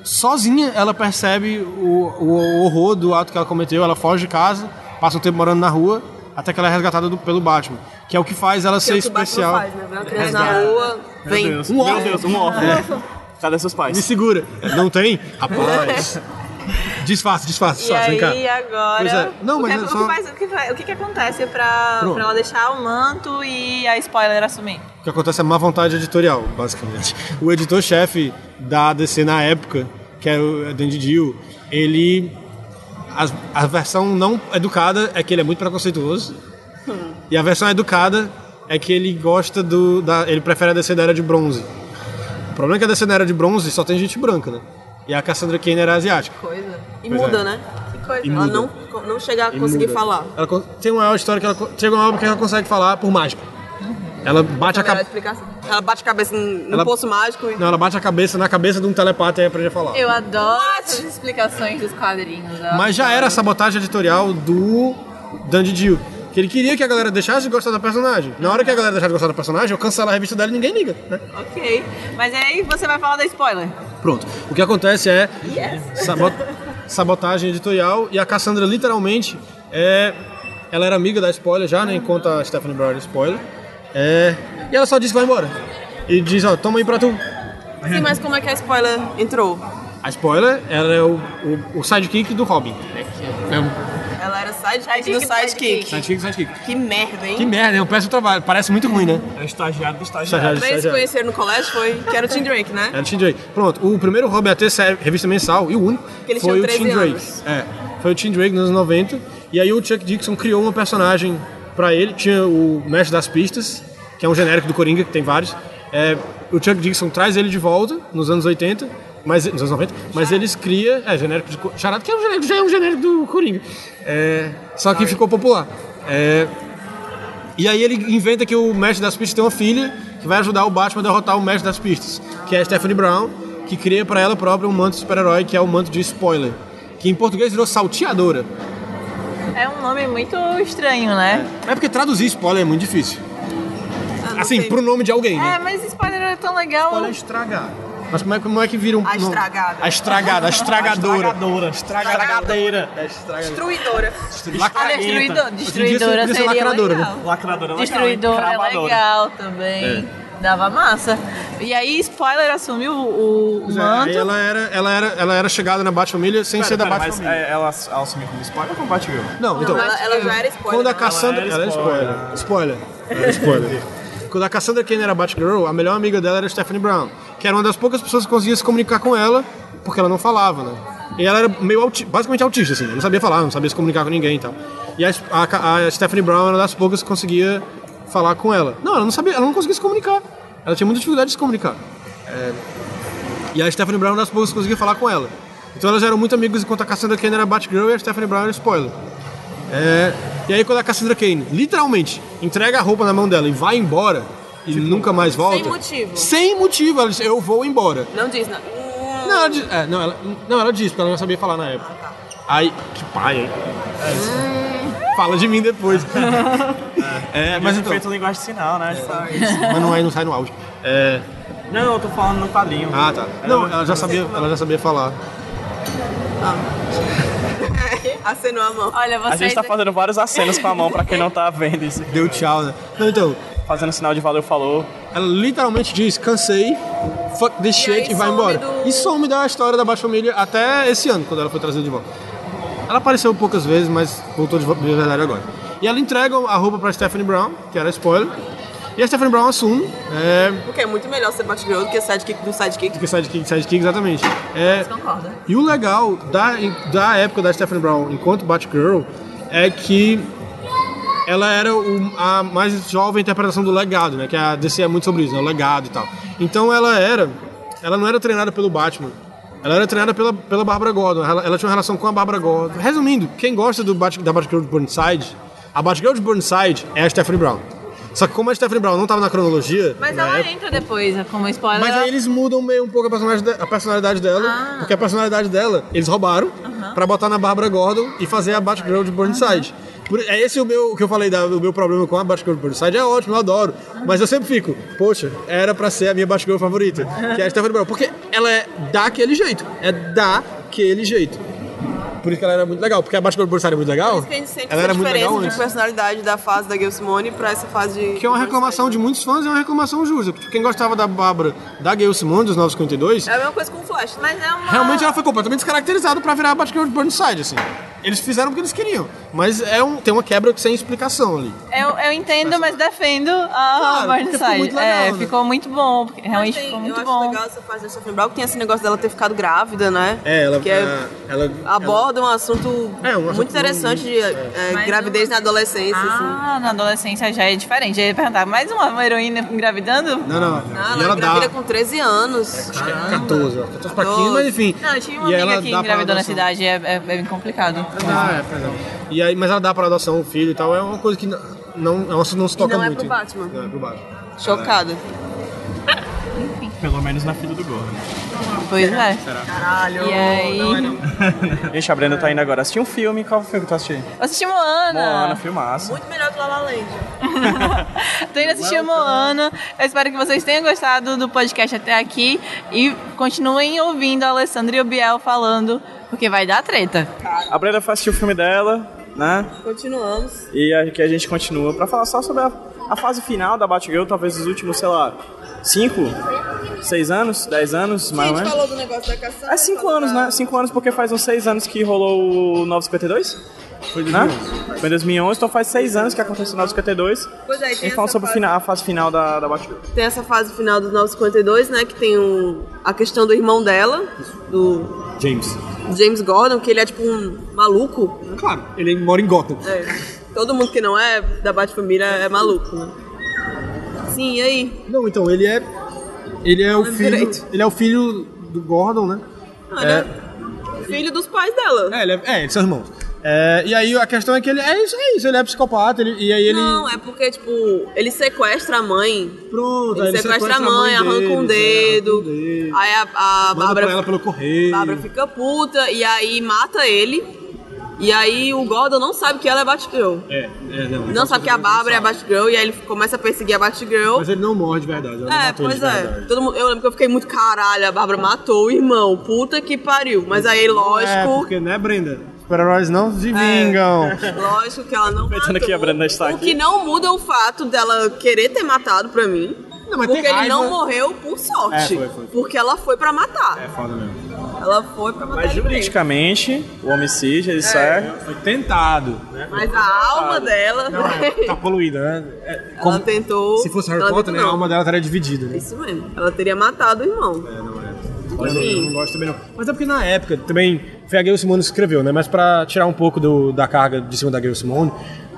Speaker 5: sozinha, ela percebe o, o horror do ato que ela cometeu, ela foge de casa, passa um tempo morando na rua, até que ela é resgatada do- pelo Batman, que é o que faz ela
Speaker 4: Que
Speaker 5: ser
Speaker 4: é o que o Batman
Speaker 5: especial.
Speaker 4: faz, né? Vê Uma criança na rua, vem.
Speaker 3: Meu Deus,
Speaker 5: Um
Speaker 3: meu
Speaker 5: órfão.
Speaker 3: Deus, um órfão. Cadê seus
Speaker 5: Me
Speaker 3: pais?
Speaker 5: segura. Não tem? Rapaz. Disfarça, disfarça,
Speaker 4: E
Speaker 5: disfarça, vem cá.
Speaker 4: aí
Speaker 5: Pois é.
Speaker 4: agora.
Speaker 5: Não, mas
Speaker 2: o,
Speaker 5: é
Speaker 2: que, o,
Speaker 5: só-
Speaker 2: que faz- o que faz- o que que acontece pra,
Speaker 5: Pronto.
Speaker 2: pra ela deixar o manto e a spoiler assumir?
Speaker 5: O que acontece é má vontade editorial, basicamente. O editor-chefe da DC na época, que era o Dandy Dio, ele. as- A, versão não educada é que ele é muito preconceituoso. E a versão educada é que ele gosta do. da- ele prefere a DC da era de bronze. O problema é que a DC na era de bronze só tem gente branca, né? E a Cassandra Kane era asiática.
Speaker 4: Coisa. E
Speaker 5: Pois
Speaker 4: muda,
Speaker 5: é.
Speaker 4: né? Que coisa.
Speaker 5: E
Speaker 4: ela
Speaker 5: muda.
Speaker 4: não, não chega a
Speaker 5: E
Speaker 4: conseguir
Speaker 5: muda.
Speaker 4: falar.
Speaker 5: Ela con- tem uma história que ela. con- Chega uma hora que ela consegue falar por mágica. Ela bate a
Speaker 4: Melhor
Speaker 5: cabeça.
Speaker 4: explicação. Ela bate a cabeça em- no
Speaker 5: Ela-
Speaker 4: poço mágico e.
Speaker 5: Não, ela bate a cabeça na cabeça de um telepata e aprende a falar.
Speaker 2: Eu adoro as explicações dos quadrinhos.
Speaker 5: Mas já era a sabotagem editorial do Dandy Dio. Que ele queria que a galera deixasse de gostar da personagem. Na hora que a galera deixar de gostar da personagem, eu cancelo a revista dela e ninguém liga, né?
Speaker 2: Ok. Mas aí você vai falar da spoiler.
Speaker 5: Pronto. O que acontece é sabo- sabotagem editorial e a Cassandra literalmente é. Ela era amiga da spoiler já, né? Enquanto a Stephanie Brown era spoiler. É, E ela só disse vai embora. E diz, ó, toma aí pra tu.
Speaker 4: Sim, mas como é que a spoiler entrou?
Speaker 5: A spoiler, ela é o, o, o sidekick do Robin.
Speaker 4: Ela era sidekick do sidekick.
Speaker 5: Sidekick, sidekick.
Speaker 4: Que merda, hein?
Speaker 5: Que merda, é um péssimo trabalho. Parece muito ruim, né?
Speaker 3: É estagiário do estagiário.
Speaker 5: Estagiário,
Speaker 4: Mas eles se
Speaker 5: estagiário.
Speaker 4: conheceram no colégio foi que era o Tim Drake, né?
Speaker 5: Era o Tim É Drake. Pronto, o primeiro hobby a ter sé- revista mensal, e o único,
Speaker 4: Que eles
Speaker 5: foi
Speaker 4: tinham
Speaker 5: o Tim
Speaker 4: 13
Speaker 5: Drake.
Speaker 4: anos.
Speaker 5: É, foi o Tim Drake nos anos 90. E aí o Chuck Dixon criou uma personagem pra ele. Tinha o Mestre das Pistas, que é um genérico do Coringa, que tem vários. É, o Chuck Dixon traz ele de volta nos anos 80. Mas, nos anos 90, mas eles criam. É, genérico de. Co- Charada, que é um genérico, já é um genérico do Coringa. É, só que ficou popular. É, e aí ele inventa que o mestre das pistas tem uma filha que vai ajudar o Batman a derrotar o mestre das pistas, que é a Stephanie Brown, que cria pra ela própria um manto de super-herói que é o manto de spoiler, que em português virou salteadora.
Speaker 2: É um nome muito estranho, né?
Speaker 5: É porque traduzir spoiler é muito difícil.
Speaker 4: Ah,
Speaker 5: Assim, pro nome de alguém, né?
Speaker 2: É, mas spoiler é tão legal.
Speaker 5: Spoiler é estragar. Mas como é, como é que vira um.
Speaker 4: A
Speaker 5: nome?
Speaker 4: estragada.
Speaker 5: A estragada, a estragadora.
Speaker 3: Estragadora.
Speaker 5: Estragadeira. É estragadora.
Speaker 4: Destruidora.
Speaker 2: Ah, destruidor,
Speaker 5: Lacradenta. Hoje em dia você
Speaker 2: destruidora
Speaker 5: podia ser
Speaker 2: seria
Speaker 5: lacradora,
Speaker 2: legal.
Speaker 5: né?
Speaker 3: Lacradora legal, hein?
Speaker 2: Destruidora é
Speaker 3: Cravadora.
Speaker 2: legal também.
Speaker 5: É.
Speaker 2: Dava massa. E aí, spoiler assumiu o, o
Speaker 5: Pois é, aí
Speaker 2: manto.
Speaker 5: Ela era, ela, era, ela era chegada na Batfamília sem ser da
Speaker 3: Pera, mas
Speaker 5: Batfamília.
Speaker 3: é, ela ela assumiu como spoiler ou como Batgirl?
Speaker 5: Não, então.
Speaker 4: Ela, ela já era spoiler.
Speaker 5: Quando a
Speaker 4: né?
Speaker 5: Cassandra.
Speaker 3: Ela
Speaker 5: Ela
Speaker 3: é
Speaker 5: é spoiler. Spoiler. Ela é spoiler. Quando a Cassandra Kane era Batgirl, a melhor amiga dela era a Stephanie Brown, que era uma das poucas pessoas que conseguia se comunicar com ela, porque ela não falava, né? E ela era meio auti basicamente autista, assim, né? não sabia falar, não sabia se comunicar com ninguém e tal. E a, a Ca- a Stephanie Brown era uma das poucas que conseguia falar com ela. Não, ela não sabia, ela não conseguia se comunicar. Ela tinha muita dificuldade de se comunicar. E a Stephanie Brown, das poucas, conseguia falar com ela. Então elas eram muito amigas enquanto a Cassandra Kane era Batgirl e a Stephanie Brown era spoiler. É, E aí quando a Cassandra Kane, literalmente, entrega a roupa na mão dela e vai embora e nunca mais volta.
Speaker 4: Tipo, Sem motivo.
Speaker 5: Sem motivo, ela diz, eu vou embora.
Speaker 4: Não Ah, tá. diz, não.
Speaker 5: Não, ela diz, é, não, ela, não, ela diz, porque ela não sabia falar na época. Aí. Que pai, hein? É Fala de mim depois. É, mas então.
Speaker 6: Feito linguagem de sinal, né?
Speaker 5: Mas não, aí não sai no áudio. É,
Speaker 6: Não, eu tô falando no padrinho.
Speaker 5: ah, tá. Não, ela já sabia, ela já sabia falar.
Speaker 4: Acenou a mão.
Speaker 2: Olha,
Speaker 6: A
Speaker 2: vocês.
Speaker 6: gente tá fazendo vários acenos com a mão pra quem não tá vendo isso.
Speaker 5: Deu tchau, né? Não, então,
Speaker 6: Fazendo sinal de valeu, falou.
Speaker 5: ela literalmente diz, cansei, fuck this
Speaker 4: E aí
Speaker 5: shit e vai
Speaker 4: some
Speaker 5: embora.
Speaker 4: do-
Speaker 5: E some da história da Baixa Família até esse ano, quando ela foi trazida de volta. Ela apareceu poucas vezes, mas voltou de vo- de verdade agora. E ela entrega a roupa pra Stephanie Brown, que era spoiler. E a Stephanie Brown assume, é,
Speaker 4: Porque é muito melhor ser Batgirl do que sidekick do sidekick.
Speaker 5: que sidekick, sidekick, exatamente. É,
Speaker 2: Concorda.
Speaker 5: E o legal da, da época da Stephanie Brown enquanto Batgirl é que ela era o- a mais jovem interpretação do legado, né? Que a DC é muito sobre isso, né? O legado e tal. Então ela era. Ela não era treinada pelo Batman. Ela era treinada pela, pela Barbara Gordon. Ela, ela tinha uma relação com a Barbara Gordon. Resumindo, quem gosta do Bat, da Batgirl de Burnside, a Batgirl de Burnside é a Stephanie Brown. Só que como a Stephanie Brown não estava na cronologia. né,
Speaker 2: Mas
Speaker 5: na
Speaker 2: ela
Speaker 5: época-
Speaker 2: entra depois, como spoiler.
Speaker 5: É. mas
Speaker 2: ela-
Speaker 5: aí eles mudam meio um pouco a personagem de- a personalidade, dela,
Speaker 4: Ah.
Speaker 5: porque a personalidade dela eles roubaram pra botar na Bárbara Gordon e fazer a Batgirl de Burnside. Por- é esse o meu o que eu falei, da, o meu problema com a Batgirl de Burnside é ótimo, eu adoro, mas eu sempre fico, poxa, era pra ser a minha Batgirl favorita, que é a Stephanie Brown, porque ela é daquele jeito, é daquele jeito. Por isso que ela era muito legal, porque a Batgirl de Burnside é muito legal.
Speaker 4: Porque a gente sente
Speaker 5: Ela
Speaker 4: essa
Speaker 5: era muito
Speaker 4: diferença
Speaker 5: legal
Speaker 4: de
Speaker 5: antes.
Speaker 4: personalidade da fase da Gil Simone pra essa fase de.
Speaker 5: Que é uma reclamação de muitos fãs, é uma reclamação justa. Tipo, Quem gostava da Bárbara, da Gayle Simone, dos 952,
Speaker 4: É a mesma coisa com o Flash. né?
Speaker 2: Mas é uma.
Speaker 5: Realmente ela foi completamente descaracterizada pra virar a Batgirl de Burnside, assim. Eles fizeram o que eles queriam, mas é um, tem uma quebra sem explicação ali.
Speaker 2: Eu, eu entendo, mas defendo a
Speaker 5: Claro, porque
Speaker 2: Burnside.
Speaker 5: ficou muito legal,
Speaker 2: é,
Speaker 5: né?
Speaker 2: ficou muito bom. porque Realmente
Speaker 4: Tem-
Speaker 2: ficou
Speaker 4: assim, eu
Speaker 2: muito
Speaker 4: acho
Speaker 2: bom.
Speaker 4: legal essa fase da Stephanie Brown, que tem esse negócio dela ter ficado grávida, né?
Speaker 5: É, ela.
Speaker 4: Que é- aborda um assunto
Speaker 5: É, um assunto
Speaker 4: muito interessante de é,
Speaker 2: Mais
Speaker 4: gravidez
Speaker 2: uma-
Speaker 4: na adolescência. assim.
Speaker 2: Ah, na adolescência já é diferente. Eu ia perguntar, mais uma heroína engravidando?
Speaker 5: Não, não.
Speaker 4: Ah,
Speaker 5: e
Speaker 4: ela
Speaker 5: ela
Speaker 4: engravida
Speaker 5: dá. É,
Speaker 4: com 13 anos.
Speaker 5: 14, ó, 14 pra 15, mas enfim.
Speaker 2: Não, eu tinha uma
Speaker 5: E
Speaker 2: amiga
Speaker 5: ela
Speaker 2: que
Speaker 5: dá pra
Speaker 2: engravidou na
Speaker 5: adoção.
Speaker 2: cidade, é, é, é bem complicado.
Speaker 5: Ah, é, pois é. E aí, mas ela dá pra adoção o filho e tal, é uma coisa que não, não, é um assunto que não se toca
Speaker 4: não é
Speaker 5: muito.
Speaker 4: pro
Speaker 5: ainda.
Speaker 4: Batman.
Speaker 5: Não é pro Batman.
Speaker 4: Chocada.
Speaker 6: Pelo menos na filha do gordo.
Speaker 2: Pois é. Caralho. E aí.
Speaker 6: Gente, a Brenda tá indo agora assistir um filme. Qual filme que tu assistiu?
Speaker 2: Eu assisti Moana.
Speaker 6: Moana, filmaço.
Speaker 4: Muito melhor que La La Land.
Speaker 2: Tô indo assistir Moana. Eu espero que vocês tenham gostado do podcast até aqui. E continuem ouvindo a Alessandra e o Biel falando, porque vai dar treta.
Speaker 6: A Brenda foi assistir o filme dela, né?
Speaker 4: Continuamos.
Speaker 6: E aqui a gente continua pra falar só sobre a, a fase final da Batgirl, talvez os últimos, sei lá, 5, 6 anos, 10 anos,
Speaker 4: A
Speaker 6: mais ou
Speaker 4: gente
Speaker 5: é?
Speaker 6: menos.
Speaker 4: falou do negócio da caçada.
Speaker 6: É 5 anos, né? 5 anos porque faz uns 6 anos que rolou o 952? Foi em 2011. né? Foi em 2011, então faz 6 anos que aconteceu o 952.
Speaker 4: Pois é, e
Speaker 6: A
Speaker 4: tem
Speaker 6: gente fala
Speaker 4: essa,
Speaker 6: sobre o
Speaker 4: fase,
Speaker 6: fina- a fase final da, da Batgirl.
Speaker 4: tem essa fase final dos 952, né? Que tem o- a questão do irmão dela, do
Speaker 5: James.
Speaker 4: James Gordon, que ele é tipo um maluco.
Speaker 5: Claro, ele mora em Gotham.
Speaker 4: É, Todo mundo que não é da Batfamília é maluco, né? Sim, e aí?
Speaker 5: Não, então, ele é. Ele é o
Speaker 4: Não é
Speaker 5: filho.
Speaker 4: direito.
Speaker 5: Ele é o filho do Gordon, né?
Speaker 4: Ah, né? Filho dos pais dela.
Speaker 5: É, ele é, é, eles são irmãos. É, e aí a questão é que ele é isso, é isso, ele é psicopata, ele- e aí ele.
Speaker 4: Não, é porque, tipo, ele sequestra a mãe.
Speaker 5: Pronto,
Speaker 4: Ele,
Speaker 5: aí
Speaker 4: sequestra, a mãe, arranca um
Speaker 5: deles, é,
Speaker 4: dedo.
Speaker 5: arranca um dedo.
Speaker 4: Aí a, a
Speaker 5: Manda pra ela
Speaker 4: Bárbara,
Speaker 5: pelo correio.
Speaker 4: Bárbara fica puta e aí mata ele. E aí o Gordon não sabe que ela é Batgirl.
Speaker 5: É, é, não.
Speaker 4: Não sabe que a Bárbara é a Batgirl e aí ele começa a perseguir a Batgirl.
Speaker 5: Mas ele não morre de verdade. Ela
Speaker 4: É,
Speaker 5: matou ele
Speaker 4: pois
Speaker 5: de
Speaker 4: é.
Speaker 5: verdade.
Speaker 4: Todo mundo, eu lembro que eu fiquei muito caralho, a Bárbara matou o irmão. Puta que pariu. Mas aí,
Speaker 5: É,
Speaker 4: lógico,
Speaker 5: porque, né, Brenda? Super-heróis não
Speaker 4: É.
Speaker 5: se vingam.
Speaker 4: lógico que ela não
Speaker 6: Aproveitando
Speaker 4: matou.
Speaker 6: que a Brenda está
Speaker 4: O
Speaker 6: aqui.
Speaker 4: que não muda é o fato dela querer ter matado pra mim.
Speaker 5: Não, mas
Speaker 4: porque
Speaker 5: tem
Speaker 4: ele
Speaker 5: raiva.
Speaker 4: não morreu por sorte.
Speaker 5: É, foi, foi.
Speaker 4: Porque ela foi pra matar.
Speaker 5: É foda mesmo.
Speaker 4: Ela foi pra matar
Speaker 6: Mas
Speaker 4: ele mesmo.
Speaker 6: juridicamente, o homicídio, ele sai.
Speaker 5: Foi tentado. Né?
Speaker 4: Mas a alma dela,
Speaker 5: Não, é, tá poluída, né? É,
Speaker 4: ela tentou.
Speaker 5: Se fosse Harry
Speaker 4: ela
Speaker 5: Potter, né,
Speaker 4: tentou,
Speaker 5: a
Speaker 4: não.
Speaker 5: alma dela estaria dividida, né?
Speaker 4: Isso mesmo. Ela teria matado o irmão.
Speaker 5: É, não é. Mas eu, eu não gosto também não. Mas é porque na época também foi a Gayle Simone que escreveu, né? Mas pra tirar um pouco do- da carga de cima da Gayle Simone,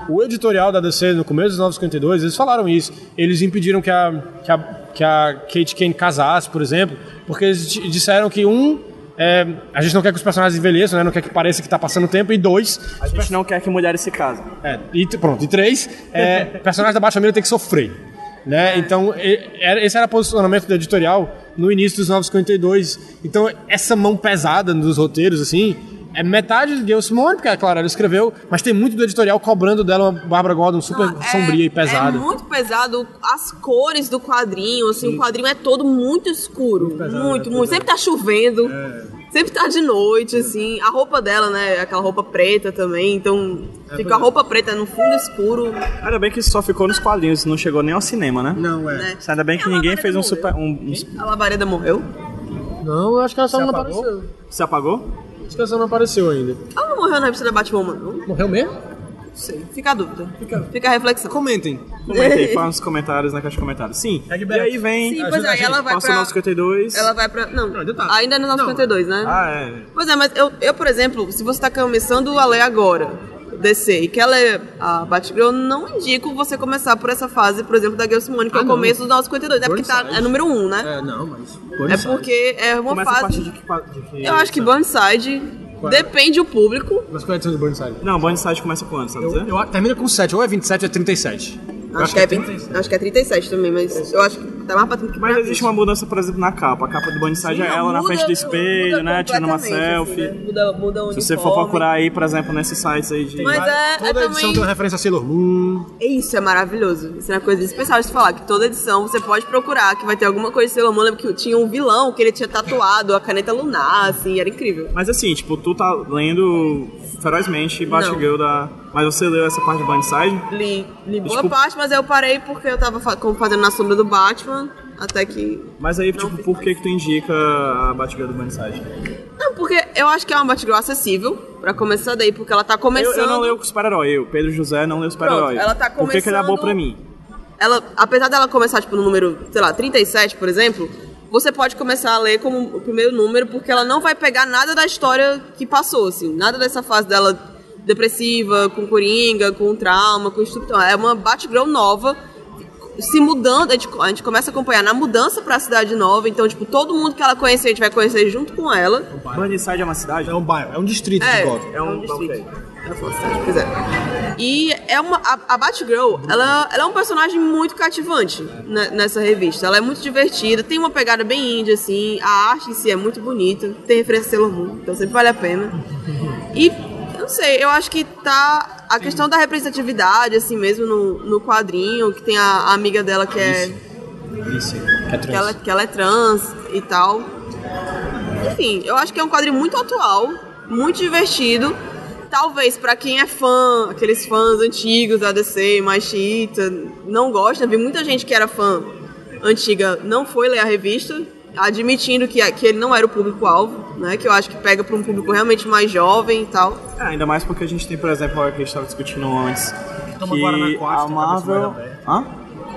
Speaker 5: o editorial da DC no começo dos 952, eles falaram isso. Eles impediram que a, que a, que a Kate Kane casasse, por exemplo, porque eles di- disseram que um... é, a gente não quer que os personagens envelheçam, né? Não quer que pareça que tá passando tempo. E dois,
Speaker 6: A gente não quer que mulheres se casem.
Speaker 5: é, e t- pronto, e três, é, personagens da Baixa Família tem que sofrer. Né? Então, e- era- esse era o posicionamento do editorial no início dos 952. Então, essa mão pesada dos roteiros, assim, É metade de Deus Simone, porque a Clara escreveu, mas tem muito do editorial cobrando dela uma Bárbara Gordon super sombria
Speaker 4: é,
Speaker 5: e pesada.
Speaker 4: É muito pesado as cores do quadrinho, assim, o quadrinho é todo muito escuro. Muito, muito. Sempre tá chovendo. Sempre tá de noite, assim. A roupa dela, né? Aquela roupa preta também. Então, fica a roupa preta no fundo escuro.
Speaker 3: Ainda bem que isso só ficou nos quadrinhos, não chegou nem ao cinema, né?
Speaker 5: Não, é.
Speaker 4: Né?
Speaker 3: Ainda bem que
Speaker 4: Ela
Speaker 3: ninguém
Speaker 4: parece
Speaker 3: fez um
Speaker 4: morrer.
Speaker 3: super. Um, um-
Speaker 4: A labareda morreu?
Speaker 5: Não, eu acho que ela só não
Speaker 3: apagou?
Speaker 5: apareceu.
Speaker 3: se apagou?
Speaker 5: Acho que ela só não apareceu ainda.
Speaker 4: Ela não morreu na revista da Batwoman, não? Não
Speaker 5: Morreu mesmo?
Speaker 4: sei. Fica a dúvida. Fica, a reflexão.
Speaker 5: Comentem.
Speaker 3: Comentei, faz nos comentários na caixa de comentários. Sim.
Speaker 5: Segue
Speaker 3: E
Speaker 5: Beto.
Speaker 3: aí vem.
Speaker 4: É Sim, pois é, e ela vai
Speaker 3: passa o
Speaker 4: pra-
Speaker 3: 952.
Speaker 4: Ela vai pra. Não,
Speaker 5: ainda tá.
Speaker 4: ainda no 952, né?
Speaker 3: Ah, é.
Speaker 4: Pois é, mas eu, eu, por exemplo, se você tá começando a ler agora, DC, e quer ler a Batgirl, não indico você começar por essa fase, por exemplo, da Girl Simone, que
Speaker 3: Ah,
Speaker 4: é o
Speaker 5: não.
Speaker 4: começo do nosso 52. É porque tá,
Speaker 5: Burnside.
Speaker 4: é número 1, um, né?
Speaker 5: É, não, mas.
Speaker 4: É, porque é uma
Speaker 3: Começa a partir de
Speaker 4: fase.
Speaker 3: que. pa- de que-
Speaker 4: Eu acho que Burnside
Speaker 5: Qual é?
Speaker 4: depende o público.
Speaker 5: Mas qual é a edição de Burnside?
Speaker 3: Não, Burnside começa com quando, sabe dizer?
Speaker 5: Eu, eu, termina com 7, ou é 27 ou é 37. Eu
Speaker 4: Acho, que é, 37. acho que é 37 também, mas eu acho que tá mais pra que pra
Speaker 3: Mas existe uma
Speaker 4: frente.
Speaker 3: mudança, por exemplo, na capa. A capa do Burnside
Speaker 4: Sim,
Speaker 3: é ela na
Speaker 4: muda-
Speaker 3: frente do
Speaker 4: muda
Speaker 3: espelho, né? Tirando uma
Speaker 4: completamente, assim,
Speaker 3: selfie.
Speaker 4: né? Muda, muda o
Speaker 3: Se você for
Speaker 4: uniforme.
Speaker 3: procurar aí, por exemplo, nesses sites aí de.
Speaker 4: Mas é,
Speaker 5: Toda
Speaker 4: é
Speaker 5: edição
Speaker 4: também...
Speaker 5: tem uma referência a Sailor Moon.
Speaker 4: Isso é maravilhoso. Isso é uma coisa especial de se falar, que toda edição você pode procurar, que vai ter alguma coisa de Sailor Moon, lembro que tinha um vilão que ele tinha tatuado a caneta lunar, assim, era incrível.
Speaker 3: Mas assim, tipo, tu tá lendo ferozmente Batgirl da. Mas você leu essa parte de Burnside?
Speaker 4: Li, li boa
Speaker 3: Tipo-
Speaker 4: parte, mas aí eu parei porque eu tava fa- como fazendo na sombra do Batman, até que...
Speaker 3: Mas aí,
Speaker 4: Não,
Speaker 3: tipo,
Speaker 4: fiz
Speaker 3: por que que tu indica a Batgirl do Burnside?
Speaker 4: Não, porque eu acho que é uma Batgirl acessível, pra começar daí, porque ela tá
Speaker 3: Eu,
Speaker 4: começando...
Speaker 3: eu não leio o super-herói, eu, Pedro José, não leio super-herói.
Speaker 4: Pronto, ela tá
Speaker 3: Por que que ele é
Speaker 4: começando-
Speaker 3: bom pra mim?
Speaker 4: ela, apesar dela começar tipo no número, sei lá, 37, por exemplo, você pode começar a ler como o primeiro número porque ela não vai pegar nada da história que passou, assim, nada dessa fase dela depressiva, com coringa, com trauma, com estupro. Então, É uma Batgirl nova se mudando, a gente, a gente começa a acompanhar na mudança pra cidade nova, então tipo, todo mundo que ela conhecer, a gente vai conhecer junto com ela.
Speaker 3: Burnside é uma cidade?
Speaker 5: É um bairro, é um distrito de Gotham.
Speaker 3: é um-
Speaker 4: distrito. Ela falou cidade, pois é. E é uma, a, a Batgirl, ela, ela é um personagem muito cativante ne- nessa revista. Ela é muito divertida, tem uma pegada bem índia, assim. A arte em si é muito bonita, tem referência a Sailor Moon, então sempre vale a pena. E, eu não sei, eu acho que tá... A questão da representatividade, assim mesmo, no, no quadrinho, que tem a, a amiga dela que é...
Speaker 5: um
Speaker 4: que, ela, que ela é trans e tal. Enfim, eu acho que é um quadrinho muito atual, muito divertido. Talvez pra quem é fã, aqueles fãs antigos da DC, mais chita, não gosta. Vi muita gente que era fã antiga não foi ler a revista, admitindo que, que ele não era o público-alvo, né? Que eu acho que pega pra um público realmente mais jovem e tal.
Speaker 3: É, ainda mais porque a gente tem, por exemplo, o que a gente tava discutindo antes.
Speaker 5: Toma
Speaker 3: Que
Speaker 5: Guaraná com
Speaker 3: a
Speaker 5: ácido, tá com a cabeça
Speaker 3: Marvel.
Speaker 5: mais aberta.
Speaker 3: Hã?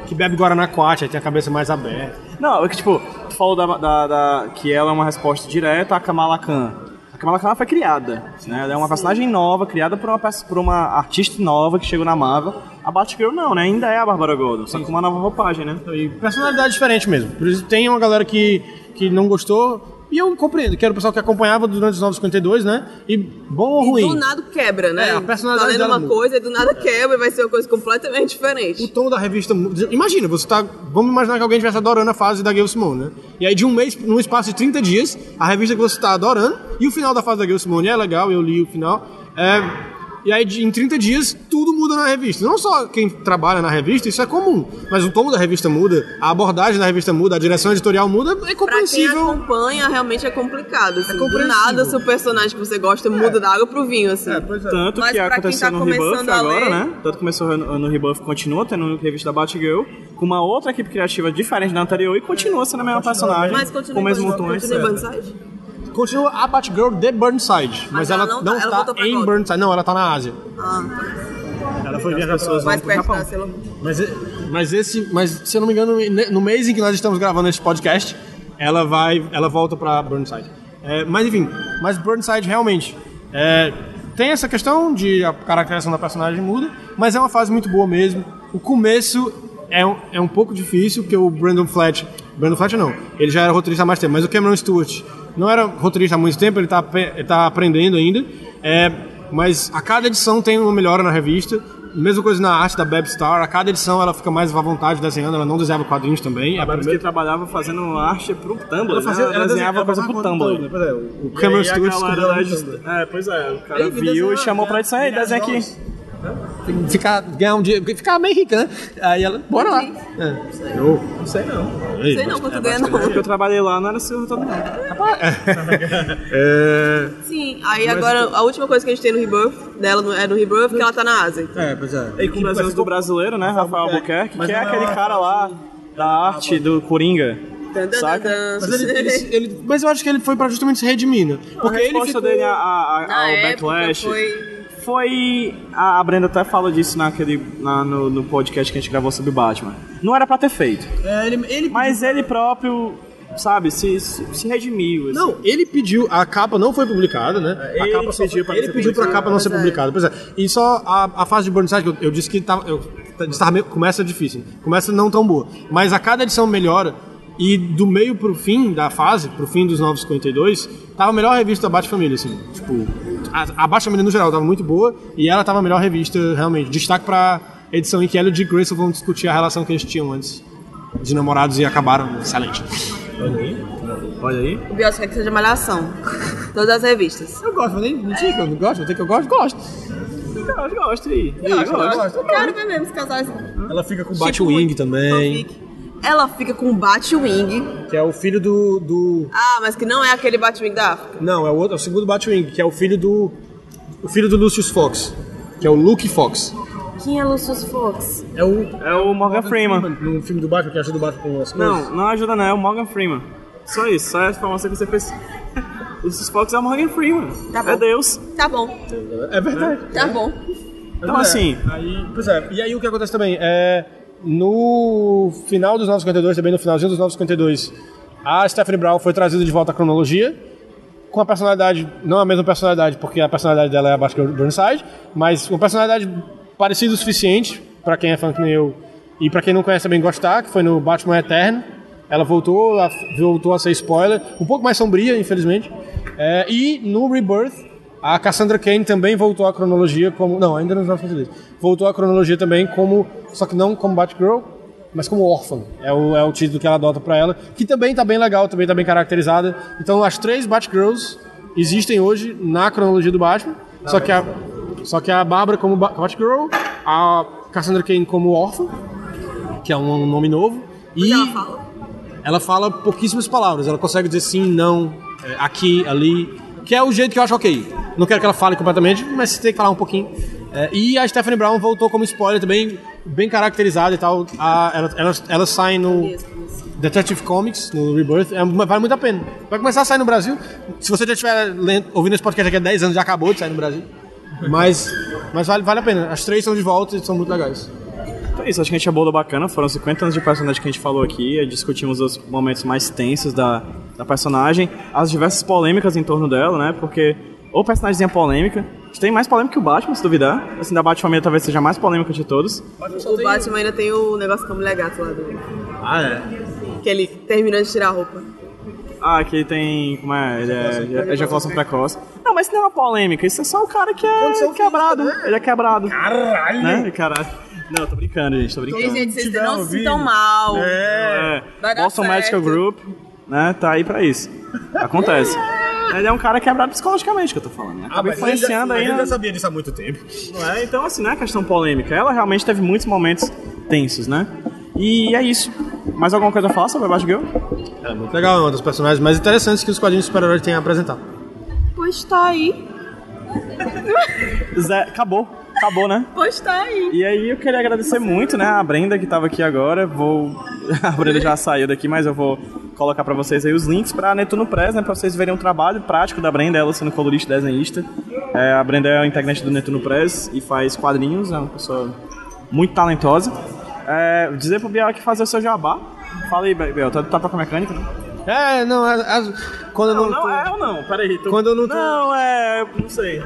Speaker 5: Que bebe Guaraná Quat, aí tem a cabeça mais aberta.
Speaker 3: Não, é que tipo, tu falou da, da- da- que ela é uma resposta direta à Kamala Khan. A Kamala Khan ela foi criada, né? Ela é uma personagem nova, criada por uma, peça- por uma artista nova que chegou na Marvel. A Batgirl não, né? Ainda é a Bárbara Gordon, só com uma nova roupagem, né?
Speaker 5: E personalidade diferente mesmo. Por isso tem uma galera que, que não gostou. E eu compreendo, que era o pessoal que acompanhava durante os 952, né? E bom ou
Speaker 4: E do
Speaker 5: ruim.
Speaker 4: nada quebra, né?
Speaker 5: É, a personalidade
Speaker 4: tá lendo
Speaker 5: dela
Speaker 4: uma
Speaker 5: muda.
Speaker 4: coisa e do nada quebra e vai ser uma coisa completamente diferente.
Speaker 5: O tom da revista. muda. Imagina, você tá. Vamos imaginar que alguém estivesse adorando a fase da Gail Simone, né? E aí, de um mês, num espaço de 30 dias, a revista que você tá adorando, e o final da fase da Gail Simone é legal, eu li o final. é, E aí, de- em 30 dias, tudo muda na revista. Não só quem trabalha na revista, isso é comum. Mas o tom da revista muda, a abordagem da revista muda, a direção editorial muda, é
Speaker 4: Pra quem
Speaker 5: compreensível.
Speaker 4: acompanha, realmente é complicado. Assim. do
Speaker 5: compreensível.
Speaker 4: nada, seu personagem que você gosta muda da água pro vinho, assim.
Speaker 3: Tanto
Speaker 4: Mas
Speaker 3: que
Speaker 4: pra quem
Speaker 3: aconteceu
Speaker 4: tá
Speaker 3: no Rebuff
Speaker 4: começando a
Speaker 3: agora,
Speaker 4: ler-
Speaker 3: né? Tanto que começou no, no Rebuff, continua tendo revista da Batgirl, com uma outra equipe criativa diferente da anterior e continua sendo a mesma personagem,
Speaker 4: Mas
Speaker 3: com
Speaker 4: continua
Speaker 3: o mesmo
Speaker 4: em
Speaker 3: tom, é
Speaker 4: Burnside, continua em
Speaker 3: etc.
Speaker 4: Burnside?
Speaker 5: Continua a Batgirl de Burnside, mas, ela, não, tá,
Speaker 4: ela voltou pra
Speaker 5: em
Speaker 4: Gotham.
Speaker 5: Burnside, não, ela tá na Ásia.
Speaker 4: Ah,
Speaker 5: Ela foi viajar pessoas
Speaker 4: mais perto da Sailor
Speaker 5: Mas, e- mas esse, mas se eu não me engano, ne- no mês em que nós estamos gravando esse podcast, ela vai, ela volta pra Burnside. É, mas enfim, mas Burnside realmente é, tem essa questão de a caracterização da personagem muda, mas é uma fase muito boa mesmo. O começo é um, é um pouco difícil porque o Brandon Fletcher, Brandon Fletcher não, ele já era roteirista há mais tempo, mas o Cameron Stewart não era roteirista há muito tempo, ele tá, ape- ele tá aprendendo ainda. É, mas a cada edição tem uma melhora na revista. Mesma coisa na arte da Beb Star, a cada edição ela fica mais à vontade desenhando, ela não desenhava quadrinhos também. É a
Speaker 3: Ela
Speaker 5: primeira-
Speaker 3: trabalhava fazendo arte pro Tumblr. né?
Speaker 5: Ela
Speaker 3: Ela,
Speaker 5: fazia- ela
Speaker 3: desenhava
Speaker 5: desenhava
Speaker 3: coisa pro
Speaker 5: coisa
Speaker 3: Tumblr.
Speaker 5: pro Tumblr, pois é, o- o
Speaker 3: E
Speaker 5: Cameron
Speaker 3: aí a
Speaker 5: Stewart
Speaker 3: galera
Speaker 5: descobriu
Speaker 3: lá
Speaker 5: ela no
Speaker 3: de-
Speaker 5: Tumblr.
Speaker 3: É, pois é. O cara
Speaker 5: Ele
Speaker 3: viu e
Speaker 5: desenhava,
Speaker 3: chamou
Speaker 5: né?
Speaker 3: pra edição. Ei,
Speaker 5: Milhares
Speaker 3: desenha
Speaker 5: de
Speaker 3: aqui.
Speaker 5: dólares. Tem que Ficar, ganhar um dinheiro, porque ficava bem rica, né? Aí ela, bora lá. É. Eu
Speaker 3: Não sei não.
Speaker 5: Ei,
Speaker 4: Sei não quanto ganha, não.
Speaker 3: Porque eu trabalhei lá, não era Silva todo não.
Speaker 5: É,
Speaker 4: Sim, aí agora a última coisa que a gente tem no Rebirth dela no- é no Rebirth que ela tá na Ásia.
Speaker 5: é, pois é.
Speaker 3: E com brasileiros do brasileiro, né? Rafael Albuquerque, que é aquele cara lá da arte do Coringa.
Speaker 4: Tan, tan,
Speaker 3: Saca?
Speaker 4: tan, tan.
Speaker 5: Mas, ele- ele- ele- mas eu acho que ele foi pra justamente se redimir, né? Porque
Speaker 3: a
Speaker 5: ele
Speaker 3: resposta
Speaker 5: ficou...
Speaker 3: dele é a, a-
Speaker 4: Na
Speaker 3: ao
Speaker 4: época
Speaker 3: é backlash
Speaker 4: foi-
Speaker 3: foi- A, a Brenda até fala disso naquele, na- no, no podcast que a gente gravou sobre Batman. Não era pra ter feito.
Speaker 5: É, ele- ele-
Speaker 3: Mas ele próprio, sabe, se, se, se redimiu. assim.
Speaker 5: Não, ele pediu, a capa não foi publicada, né?
Speaker 3: É, ele
Speaker 5: a capa só
Speaker 3: pediu
Speaker 5: foi-
Speaker 3: pra não
Speaker 5: ele
Speaker 3: ser
Speaker 5: pediu pra
Speaker 3: publicada.
Speaker 5: capa não ser publicada, pois é. E só a, a fase de Burnside, que eu, eu disse que tava, eu, estava meio- começa difícil, começa não tão boa. Mas a cada edição melhora, e do meio pro fim da fase, pro fim dos 952, tava a melhor revista da Bat-Família, assim. Tipo, a, a Bat-Família no geral tava muito boa, e ela tava a melhor revista, realmente. Destaque pra edição em que ela e o Dick Grayson vão discutir a relação que eles tinham antes de namorados e acabaram, excelente.
Speaker 3: Olha aí.
Speaker 4: O Bielsa quer que seja malhação. Todas as revistas.
Speaker 5: Eu gosto, nem mentira que eu não gosto, eu tenho que eu gosto, gosto.
Speaker 3: Eu gosto aí.
Speaker 5: Eu gosto, Tipo eu gosto.
Speaker 4: Eu Quero ver é mesmo os casais.
Speaker 5: Ela fica com o Batwing também,
Speaker 4: fanfic. Ela fica com o Batwing.
Speaker 5: que é o filho do, do.
Speaker 4: Ah, mas que não é aquele Batwing da África.
Speaker 5: Não, é o outro, é o segundo Batwing, que é o filho do. O filho do Lucius Fox, que é o Luke Fox.
Speaker 4: Quem é Lucius Fox?
Speaker 5: É o.
Speaker 3: É o Morgan Freeman.
Speaker 5: No filme do Batman, que ajuda o Batman com as coisas.
Speaker 3: Não, não ajuda não, é o Morgan Freeman. Só isso, só essa informação que você fez. O Fox é o Morgan Freeman.
Speaker 4: Tá bom.
Speaker 3: é Deus.
Speaker 4: Tá bom,
Speaker 5: É verdade.
Speaker 4: tá bom.
Speaker 5: É.
Speaker 3: Então, assim,
Speaker 5: Aí, pois é, e aí o que acontece também é no final dos 952, também no finalzinho dos 952, a Stephanie Brown foi trazida de volta à cronologia com a personalidade, não a mesma personalidade, porque a personalidade dela é a Batgirl Burnside, mas uma personalidade parecida o suficiente pra quem é fã que nem eu e pra quem não conhece também gostar, que foi no Batman Eterno. Ela voltou, ela voltou a ser spoiler, um pouco mais sombria, infelizmente. É, e no Rebirth, a Cassandra Cain também voltou à cronologia como. Não, ainda nos 1952. Voltou à cronologia também como. Só que não como Batgirl, mas como órfã. É o, é o título que ela adota pra ela. Que também tá bem legal, também tá bem caracterizada. Então as três Batgirls existem hoje na cronologia do Batman. só, que a, só que a Bárbara como Ba- Batgirl, a Cassandra Cain como órfã, que é um nome novo. E
Speaker 4: Ela fala.
Speaker 5: ela fala pouquíssimas palavras. Ela consegue dizer sim, não, é, aqui, ali, que é o jeito que eu acho ok. Não quero que ela fale completamente, mas você tem que falar um pouquinho. É, e a Stephanie Brown voltou como spoiler também, bem caracterizada e tal. A- ela, ela, ela sai no Detective Comics, no Rebirth, é, mas vale muito a pena. Vai começar a sair no Brasil. Se você já estiver lendo- ouvindo esse podcast daqui a 10 anos, já acabou de sair no Brasil. Mas, mas vale, vale a pena. As três são de volta e são muito legais.
Speaker 3: então é isso. Acho que a gente abordou bacana. Foram 50 anos de personagem que a gente falou aqui. eh, Discutimos os momentos mais tensos da, da personagem. As diversas polêmicas em torno dela, né? Porque ou personagem é polêmica. Tem mais polêmica que o Batman, se duvidar. Assim, da Batfamília talvez seja a mais polêmica de todos.
Speaker 4: O Batman ainda tem um. o negócio com a mulher gato lá do.
Speaker 3: Ah, é?
Speaker 4: Que ele termina de tirar a roupa.
Speaker 3: Ah, aqui tem. Como é? Ele é, é ejaculação precoce. Não, mas isso não é uma polêmica. Isso é só o cara que é quebrado. Ele é quebrado. Caralho! Né? Caralho. Não, tô brincando, gente. Tô
Speaker 4: E,
Speaker 3: brincando.
Speaker 4: gente, vocês não se sintam mal.
Speaker 3: É.
Speaker 4: Vai dar
Speaker 3: Boston
Speaker 4: certo.
Speaker 3: Medical Group, né? Tá aí pra isso. Acontece. Ele é um cara quebrado psicologicamente que eu tô falando,
Speaker 5: Ah,
Speaker 3: né? Acaba influenciando aí. né?
Speaker 5: sabia disso há muito tempo.
Speaker 3: Não é? Então, assim, não é questão polêmica. Ela realmente teve muitos momentos tensos, né? E é isso. Mais alguma coisa a falar sobre a Batgirl?
Speaker 5: É muito legal, é uma das personagens mais interessantes que os quadrinhos de super-heróis têm a apresentar.
Speaker 4: Pois tá aí.
Speaker 3: Zé, acabou. Acabou, né?
Speaker 4: Pois tá aí.
Speaker 3: E aí eu queria agradecer muito, né, a Brenda que tava aqui agora. Vou a Brenda já saiu daqui, mas eu vou colocar pra vocês aí os links pra Netuno Press, né, para vocês verem o trabalho prático da Brenda, ela sendo colorista e desenhista. É, a Brenda é a integrante do Netuno Press e faz quadrinhos, é uma pessoa muito talentosa. É, dizer pro Biel que fazer o seu jabá. Fala aí, Biel, tá, tá pra com a mecânica? né?
Speaker 5: É, não, é, é- quando eu não,
Speaker 3: Não,
Speaker 5: tô,
Speaker 3: é ou não? Peraí. Tô...
Speaker 5: Quando eu não tô-
Speaker 3: Não, é... Não sei.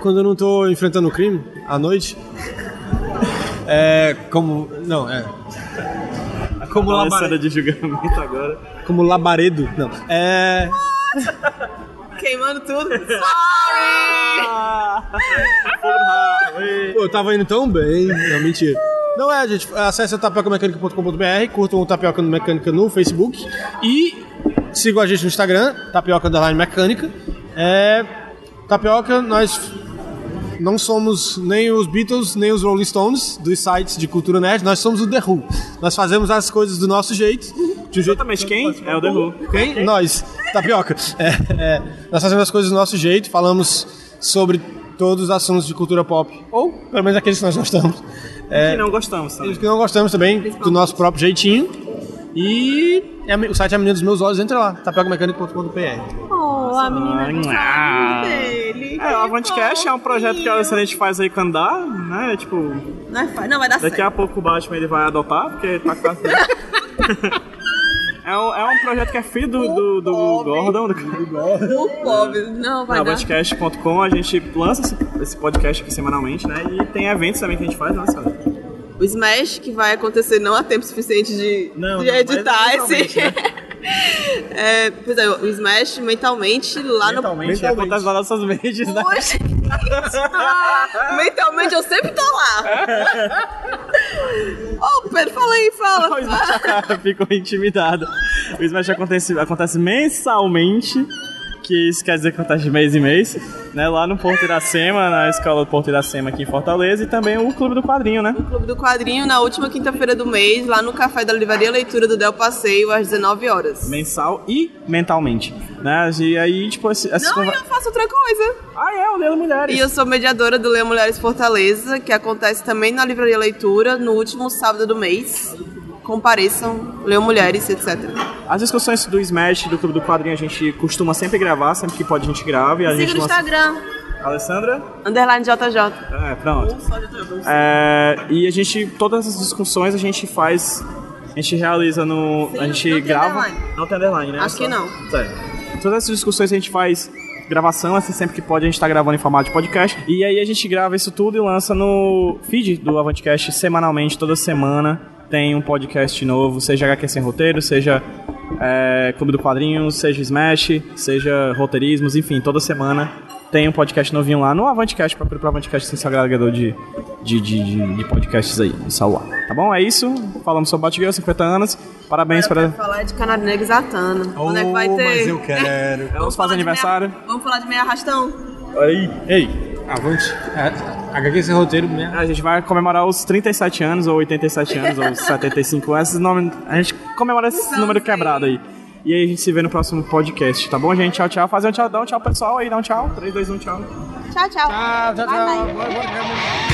Speaker 5: quando eu não tô enfrentando o crime à noite, é como não é como
Speaker 3: Uma cena
Speaker 5: labaredo,
Speaker 3: de julgamento agora.
Speaker 5: como labaredo, não é
Speaker 4: Que queimando tudo. Sorry!
Speaker 5: Pô, eu tava indo tão bem. Não, mentira. Não é, gente. Acesse o tapiocamecânica.com.br, curtam o Tapioca Mecânica no Facebook e sigam a gente no Instagram, tapioca underline mecânica. É, tapioca, nós não somos nem os Beatles, nem os Rolling Stones dos sites de cultura nerd, nós somos o The Who. Nós fazemos as coisas do nosso jeito, de um jeito
Speaker 3: Exatamente quem? É o The Who.
Speaker 5: quem? Nós. Tapioca. É, é, nós fazemos as coisas do nosso jeito, falamos sobre todos os assuntos de cultura pop, ou pelo menos aqueles que nós gostamos. É,
Speaker 3: Que não gostamos,
Speaker 5: e
Speaker 3: sabe?
Speaker 5: os que não gostamos também, do nosso próprio jeitinho. E é a me- o site é a menina dos meus olhos, entra lá, tapiocamecânico.com.br.
Speaker 4: Oh, a menina que fala
Speaker 3: Ah.
Speaker 4: dele.
Speaker 3: É, o Avantcast é um projeto que a gente faz aí quando dá, né? Tipo,
Speaker 4: Não, é fácil, não vai dar
Speaker 3: daqui
Speaker 4: certo.
Speaker 3: a pouco o Batman ele vai adotar, porque tá quase. É um, é um projeto que é filho do, do, do Gordon, do,
Speaker 4: O pobre. Não vai
Speaker 3: na
Speaker 4: dar.
Speaker 3: Avantcast.com, a gente lança esse, esse podcast aqui semanalmente, né? E tem eventos também que a gente faz, nossa.
Speaker 4: O Smash que vai acontecer não há tempo suficiente de,
Speaker 3: Não,
Speaker 4: de
Speaker 3: não, mas
Speaker 4: editar esse.
Speaker 3: mentalmente, né?
Speaker 4: É, pois é, o Smash mentalmente lá
Speaker 3: Mentalmente, é acontece lá nossas mentes,
Speaker 4: no.
Speaker 3: né?
Speaker 4: Poxa, gente. mentalmente eu sempre tô lá. Ô, Pedro, fala aí,
Speaker 3: O
Speaker 4: fala.
Speaker 3: Smash ficou intimidado. O Smash acontece, acontece mensalmente, que isso quer dizer que acontece de mês em mês, né? Lá no Porto Iracema, na escola do Porto Iracema aqui em Fortaleza, e também o Clube do Quadrinho, né?
Speaker 4: Clube do Quadrinho na última quinta-feira do mês, lá no Café da Livraria Leitura do Del Passeio, às 19 horas.
Speaker 3: Mensal e mentalmente. Né? E aí, tipo, esse, essas
Speaker 4: Não,
Speaker 3: conver-
Speaker 4: eu faço outra coisa.
Speaker 3: Ah, é, o Leandro Mulheres.
Speaker 4: E eu sou mediadora do Leia Mulheres Fortaleza, que acontece também na Livraria Leitura, no último sábado do mês. Compareçam, leiam Mulheres, etc.
Speaker 3: As discussões do Smash, do Clube do Quadrinho, a gente costuma sempre gravar, sempre que pode a gente grava. E a
Speaker 4: Siga
Speaker 3: gente
Speaker 4: no
Speaker 3: lança...
Speaker 4: Instagram,
Speaker 3: Alessandra?
Speaker 4: underline JJ.
Speaker 3: É, pronto. É, e a gente, todas essas discussões a gente faz, a gente realiza no.
Speaker 4: Sim,
Speaker 3: a gente
Speaker 4: não tem
Speaker 3: grava.
Speaker 4: underline.
Speaker 3: Não tem underline, né?
Speaker 4: Acho que não.
Speaker 3: Sério. Todas essas discussões a gente faz gravação, assim, sempre que pode a gente tá gravando em formato de podcast. E aí a gente grava isso tudo e lança no feed do Avantcast semanalmente, toda semana. Tem um podcast novo, seja HQ Sem Roteiro, seja é, Clube do Quadrinho, seja Smash, seja Roteirismos, enfim, toda semana tem um podcast novinho lá no Avantcast, procura pro Avantcast sem seu agregador de, de, de, de- de podcasts aí, no celular. Tá bom? É isso. Falamos sobre Batgirl, 50 anos. Parabéns para...
Speaker 4: Falar de Canário Negro e Zatanna. Quando é que vai ter?
Speaker 5: Mas eu quero.
Speaker 3: Elas
Speaker 4: falar
Speaker 3: fazem
Speaker 4: de meia-
Speaker 3: aniversário.
Speaker 4: Vamos falar de meia arrastão?
Speaker 3: Aí.
Speaker 5: Ei, avante. É, HQ sem roteiro, né?
Speaker 3: A gente vai comemorar os 37 anos, ou 87 anos, ou 75 anos. Esses nomes- a gente comemora esse
Speaker 4: Então,
Speaker 3: número
Speaker 4: sim.
Speaker 3: quebrado aí. E aí a gente se vê no próximo podcast, tá bom, gente? Tchau, tchau. Fazer um tchau, dá um tchau, pessoal. Aí, dá um tchau. 3, 2, 1, tchau.
Speaker 4: Tchau, tchau.
Speaker 5: Ah, tchau, tchau.
Speaker 4: Bye, bye.
Speaker 5: Bora, bora, bora.